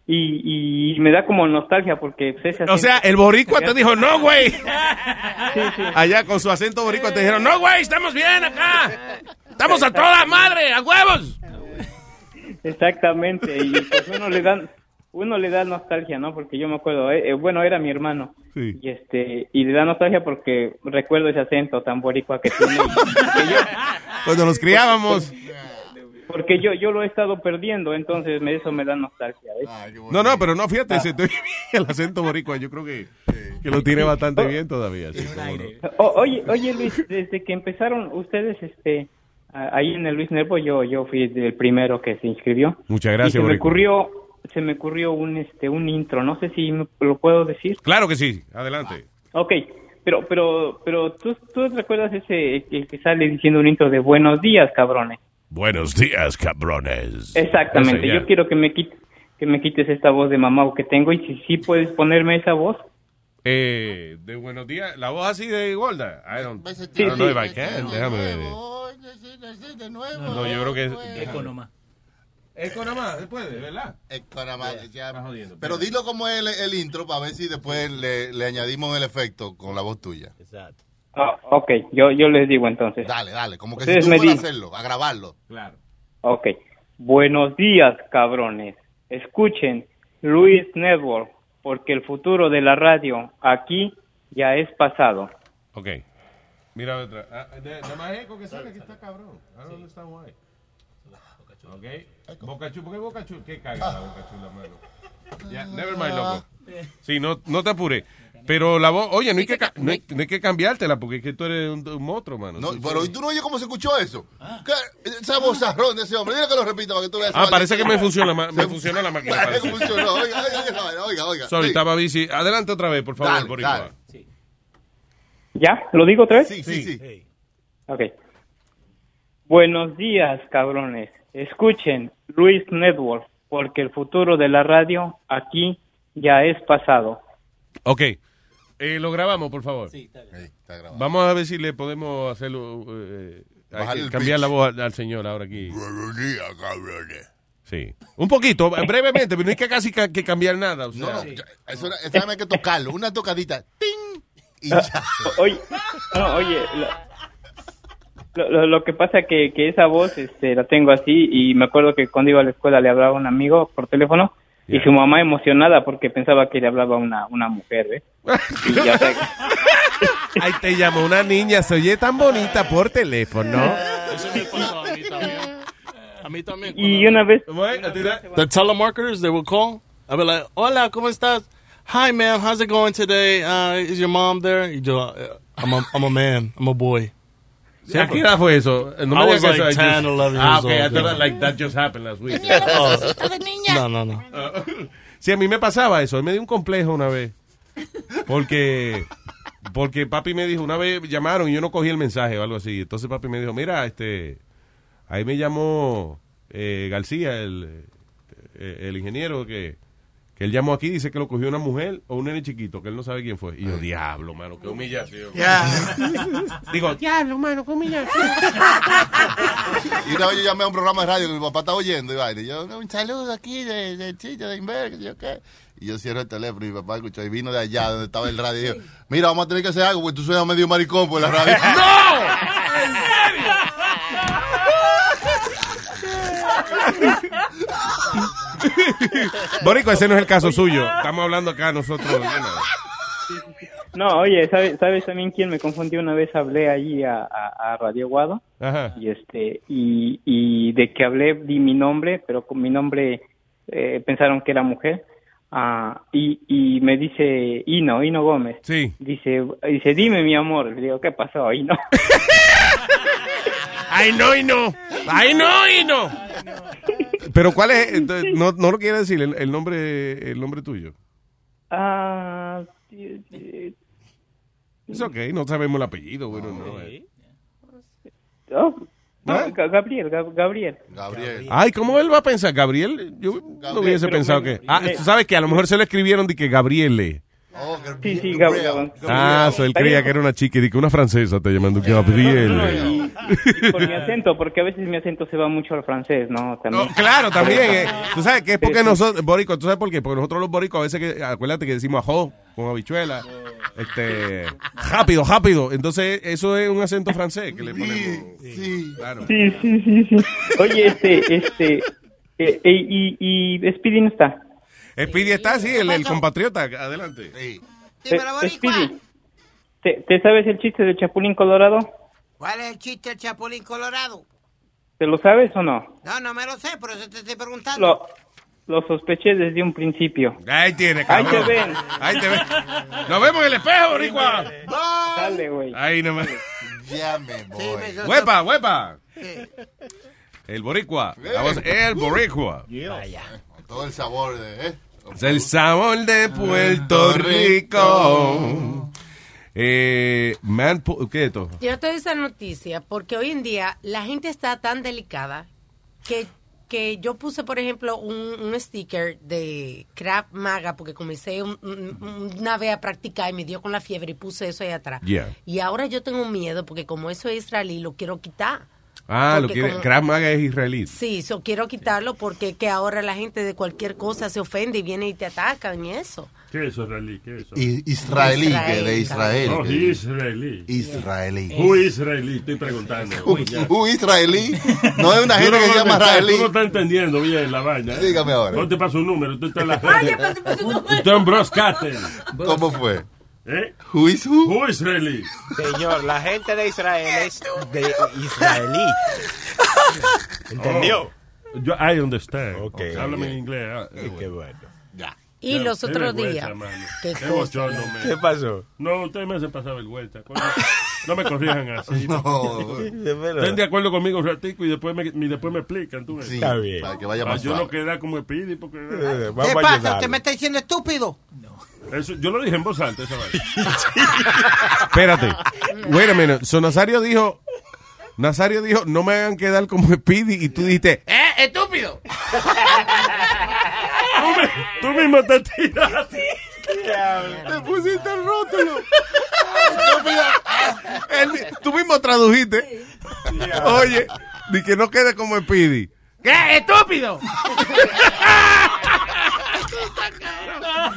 Y, y me da como nostalgia porque pues, ese
O sea,
acento-
el boricua te dijo, no, güey. Allá con su acento boricua te dijeron, no, güey, estamos bien acá. Estamos a toda madre, a huevos.
Exactamente, y pues uno le dan, uno le da nostalgia, ¿no? Porque yo me acuerdo, eh, eh, bueno, era mi hermano. Y este, y le da nostalgia porque recuerdo ese acento tan boricua que tiene.
Cuando nos criábamos.
Porque yo, yo lo he estado perdiendo, entonces me, eso me da nostalgia, ¿ves?
No, no, pero no, fíjate, se te- el acento boricua yo creo que, que lo tiene
Oh.
bastante bien todavía. sí, seguro.
O- oye, oye Luis, desde que empezaron ustedes este a- ahí en el Luis Nervo, yo yo fui el primero que se inscribió.
Muchas
Y se
gracias,
me
boricua.
ocurrió se me ocurrió un este un intro, no sé si me- lo puedo decir.
Claro que sí, adelante.
Ok, pero pero pero tú tú recuerdas ese el que sale diciendo un intro de buenos días, cabrones.
Buenos días, cabrones.
Exactamente.
Ese, ya.
Yo quiero que me quite, que me quites esta voz de mamá que tengo y si sí puedes ponerme esa voz.
Eh, de buenos días, la voz así de gorda. I don't,
Sí,
I don't know
sí.
if I can, déjame ver. No, yo creo que es...
Economa.
Economa, después, ¿verdad?
Economa, ya. Pero dilo como es el, el intro para ver si después le, le añadimos el efecto con la voz tuya. Exacto.
Ah, ok, yo yo les digo entonces.
Dale, dale, como que si
Ustedes
tú
me
fueras a
dicen.
hacerlo, a grabarlo.
Claro.
Ok. Buenos días, cabrones. Escuchen Luis Network, porque el futuro de la radio aquí ya es pasado.
Ok. Mira otra. Ah, de- Nada más eco que sale, que está cabrón. I don't understand why. Ok. Bocachú, ¿por qué Bocachú? ¿Qué caga la Bocachú la mano? Ya, never mind, loco. Sí, no, no te apures. Pero la voz, oye, no hay que, ca- no hay, no hay que cambiártela porque es que tú eres un, un monstruo, mano.
No,
Tú-
pero ¿y tú no oyes cómo se escuchó eso? ¿Qué? Esa vozarrón de ese hombre. Dile que lo repita para que tú veas.
Ah, parece que me funciona, ma- me funcionó la máquina.
Parece que
parece.
funcionó. Oiga, oiga, oiga, esa vaina, oiga. oiga.
Sorry,
Sí.
estaba bici. Adelante otra vez, por favor,
Dale,
Boricua.
dale.
¿Ya? ¿Lo digo otra vez?
Sí, sí, sí.
Ok. Buenos días, cabrones. Escuchen Luis Network, porque el futuro de la radio aquí ya es pasado.
Ok. Eh, lo grabamos, por favor. Sí, está grabado. Vamos a ver si le podemos hacerlo. eh, hay
Bajarle
que
el
cambiar
pitch.
la voz al, al señor ahora aquí.
Buenos días, cabrones.
Sí. Un poquito, brevemente, pero no hay que casi ca- que cambiar nada. o sea.
No, no, ya, eso, era- esa vaina hay que tocarlo. Una tocadita. ¡Ting! Y
Ah,
ya.
oye, no, oye, Lo, lo- lo que pasa que, que esa voz este, la tengo así y me acuerdo que cuando iba a la escuela le hablaba a un amigo por teléfono y su mamá emocionada porque pensaba que le hablaba a una, una mujer,
(laughs)
¿eh? Y ya sé-
Ahí te llamó una niña, se oye tan bonita por teléfono.
Eso me pasó a mí también. Eh, A mí también.
Y una vez...
The telemarketers, they would call. I'd be like, hola, ¿cómo estás? Hi, ma'am, how's it going today? Uh, is your mom there? Y yo, "Uh, I'm a, I'm a man, I'm a boy.
¿A qué edad fue eso? No me
I
digas
was
que
like
eso-
10, 11
Ah,
years
okay, I
old. Oh.
thought like that just happened last week. (laughs)
No, no, no.
Sí, a mí me pasaba eso. Me dio un complejo una vez. Porque, porque papi me dijo, una vez llamaron y yo no cogí el mensaje o algo así. Entonces papi me dijo, mira, este, ahí me llamó eh, García, el, eh, el ingeniero que, que él llamó aquí, dice que lo cogió una mujer o un nene chiquito, que él no sabe quién fue. Y yo, diablo, mano, qué humillación. (laughs) Digo, diablo, mano,
(laughs)
¿cómo
Y una vez yo llamé a un programa de radio que mi papá estaba oyendo y vaina. Y yo, un saludo aquí de, de Chicho, de Inver, que yo qué. Y yo cierro el teléfono y mi papá escuchó y vino de allá donde estaba el radio y dijo, mira, vamos a tener que hacer algo porque tú suenas medio maricón por la radio.
(laughs)
¡Oh!
(laughs)
Borico, ese no es el caso suyo. Estamos hablando acá nosotros. you know.
No, oye, ¿sabes, ¿sabes también quién me confundió? Una vez hablé allí a, a- a Radio Guado y este y, y de que hablé di mi nombre, pero con mi nombre eh, pensaron que era mujer. Ah, y, y me dice Ino, Ino Gómez.
Sí.
Dice, dice, dime mi amor. Le digo, ¿qué pasó, Ino?
(laughs) Ay, no, y no. Ay, no, y no. Pero ¿cuál es? Entonces, No, no lo quiere decir el, el nombre el nombre tuyo.
Ah, sí, sí.
Es ok, no sabemos el apellido. Bueno, no. eh.
Oh, no,
¿Ah?
Ga- Gabriel, Gab- Gabriel.
Gabriel.
Ay, ¿cómo él va a pensar? Gabriel, yo no hubiese
Pero
pensado
me-
que... Ah, tú sabes que a lo mejor se lo escribieron de que Gabriele.
Sí, sí, Gab- Gab-
Ah, so él creía que era una chica y de que una francesa te llamando que Gabriele.
Y- y por mi acento, porque a veces mi acento se va mucho al francés, ¿no? También.
Claro, también. eh. Tú sabes que es porque
Sí, sí.
nosotros, boricos, ¿tú sabes por qué? Porque nosotros los boricos a veces, que, acuérdate que decimos ajo con habichuela, este, rápido, rápido. Entonces eso es un acento francés que le ponemos. Sí, claro.
Sí, sí, sí, sí. Oye, este, este, eh, eh, y, y Speedy no está.
Speedy está, sí, el, el compatriota. Adelante.
Eh, Speedy, ¿te, te sabes el chiste del Chapulín Colorado?
¿Cuál es el chiste del Chapulín Colorado?
¿Te lo sabes o no?
No, no me lo sé, por eso te estoy preguntando.
Lo, lo sospeché desde un principio.
Ahí tiene,
Ahí te
cabrón.
ven.
(laughs)
Ahí te ven. Nos vemos en el espejo, boricua.
Dale, güey.
Ahí nomás.
Ya me voy.
¡Huepa, huepa! El boricua. La voz- el boricua.
Vaya. Con todo el sabor de, ¿eh?
Es el sabor de Puerto Rico. Eh, man, pu- ¿qué es esto?
Yo te doy esa noticia porque hoy en día la gente está tan delicada que, que yo puse, por ejemplo, un, un sticker de Krav Maga porque comencé un- un- una vez a practicar y me dio con la fiebre y puse eso ahí atrás.
Yeah.
Y ahora yo tengo miedo porque como eso es israelí, lo quiero quitar.
Ah, lo
Porque
quiere.
como-
Krav Maga es israelí.
Sí, eso quiero quitarlo porque es que ahora la gente de cualquier cosa se ofende y viene y te atacan y eso.
¿Qué es israelí? ¿Qué es eso?
I- israelí, que de Israel.
No,
que-
israelí.
Israelí.
Who israelí? Estoy preguntando.
Who israelí? No es una gente que se llama israelí.
Tú no estás entendiendo bien la vaina. ¿eh?
Dígame ahora.
No te paso un número. Tú estás en la gente. Tú eres un broadcaster.
¿Cómo fue?
¿Eh?
Who is who?
Who israelí?
Señor, la gente de Israel es de
(laughs)
israelí.
Oh.
¿Entendió? Oh. Yo, I understand.
Ok.
Háblame en inglés. ah.
Qué bueno.
Ya.
Y los
qué
otros
vergüenza,
días.
mano.
Qué
Qué
cosa.
bochorno, man.
¿Qué pasó?
No, ustedes me hacen pasar vergüenza. Coño, No me corrijan así.
(laughs) No.
Estén de acuerdo conmigo un ratico y después me, y después me explican. Tú ves.
Sí, Está bien. para que vaya más
Yo no
suave.
queda como Speedy porque... ah.
Eh,
¿Qué pasa? ¿Usted me está diciendo estúpido?
Eso, yo lo dije en voz alta esa vez.
Espérate. Wait a minute. So, Nazario dijo, Nazario dijo, no me hagan quedar como Speedy y tú dijiste,
¡Eh, estúpido!
tú, me- tú mismo te tiraste.
Te pusiste el rótulo. Él- tú mismo tradujiste. Oye, di que no quede como Speedy.
¡Qué estúpido!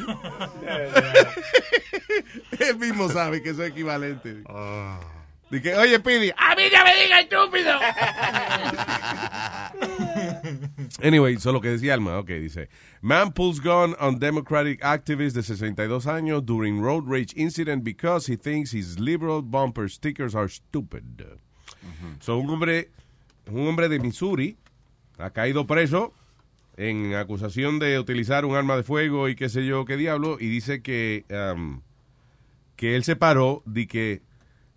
(laughs) Él mismo sabe que eso es equivalente. Di que, oye, Speedy.
¡A mí ya me diga estúpido!
Anyway, solo que decía Alma, ok, dice. Man pulls gun on Democratic activist de 62 años during road rage incident because he thinks his liberal bumper stickers are stupid. So, un hombre, un hombre de Missouri ha caído preso en acusación de utilizar un arma de fuego y qué sé yo qué diablo, y dice que, um, que él se paró de que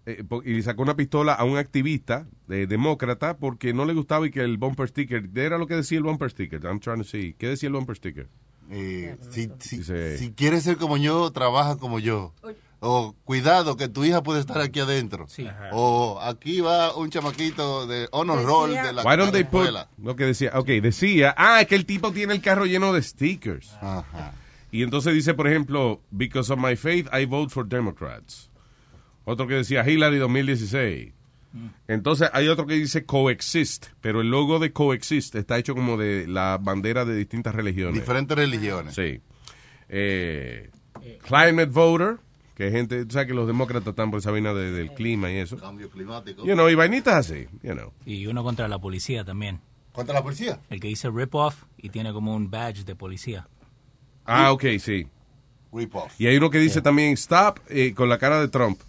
eh, po- y le sacó una pistola a un activista eh, demócrata porque no le gustaba y que el bumper sticker, era lo que decía el bumper sticker, I'm trying to see, ¿qué decía el bumper sticker?
Eh, si, si-
Dice-
si quieres ser como yo, trabaja como yo. O cuidado que tu hija puede estar aquí adentro. O aquí va un chamaquito de
Pues
honor roll de la
Why don't they put,
escuela.
lo que decía, ok, decía, ah, es que el tipo tiene el carro lleno de stickers. Y entonces dice, por ejemplo, because of my faith, I vote for Democrats. Otro que decía Hillary 2016. Entonces hay otro que dice coexist, pero el logo de coexist está hecho como de la bandera de distintas religiones.
Diferentes religiones.
Sí. Eh, climate voter, que hay gente, tú sabes que los demócratas están por esa vaina de- del clima y eso.
Cambio climático.
You know, y vainitas así, you know.
Y uno contra la policía también.
¿Contra la policía?
El que dice rip off y tiene como un badge
(laughs)
de policía.
Ah, ok, sí.
Rip off.
Y hay uno que dice también stop eh, con la cara de Trump.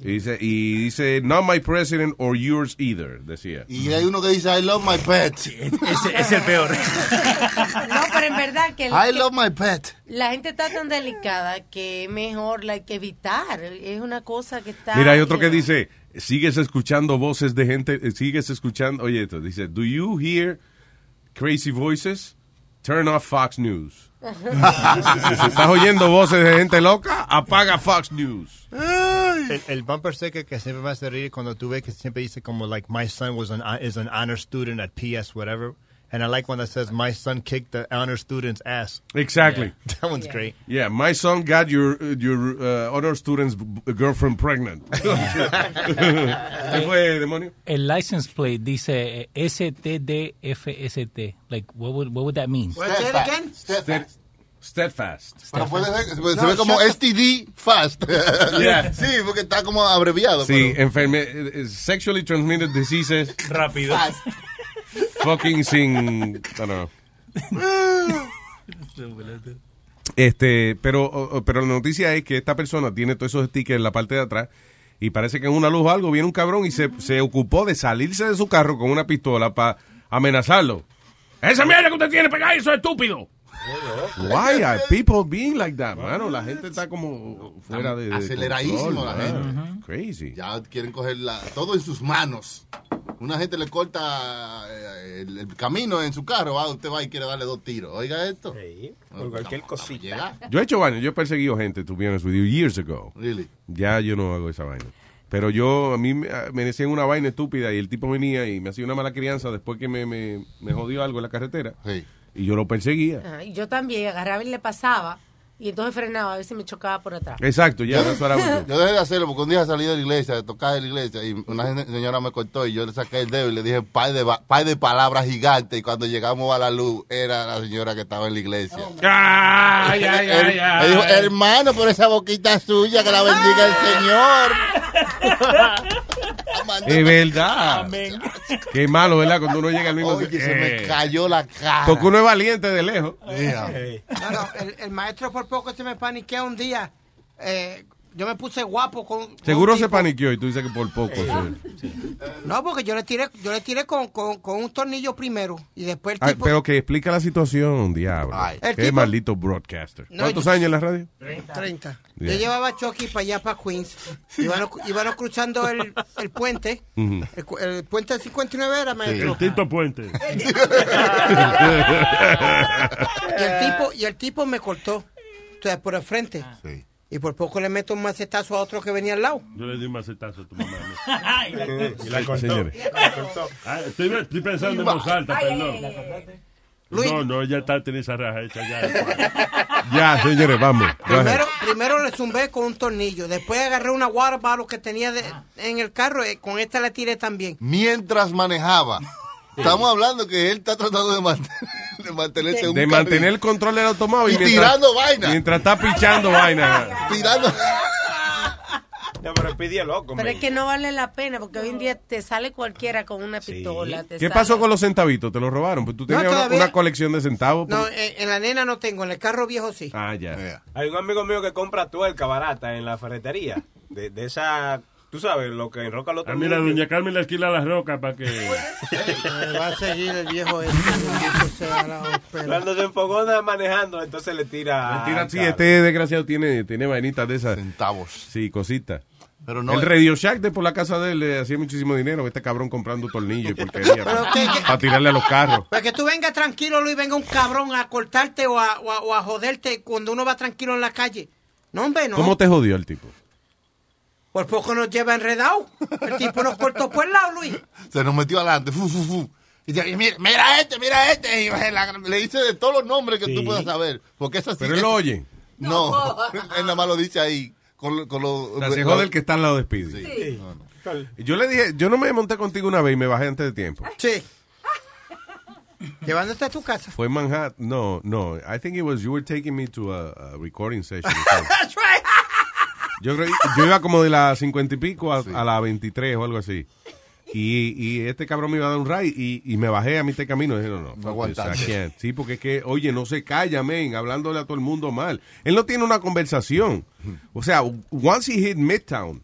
Y dice, y dice, not my president or yours either, decía.
Y hay uno que dice, I love my pet.
Ese es el peor.
No, pero en verdad que,
I
que
love my pet.
la gente está tan delicada que es mejor like, que evitar. Es una cosa que está.
Mira, hay otro que dice, sigues escuchando voces de gente, eh, sigues escuchando, oye, esto dice, do you hear crazy voices? Turn off
(laughs)
Fox News. (laughs) Si estás oyendo voces de gente loca, apaga Fox News.
El, el bumper sticker que siempre me hace reír cuando tú ves que siempre dice como like my son was an uh, is an honor student at PS whatever and I like one that says my son kicked the honor student's ass.
Exactly.
(laughs) That one's great.
Yeah, my son got your your uh, honor student's b- girlfriend pregnant. (laughs) ¿Qué fue, demonio?
El license plate dice eh, STDFST. Like, what would, what would that mean?
Steadfast. Steadfast.
Steadfast.
Pero puede ver, se
No,
ve como este.
shut-
STD fast. (laughs)
Yeah.
Sí, porque está como abreviado.
Sí, enferme, eh, eh, sexually transmitted diseases.
pero-
Rápido.
Fast.
Fucking sin. No, no.
(laughs)
Este, pero, o- o- pero la noticia es que esta persona tiene todos esos stickers en la parte de atrás y parece que en una luz o algo viene un cabrón y se, se ocupó de salirse de su carro con una pistola para amenazarlo. Esa mierda que usted tiene pegada, eso es estúpido. Why are people being like that, mano? La gente está como fuera de, de
Aceleradísimo
control,
la
man.
gente.
Crazy.
Ya quieren coger la- todo en sus manos. Una gente le corta eh, el, el camino en su carro. Ah, usted va y quiere darle dos tiros. Oiga esto. pues,
por cualquier
cosita.
Yo he hecho vaina, yo he perseguido gente, to be honest with you, years ago.
Really?
Ya yo no hago esa vaina. Pero yo, a mí me, me decían una vaina estúpida y el tipo venía y me hacía una mala crianza después que me, me, me jodió algo en la carretera. Y yo lo perseguía.
Ajá, y yo también agarraba y le pasaba. Y entonces frenaba, a ver si me chocaba por atrás.
Exacto, ya,
Yo-
eso era bueno.
(laughs) Yo dejé de hacerlo porque un día salí de la iglesia, de tocar de la iglesia, y una gen- señora me cortó y yo le saqué el dedo y le dije par de, va- par de palabras gigantes. Y cuando llegamos a la luz, era la señora que estaba en la iglesia.
¡Ah! Ay,
ay, ay, ay. dijo, hermano, por esa
(laughs)
boquita suya, que la bendiga el Señor. (laughs)
Es verdad. Qué malo, ¿verdad? Cuando uno llega al mismo...
Oye, se me
Eh.
cayó la cara.
Porque uno es valiente de lejos.
Yeah.
Eh.
No, no, el, el maestro por poco se me paniquea un día. Eh,
yo me puse guapo con.
Seguro se paniqueó y tú dices que por poco. sí.
No, porque yo le tiré, yo le tiré con, con, con un tornillo primero y después el
Ay, Ah,
tipo.
pero que explica la situación, diablo.
El
Qué
tipo-
maldito broadcaster.
No,
¿Cuántos
yo-
años en la radio?
30.
Yeah.
Yo llevaba a Chucky para allá, para Queens. Iban, iban cruzando el, el puente.
Ujú.
el, cu- el puente del 59 era maestro.
El Tito Puente.
Y el tipo, y el tipo me cortó. Entonces, por el frente.
Ah.
Y por poco le meto un macetazo a otro que venía al lado.
Yo le di un macetazo a tu mamá.
(laughs)
Ay,
¿no?
la- Y la cortó.
Señores. Ah, estoy, estoy pensando en voz alta,
Ay, ay,
perdón.
ay,
No, no, ya está, tiene esa raja hecha
(laughs)
ya.
Ya, señores, vamos.
Primero, primero le zumbé con un tornillo. Después agarré una water bottle que tenía de- en el carro. eh, Con esta la tiré también.
Mientras manejaba. Estamos hablando que él está tratando de, mant- de mantenerse en un
De
carril.
mantener el control del automóvil.
Y tirando vaina.
Mientras está pichando vaina.
Tirando.
No, pero pide loco. man.
Pero es que no vale la pena porque hoy en día te sale cualquiera con una pistola. te
¿Qué
sale-
pasó con los centavitos? ¿Te los robaron? Pues tú
No,
tenías una-
todavía-
una colección de centavos. pues.
No, en, en la nena no tengo. En el carro viejo sí.
Ah, ya.
Hay un amigo mío que compra tuerca barata en la ferretería. De, de esa, tú sabes, lo que enroca los
Ah, mira, doña Carmen le alquila las rocas para que...
Me Eh, va a seguir el viejo este. bendito sea la ópera.
Cuando se enfogona manejando, entonces le tira.
Tira,
al
sí,
carro.
este desgraciado tiene, tiene vainitas de esas.
Ah, Centavos.
Sí, cositas.
Pero
no-
el Radio Shack de por la casa de él le hacía muchísimo dinero. Este cabrón comprando tornillos y porquería
Pero
para,
qué- qué-
para tirarle a los carros.
Para que tú vengas tranquilo, Luis, venga un cabrón a cortarte o a, o a- o a joderte cuando uno va tranquilo en la calle. No, hombre, no.
¿Cómo te jodió el
Eh,
tipo?
Por poco nos lleva enredado. El tipo nos cortó por el lado, Luis.
Se nos metió adelante. fu, fu, fu. Y dice, mira, mira este, mira este. Y la- le dice de todos los nombres que tú puedas saber. Porque es así.
Pero él lo oye.
No, (laughs) él nada más lo dice ahí. Con, lo- con los.
O sea, se jode el que está al lado de Speedy.
pues, Sí.
Yo le dije, yo no me monté contigo una vez y me bajé antes de tiempo.
Sí. Llevándote a tu casa.
Fue en Manhattan. No, no. I think it was you were taking me to a, a recording session. (laughs) yo, creo- yo iba como de las cincuenta y pico a, a las 23 o algo así. Y, y este cabrón me iba a dar un ride y, y me bajé a mitad de camino. Dije, no, no. fuck this,
aguantaste.
I can't. Sí, porque es que, oye, no se calla, men, hablándole a todo el mundo mal. Él no tiene una conversación. O sea, once he hit Midtown,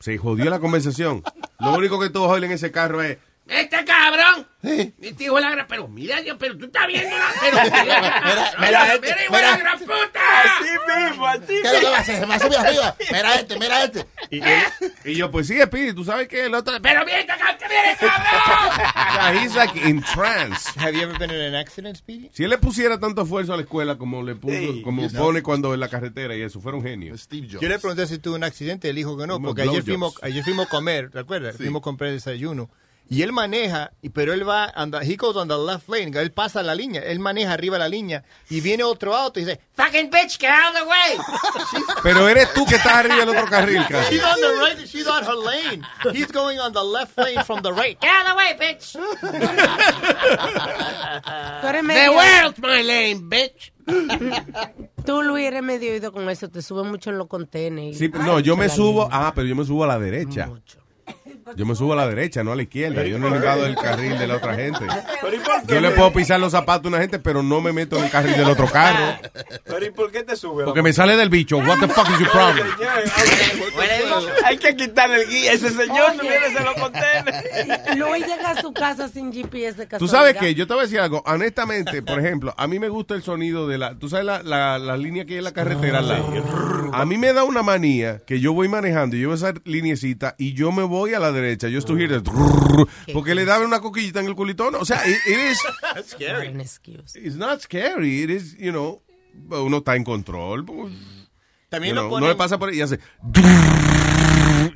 se jodió la conversación. Lo único que todos oyen en ese carro es,
Este cabrón. Este hijo de la gran. Pero mira, Dios, pero tú estás viendo la.
(laughs)
Pero, mira,
mira este,
hijo de la gran puta. Así mismo, así
¿Qué es lo que va a hacer? Se me ha subido arriba. Mira este, mira este.
Y, y yo, pues sí, Speedy, tú sabes que el otro. Pero mira, este
cabrón, mira, este cabrón.
Ah, he's like in trance.
Have you ever been in an accident, Speedy?
Si él le pusiera tanto esfuerzo a la escuela como le puso,
Sí.
como
No.
pone cuando en la carretera y eso, fuera un genio.
Yo le pregunté si tuvo un accidente, él dijo que no,
Como
porque ayer
blowjobs.
fuimos, ayer fuimos a comer, ¿te acuerdas? Fuimos a comprar desayuno. Y él maneja, y- pero él va, on the- he goes on the left lane, él pasa la línea, él maneja arriba la línea, y viene otro auto y dice,
Fucking bitch, get out of the
(laughs)
way.
(laughs) Pero eres tú que
(laughs)
estás arriba del otro carril, casi.
she's on the right, she's on her lane, he's going on the left lane from the right.
Get out of the way, bitch.
(laughs)
medio-
The world's my lane, bitch.
(laughs) Tú, Luis, eres medio oído con eso. Te sube mucho en los contenedores.
Sí, pero no, yo me subo, ah, pero yo me subo a la derecha. Yo me subo a la derecha, no a la izquierda. Yo no he llegado del carril de la otra gente. Yo le puedo pisar los zapatos a una gente, pero no me meto en el carril del otro carro.
Pero ¿y por qué te sube?
Porque me sale del bicho. What the fuck is your problem?
Hay que quitarle el guía. Ese señor señores, se lo contiene.
(laughs) Luis llega a su casa sin GPS de casualidad.
Tú sabes que yo te voy a decir algo. Honestamente, por ejemplo, a mí me gusta el sonido de la. Tú sabes la, la, la línea que hay en la carretera.
Ah,
al lado? A mí me da una manía que yo voy manejando y yo veo esa liniecita y yo me voy a la derecha. Yo estoy here. Porque le daba una coquillita en el culitón. O sea, it, it is.
Scary.
It's not scary. It is, you know. Uno está en control. pues,
También
You
lo
know,
ponen-
Uno le pasa por ahí y hace.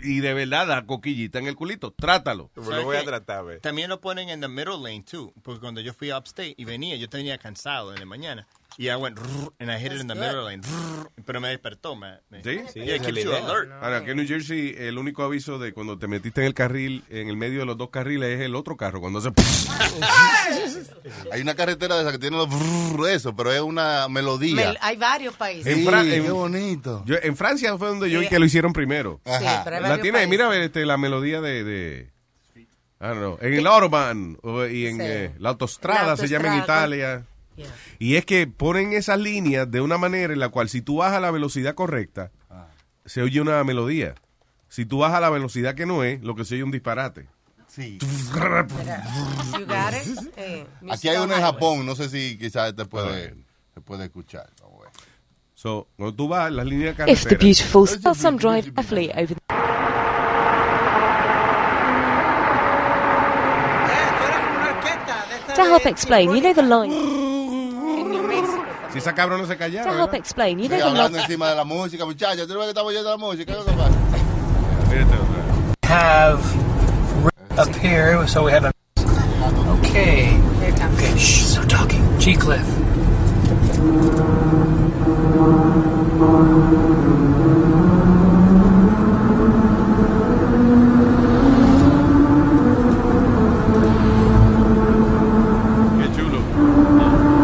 Y de verdad da coquillita en el culito. Trátalo.
¿Sabes qué? También lo ponen en the middle lane, too. Porque cuando yo fui upstate y venía, yo tenía cansado en la mañana. Y I went, rrr, and I hit it in the
That's
middle
good.
lane. rrr, pero me despertó, man.
Sí,
Yeah, it keeps you alert.
Ahora, aquí en New Jersey, el único aviso de cuando te metiste en el carril, en el medio de los dos carriles, es el otro carro. Cuando hace.
Hay una carretera de esa que tiene los brrr, eso, pero es una melodía.
Me- hay varios países.
En, Fra-
Sí,
en-
qué bonito.
yo- en Francia fue donde yo vi
Sí.
que lo hicieron primero.
Sí, Ajá. pero hay
la
varios
tiene,
países.
mira este, la melodía de. de I don't know, en el Autobahn o- y en
Sí.
eh, la autostrada
La
se llama en
pues.
autostrada.
Italia. Y es que ponen esas líneas de una manera en la cual si tú vas a la velocidad correcta, se oye una melodía. Si tú vas a la velocidad que no es, lo que se oye es un disparate.
Sí.
You got it?
(laughs)
Eh,
Aquí hay uno en Japón, no sé si quizás te puede, te puede escuchar.
So, cuando tú vas, las líneas de
It's the
carretera.
beautiful Stelsom Drive carefully over the To help explain, you know the line.
Si esa cabrón no se
To
callara.
help explain, you
Estoy
know the
hablando
line.
encima de la música, muchachos. ¿Tú ves que estamos oyendo la música? ¿Qué es lo que pasa?
have up here, so we have a. Okay. Okay, shh, so talking. G Cliff.
Qué chulo.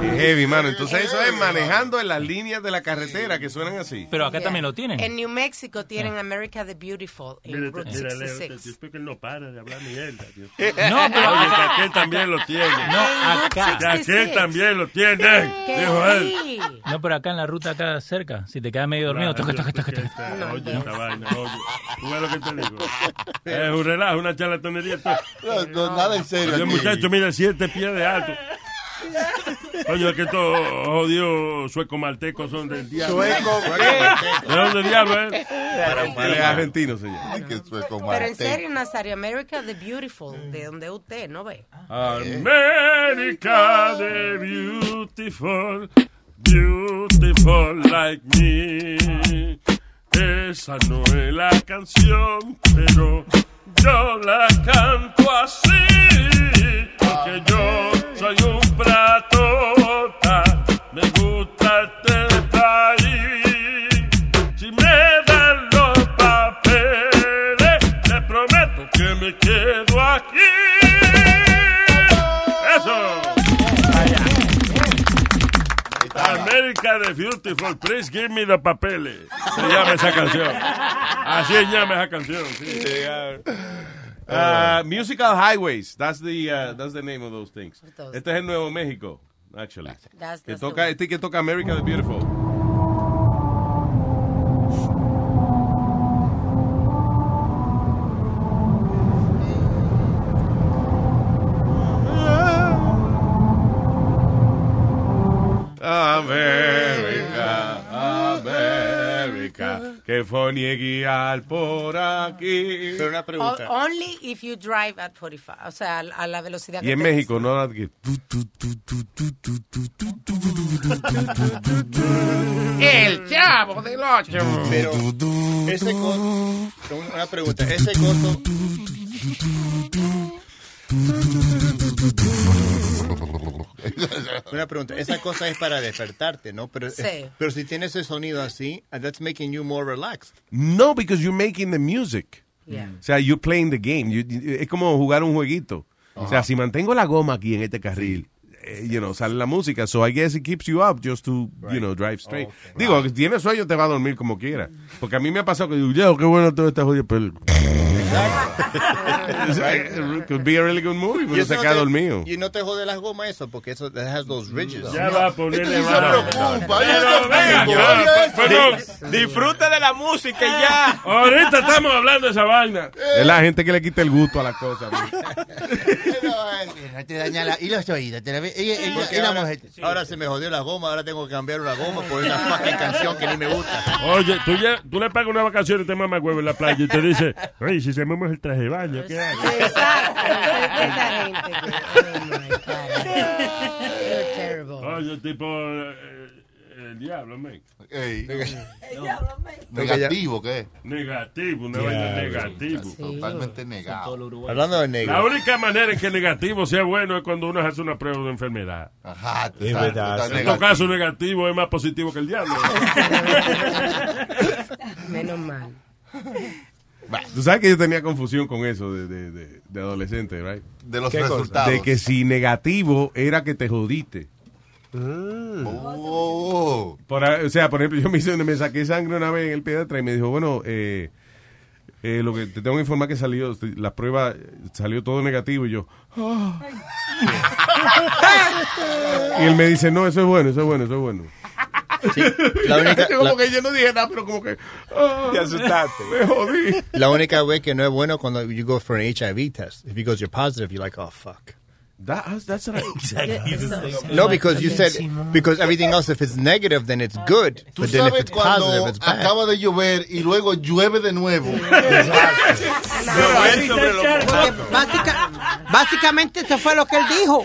Qué heavy, mano. Entonces eso es manejando en las líneas de la carretera que suenan así.
Pero acá
Yeah.
también lo tienen.
En New Mexico
Ah.
tienen America the Beautiful en
Mira,
Route
mira, Leo, te
66.
explico que él no para de hablar mierda. tío.
(laughs) No, pero-
Oye, que aquel también lo tiene.
No, acá.
Que aquel también lo tiene. Dijo él.
No, pero acá en la ruta acá cerca, si te quedas medio dormido, toca, toca, toca, toca.
Esta- pues, Oye, esta vaina, oye. ¿Tú ves lo que te
(laughs)
digo? Es un relajo, una charlatanería. esto.
No, no, nada en serio.
Oye,
aquí.
muchacho, mira, siete pies de
(laughs)
alto. Oye, es que estos jodidos sueco maltecos son del diablo.
Sueco, ¿qué?
¿De dónde diablo eh? es?
Él es argentino, señor.
Ay, que
Pero
sueco
en
malteco.
serio, Nazario, America the Beautiful, de donde usted no ve.
America the beautiful, beautiful like me. Esa no es la canción, pero yo la canto así, porque yo soy un pratota, me gusta este país. Si me dan los papeles, te prometo que me quedo aquí. Eso. América de Beautiful, please give me the papeles. Se llama esa canción. Así se llama esa canción. sí.
Uh, musical highways, that's the uh, that's the name of those things. Este es el Nuevo México, actually.
That's-
que
that's
toca, este que toca America the Beautiful. América, América, que fue ni guiar por aquí. Pero una
O-
Oh,
Only if you drive at 45, o sea, a, a la velocidad
Y en
te-
México, no la que. tu, tu, tu, tu, tu, tu, tu, tu, tu, tu, tu,
(laughs)
tu, tu, tu.
El chavo del ocho.
Pero ese costo, una pregunta, ese costo, una pregunta, esa cosa es para despertarte, ¿no? Pero,
Sí.
pero si tienes ese sonido así, that's making you more relaxed.
No, because you're making the music.
Yeah.
O sea, you're playing the game. You- you- es como jugar un jueguito. O sea, si mantengo la goma aquí en este carril, eh, you know, sale la música. So I guess it keeps you up just to, you know, drive straight.
Oh,
Digo, si tienes sueño, te va a dormir como quiera. Porque a mí me ha pasado que digo, yo, qué bueno todo este esta jodida película. (laughs) It Could be a really good movie, (laughs) pero se
no
queda
te-
dormido.
Y no te jode las gomas eso, porque eso that has those ridges.
Mm, Ya va a ponerle
Entonces,
vara.
se preocupa.
Pero venga, ya, perdón.
Disfruta de la música y ya.
Ahorita estamos hablando de esa vaina.
Es la gente que le quita el gusto a las cosas.
No te daña la, y los oídos. Te la, ve- y, y- y la mujer. Ahora se me jodió la goma, ahora tengo que cambiar una goma por una fucking canción que ni me gusta.
Oye, tú, ya, tú le pagas una vacación y te mama huevo en la playa y te dice, oye, si se mama el traje de baño, ¿qué hago? Oye, tipo, eh, el diablo, men.
Ey.
No.
Negativo, ¿qué?
Negativo, una
Ya,
vaina
sí.
negativo.
Totalmente negado.
Hablando de negro.
La única manera en que el negativo sea bueno es cuando uno hace una prueba de enfermedad.
Ajá,
En
está- está
todo caso, negativo es más positivo que el diablo.
(laughs) (laughs) Menos mal.
Tú sabes que yo tenía confusión con eso de, de, de- de adolescente, right?
De los ¿Qué cosa? resultados.
De que si negativo era que te jodiste.
Mm.
Por a- o sea, por ejemplo, (laughs) yo me, hice, me saqué sangre una vez en el pie de atrás y me dijo, bueno, eh, eh, lo que te tengo que informar que salió, la prueba eh, salió todo negativo y yo,
Oh.
Y él me dice, no, eso es bueno, eso es bueno, eso es bueno.
la
(laughs)
única-
como
la-
que yo no dije nada, pero como que... ah,
Te asustaste.
Me jodí.
La única vez que no es bueno cuando you go for an HIV test. If he goes, you're positive, you're like, oh, fuck.
That,
(laughs)
that's what I...
No, because you said, because everything else, if it's negative, then it's good.
Tú
But then if
sabes
it's positive,
cuando
it's bad.
acaba de llover y luego llueve de nuevo.
Básica- básicamente eso fue lo que él dijo.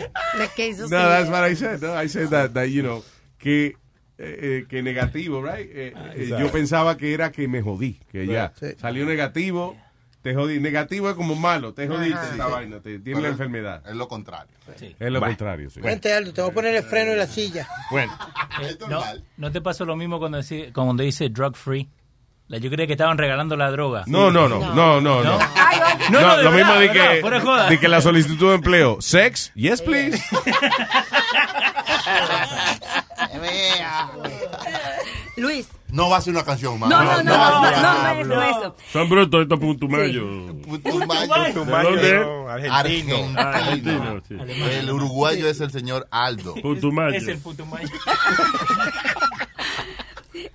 No, that's what I said. No, I said that, that, you know, que, eh, eh, que negativo, right? Eh, eh,
Exacto.
yo pensaba que era que me jodí, que ya. Salió negativo, te jodí. Negativo es como malo, te jodiste
Ajá.
esta
Sí.
vaina, te, tienes
Pero
la
es-
enfermedad.
Es lo contrario.
Es lo
Bueno.
contrario, sí.
Vente, Aldo, te voy a poner el freno en la silla.
Bueno.
Eh, no, ¿No te pasó lo mismo cuando dice, cuando dice drug free? La- Yo creía que estaban regalando la droga.
No, no, no, no, no, no.
No,
No,
no, de
lo mismo
verdad,
de
de verdad,
que,
fuera de joda.
de que la solicitud de empleo. Sex, yes please.
Luis.
No va a ser una canción más.
No, no, no, no, no, no, no, no es eso.
Son brutos estos puntumayos.
Putumayo.
Putumayo,
¿De dónde?
no, argentino.
Argentino.
Argentino, sí.
El uruguayo es el señor Aldo.
Putumayo.
Es el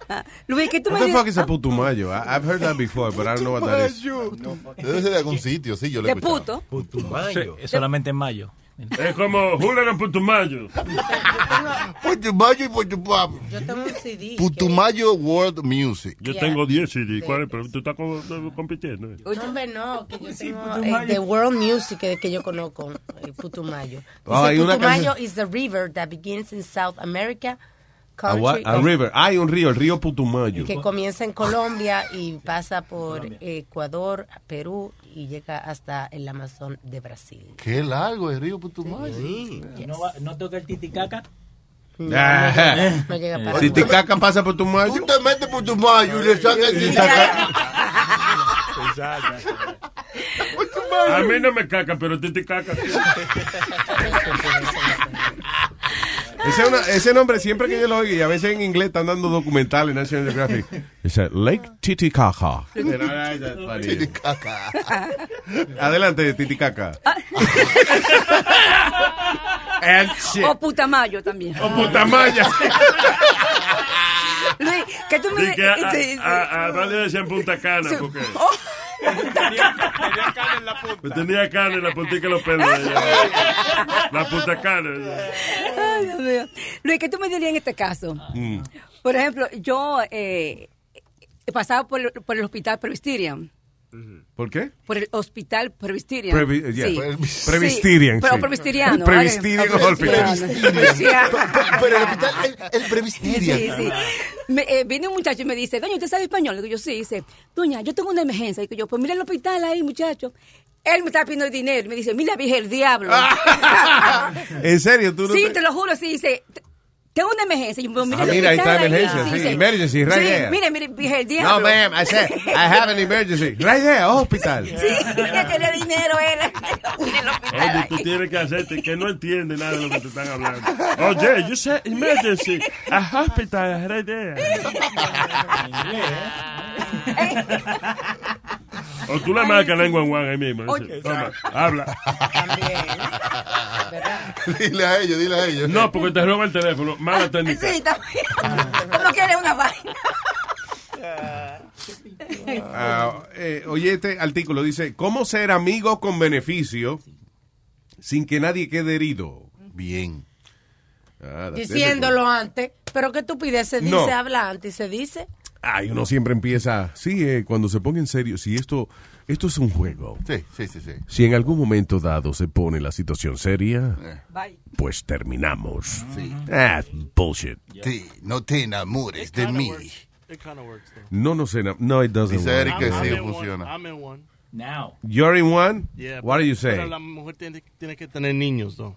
Ah, (laughs) Luis, ¿qué tú
What
me
the
dices? Ah,
fuck is a putumayo? I- I've heard that before, but I don't know what
(laughs)
that
(laughs)
is.
Debe ser de algún sitio, sí, yo lo he
De
escuchado.
puto.
Putumayo.
Sí, solamente en mayo.
Es como Julian en
(laughs)
Putumayo.
Putumayo y Putumayo.
Yo tengo un CD.
Putumayo World Music.
Yo tengo 10 CD. ¿Cuál es? Pero tú estás co- compitiendo. ¿eh?
No, hombre, no, que yo tengo
Putumayo.
eh, the world music que, que yo conozco, eh, Putumayo. Dice,
Ah, hay una
Putumayo
canción-
is the river that begins in South America,
A, what?
country
A
of-
river. Hay un río, el río Putumayo.
que comienza
(laughs)
en Colombia y pasa por Ecuador, Perú y llega hasta el Amazon de Brasil.
Qué largo el río Putumayo.
¿No, va- no toca el titicaca?
Ah.
No llega para
Si Titicaca pasa por tu mayo.
Tú te metes por tu mayo y le sacas el
A
Ah,
mí no me caca, pero te te caca.
Ese, es una- ese nombre siempre que yo lo oigo, y a veces en inglés están dando documentales en National
(laughs)
Geographic. Dice Lake Titicaca.
Titicaca.
Ah.
Adelante, Titicaca. And shit.
O putamayo también.
O putamaya.
(laughs) Luis, ¿qué tú me
Di que a,
dices? Sí, sí.
ah,
a, a- a Vale decían Punta Cana, porque
Oh,
tenía cana en la puntica de los pelos. ella. La Punta Cana. ella.
(laughs) ay, Dios mío. Luis, ¿qué tú me dirías en este caso?
Mm.
Por ejemplo, yo eh, pasaba por, por el hospital Presbyterian.
¿Por qué?
Por el hospital Presbyterian.
Previ- yeah.
Sí.
Previs- Presbyterian,
Sí, Pero
sí.
Presbyteriano.
Presbyterian
¿vale?
hospital.
Presbyteriano.
Pero el hospital, el, el Presbyterian.
Sí, sí. Me, eh, viene un muchacho y me dice, doña, ¿usted sabe español? Le digo, yo sí. Dice, doña, yo tengo una emergencia. Digo yo, pues mira el hospital ahí, muchacho. Él me está pidiendo dinero. Me dice, mira, vieja,
(laughs)
el diablo.
En serio, tú no
sí,
te-
te lo juro, sí, dice... "T- Tengo una emergencia. Y yo,
Ah, mira, ahí está emergencia, sí, emergency, right
sí,
there.
Mire, mire, vieja, el diablo.
No, ma'am, I
(laughs)
said, I have an emergency. Right there, hospital.
Sí, ella quería dinero, él. En el hospital.
Oye, tú tienes que hacerte que no entiende nada de lo que te están hablando. Oye, you said emergency. A hospital, right there. O tú le marcas lengua en Juan ahí mismo.
Oye.
Toma, habla.
Dile a ellos, dile a ellos.
No, porque te roba el teléfono. Mala técnica.
Sí, también. Como que eres
(laughs)
una vaina.
Ah, eh, oye, este artículo dice, ¿cómo ser amigo con beneficio sin que nadie quede herido? Ah,
Bien.
Diciéndolo antes, pero qué estupidez, se dice,
No.
habla antes, se dice.
Ay, uno siempre empieza, sí, eh, cuando se ponga en serio, si esto, esto es un juego.
Sí, sí, sí, sí.
Si en algún momento dado se pone la situación seria,
Bye.
pues terminamos.
Eh. Sí.
That's bullshit.
Sí, no te enamores de mí.
It kind of works. though.
No nos ena- No, it doesn't
Dice Eric
work.
que sí
I'm in one-
funciona.
I'm in one.
Now.
You're in one?
Yeah,
What do you
Pero
say?
la mujer tiene, tiene que tener niños, though.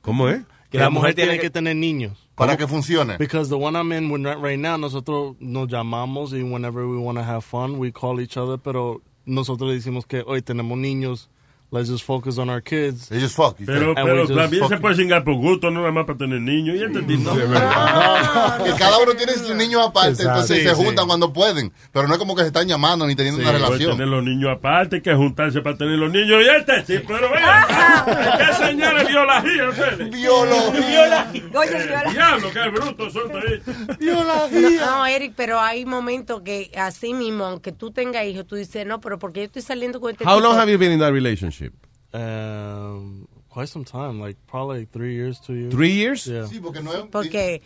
¿Cómo es?
Que la, mujer, tiene que tener niños.
Para que funcione.
Because the one I'm in when, right now, nosotros nos llamamos y whenever we want to have fun, we call each other, pero nosotros le decimos que hoy tenemos niños, Let's just focus on our kids.
They just fuck.
And
Pero,
we
pero
just
también se
fuck.
puede chingar por gusto, no nada más para tener niños. Y este tipo.
Que cada uno tiene sus niños aparte,
Exacto. Sí,
entonces se
sí.
juntan cuando pueden. Pero no es como que se están llamando ni teniendo una
Puede
relación.
tener los niños aparte, hay que juntarse para tener los niños. Y este sí, pero vea. ¿Qué señores biología ustedes?
Biología.
Oye, biología.
Diablo, qué brutos son ustedes.
(laughs) No, no, Eric, pero hay momentos que así mismo, aunque tú tengas hijos, tú dices, no, pero porque yo estoy saliendo con este
How
tipo?
long have you been in that relationship?
Um, quite some time, like probably three years, two years.
Three years?
Yeah.
Porque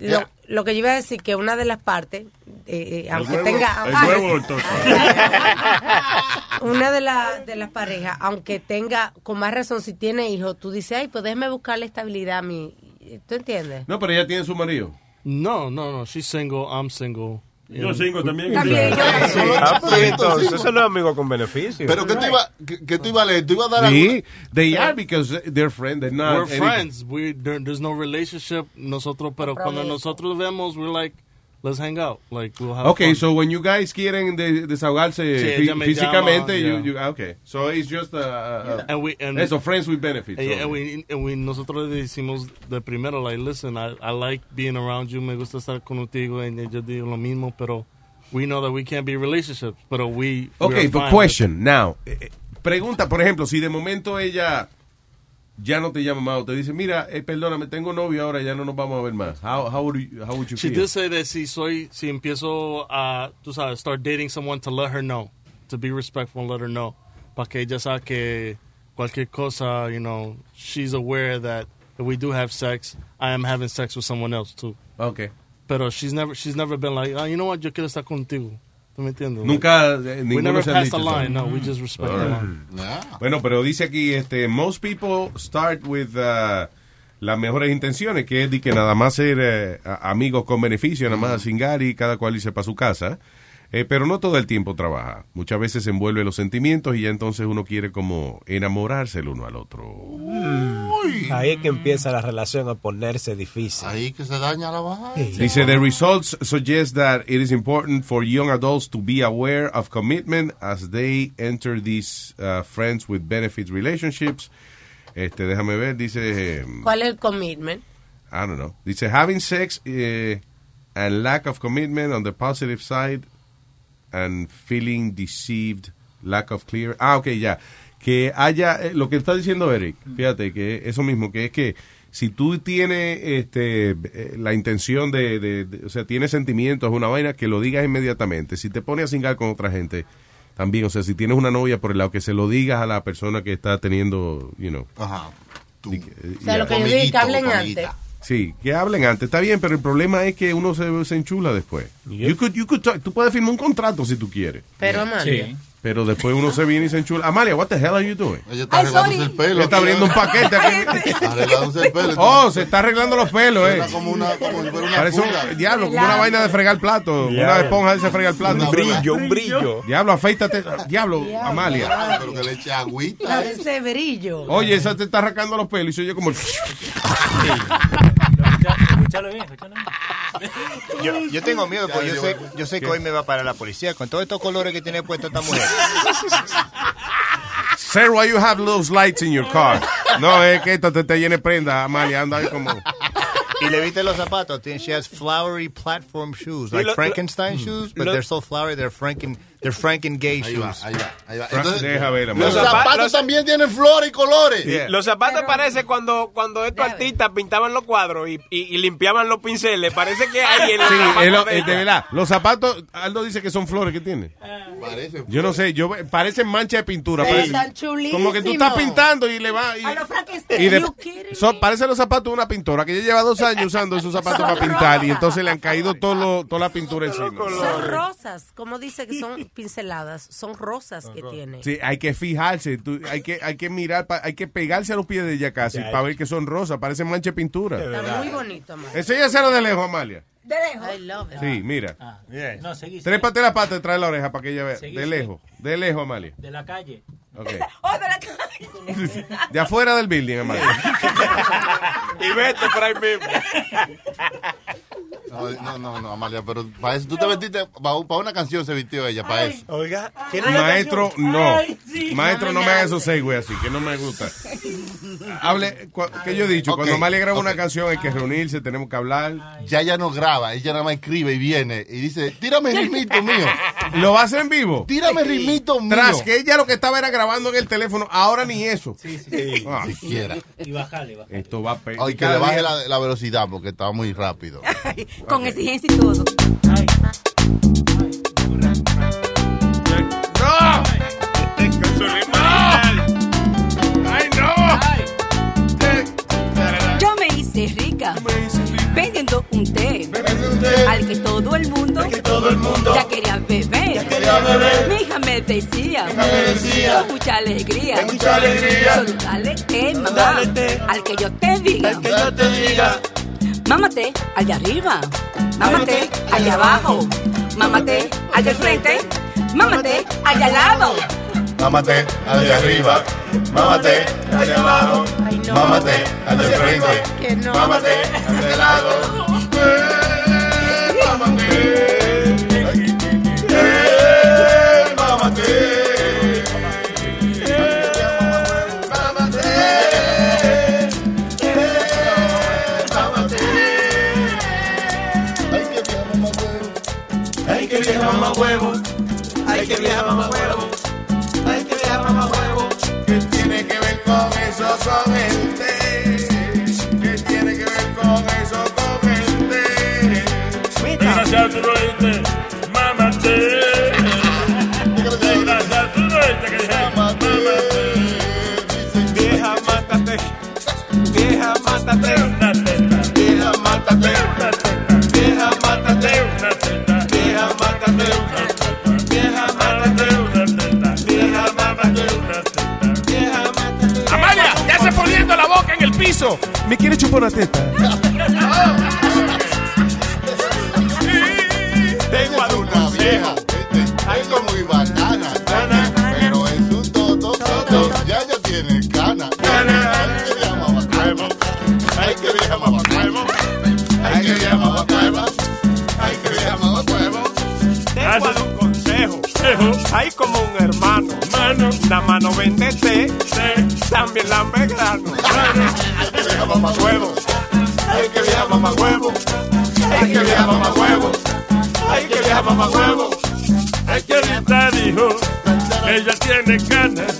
lo,
Yeah.
lo que yo iba a decir que una de las partes, eh, eh, aunque
huevo,
tenga...
el huevo, el toto.
(laughs) una de, la- de las parejas, aunque tenga, con más razón, si tiene hijos, tú dices, ay, pues déjame buscar la estabilidad a mí. ¿Tú entiendes?
No, pero ella tiene su marido.
No, no, no. She's single. I'm single.
Yo
And
single
we-
también.
También yo. Ah, pues, entonces, eso no es amigo con beneficio.
Pero que tú ibas que, que tú ibas a leer, tú ibas a dar
Sí,
alguna-
they are because they're friends. They're not.
We're
anything.
friends. We there, there's no relationship. Nosotros, pero cuando nosotros vemos, we're like, let's hang out. Like we'll have.
Okay,
fun.
so when you guys quieren de- desahogarse
Sí,
fí-
ella me
físicamente,
llama, yeah.
you, you- ah, okay. So it's just uh, uh,
And we- and-
eso, friends with benefits.
And, yeah, and
okay.
we, and we, nosotros le decimos de primero, like, listen, I, I like being around you, me gusta estar contigo, and yo digo lo mismo, pero we know that we can't be relationships, pero we. we
Okay,
are
but
fine.
question now. Eh, eh, Pregunta, por ejemplo, si de momento ella ya no te llama más o te dice, mira, eh, perdóname, tengo novio ahora, ya no nos vamos a ver más. How, how, would, you, how would you
She
feel?
did say that si soy, si empiezo a, tú sabes, start dating someone to let her know, to be respectful and let her know, para que ella sabe que cualquier cosa, you know, she's aware that if we do have sex, I am having sex with someone else too.
Okay.
Pero she's never, she's never been like, ah, you know what, yo quiero estar contigo. ¿Tú me entiendes?
Nunca, eh,
we
ninguno
never
se ha
passed the
dicho eso.
line. No, we just respect
All
the
right.
line.
Bueno, pero dice aquí, este, most people start with uh, las mejores intenciones, que es de que nada más ser eh, a- amigos con beneficio, nada más a cingar y cada cual irse para su casa. Eh, pero no todo el tiempo trabaja. Muchas veces se envuelve los sentimientos y ya entonces uno quiere como enamorarse el uno al otro.
Mm. Ahí es que empieza la relación a ponerse difícil.
Ahí que se daña la baja.
Dice, the results suggest that it is important for young adults to be aware of commitment as they enter these uh, friends with benefits relationships. Este, déjame ver, dice... em,
¿Cuál es el commitment?
I don't know. Dice having sex eh, and lack of commitment on the positive side and feeling deceived, lack of clear. Ah, ok, ya. Que haya eh, lo que está diciendo Eric.
Mm.
Fíjate que eso mismo, que es que si tú tienes este, eh, la intención de, de- de- o sea, tienes sentimientos, una vaina, que lo digas inmediatamente. Si te pones a cingar con otra gente, también, o sea, si tienes una novia por el lado, que se lo digas a la persona que está teniendo, you know. eh,
Ajá.
O sea, lo que yo dije, que hablen antes.
Sí, que hablen antes, está bien, pero el problema es que uno se, se enchula después. You could- you could talk- tú puedes firmar un contrato si tú quieres.
Pero, Amalia.
Sí. Pero después uno se viene y se enchula. Amalia, what the hell are you doing?
Ella está arreglándose el pelo.
Ella está abriendo un paquete aquí.
Arreglándose el pelo.
Oh, se está arreglando los pelos, eh.
Suena como una, como si fuera una
Parece un
pulga.
diablo, como una vaina de fregar plato. Una
Diablo.
esponja de ese fregar plato.
Un brillo,
un brillo. Diablo, afeítate. Diablo, Amalia.
Pero que le eche agüita.
Ese brillo.
Oye, esa te está arrancando los pelos y soy
(laughs)
yo como. el-
Escúchalo bien, escúchalo bien.
Yo, yo tengo miedo, porque yo sé, yo sé que hoy me va para la policía con todos estos colores que tiene puesto esta mujer.
Sir, why you have those lights in your car? No, es que esta te, te llena de prenda, Amalia, anda ahí como...
Y le viste los zapatos. Tiene- She has flowery platform shoes,
Sí,
like
lo-
Frankenstein
lo-
shoes, but
lo-
they're so flowery, they're Franken, they're Franken gay
Ahí va,
shoes.
ahí va, ahí va.
Fra-
Entonces,
deja ver,
los
Amalia.
zapatos
Los-
también tienen flores y colores.
Los zapatos parece cuando, cuando estos artistas pintaban los cuadros y, y- y limpiaban los pinceles. Parece que ahí en los
Sí,
zapatos
es lo-
de
es de
ella.
verdad. Los zapatos, Aldo dice que son flores que tiene.
Parece.
Yo no sé, yo parecen manchas de pintura.
Sí,
parecen-
están
como que tú estás pintando y le va... Y, y de- son, parecen los zapatos de una pintora que ya lleva dos años usando esos zapatos para pintar y entonces le han caído todo lo- toda la pintura encima.
Son rosas, como dice que son pinceladas, son rosas que tiene.
Sí, hay que fijarse, tú- hay, que, hay que mirar, pa- hay que pegarse a los pies de ella casi
Ya,
para ver que son rosas, parecen manchas de pintura.
Está muy bonito, Amalia.
Enséñaselo de lejos, Amalia.
De lejos. I love it.
Sí, mira.
Ah.
No, seguí. seguí.
Trépate la pata y trae la oreja para que ella vea.
Seguí,
de
sí.
lejos. De lejos, Amalia.
De la calle.
Ok.
¡Oh, de la calle!
De afuera del building, Amalia.
Y vete por ahí mismo.
No, no, no, no, Amalia, pero para eso tú te vestiste, para, un- para una canción se vistió ella, para eso.
Oiga,
Maestro, no.
Ay, sí.
Maestro, no me haga esos seis, güey, así, que no me gusta. (laughs) Hable, cua- que yo he dicho, cuando Amalia graba una canción hay que reunirse, tenemos que hablar.
Ya ya no graba, ella nada más escribe y viene y dice, tírame el
(laughs)
ritmito mío.
¿Lo va a hacer en vivo?
Tírame el ritmito mío.
Tras que ella lo que estaba era grabando en el teléfono, ahora ni eso. Ah,
Siquiera.
Y bajarle, bajarle.
Esto va a pe-
Ay, que
cada
le baje
día-
la, la velocidad porque estaba muy rápido.
Con exigencia y todo.
¡No!
¡Ay, no! Yo me hice rica vendiendo un té. Al que todo el mundo, ya quería beber. Mi hija me decía, con mucha alegría, solo dale té, mamá, al que yo te diga. Mámate al de arriba, mámate al de abajo, mámate al del frente, mámate al de al lado.
Mámate al de arriba, mámate al de abajo, mámate al de frente,
Que no.
mámate al de lado.
Ay, que vieja mamá huevo. Ay, que vieja mamá huevo. Ay, que vieja mamá huevo. ¿Qué tiene que ver con eso, con el té? ¿Qué tiene que ver con eso, con el té?
Desgraciado, tú no oíste. Mámate. Desgraciado, tú no oíste que dije, mámate. Vieja, mátate. Vieja, mátate. Vieja, mátate. Vieja, mátate. Vieja, mátate. Vieja, mátate. Vieja, mátate. Vieja, mátate.
Amalia, ya se poniendo la boca en el piso.
Me quiere chupar una teta.
Tengo a una vieja, hay como mi banana, nana, pero es un toto, toto, ya ya tiene cana, cana, ay que vieja mamá huevo, ay que vieja mamá huevo, ay que vieja mamá huevo, ay que vieja mamá huevo.
Tengo un consejo. Hay como un hermano. Mano. La mano vende té. También la grano. Hay que vieja mamá huevo. Hay que vieja mamá huevo. Hay que vieja mamá huevo. Hay que vieja mamá huevo.
El que ahorita dijo que ella tiene canas.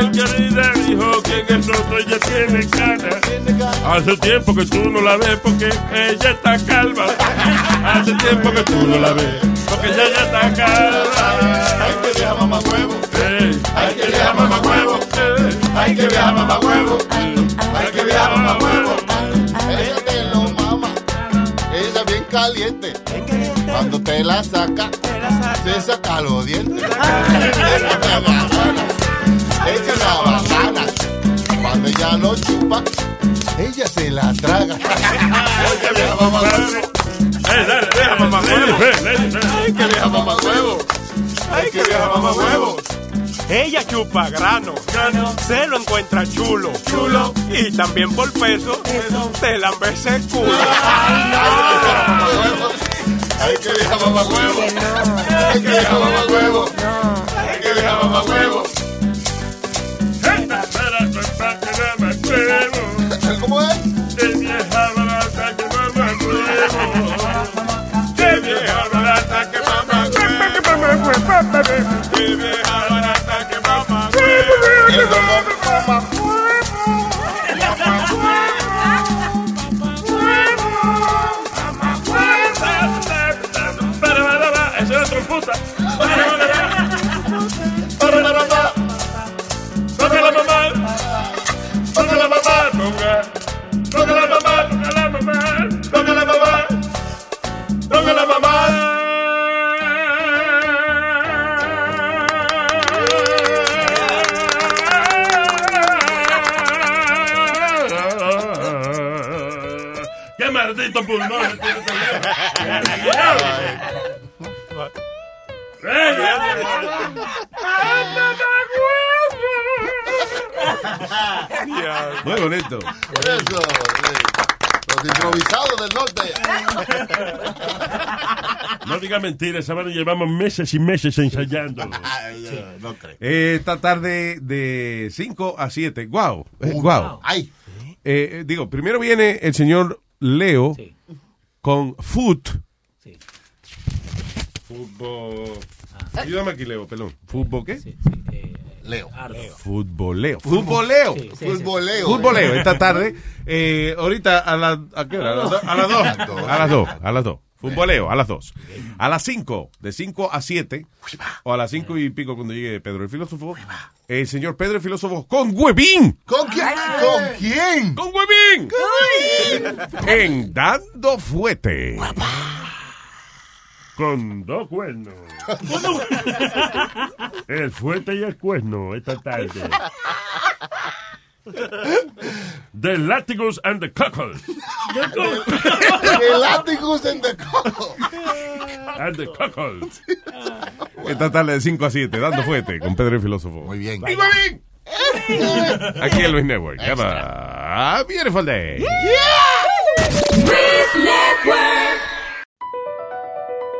El que ahorita dijo que en el rostro ella tiene canas. Hace tiempo que tú no la ves porque ella está calva. Hace tiempo que tú no la ves porque ella ya está calva. Hay que vieja mamá huevo. Hay que vieja mamá huevo. Hay que vieja mamá huevo.
Ay que vieja mamá huevo, ella te lo mama, ella bien caliente, cuando te la saca, se saca los dientes. Ella te la gana, ella la banana, cuando ella lo chupa, ella se la traga. Ay que vieja mamá huevo,
Ay, que vieja mamá huevo. Ay, que vieja mamá huevo. Ella chupa grano, se lo encuentra chulo, chulo, y también por peso, te lambe ese culo.
ay que vieja mamá huevo, ay que vieja mamá huevo, ay que vieja mamá huevo.
¿Cómo es? De vieja barata que mamá huevo. De vieja barata que mamá huevo. De vieja barata que mamá huevo. Esa es la tromputa. Toca la mamá. Toca la mamá. Toca. Toca la mamá. Toca la mamá. Toca la mamá. Toca la mamá. ¡Qué maldito pulmón!
Muy bonito.
Eso, sí. Lo improvisado del norte.
No diga mentira, esa vaina llevamos meses y meses ensayando.
no creo.
Eh, esta tarde de 5 a 7. ¡Guau! eh,
Uy,
¡Guau!
guau. Ay.
Eh, eh, digo, primero viene el señor Leo con Foot. Fútbol. Ayúdame aquí, Leo, perdón. ¿Fútbol qué?
Leo.
Futboleo. Futboleo.
Sí, sí, sí. Futboleo.
Futboleo. Esta tarde. eh, ahorita a, la- ¿a qué hora? A las do- a las 2. A las 2. A las 2. Futboleo, a las 2. A las 5. De 5 a 7. O a las 5 y pico cuando llegue Pedro el Filósofo. El señor Pedro el Filósofo con Huevín.
¿Con quién? ¿Con quién?
¡Con Huevín! En Dando Fuete.
Con dos cuernos. El fuerte y el cuerno esta tarde. The Látigos and the Cockles.
El látigus en the coco.
And the Cockles.
Esta tarde de 5 a 7. Dando Fuete con Pedro el Filósofo. Muy bien.
¡Viva bien!
Aquí en Luis Network. Llama. Beautiful Day.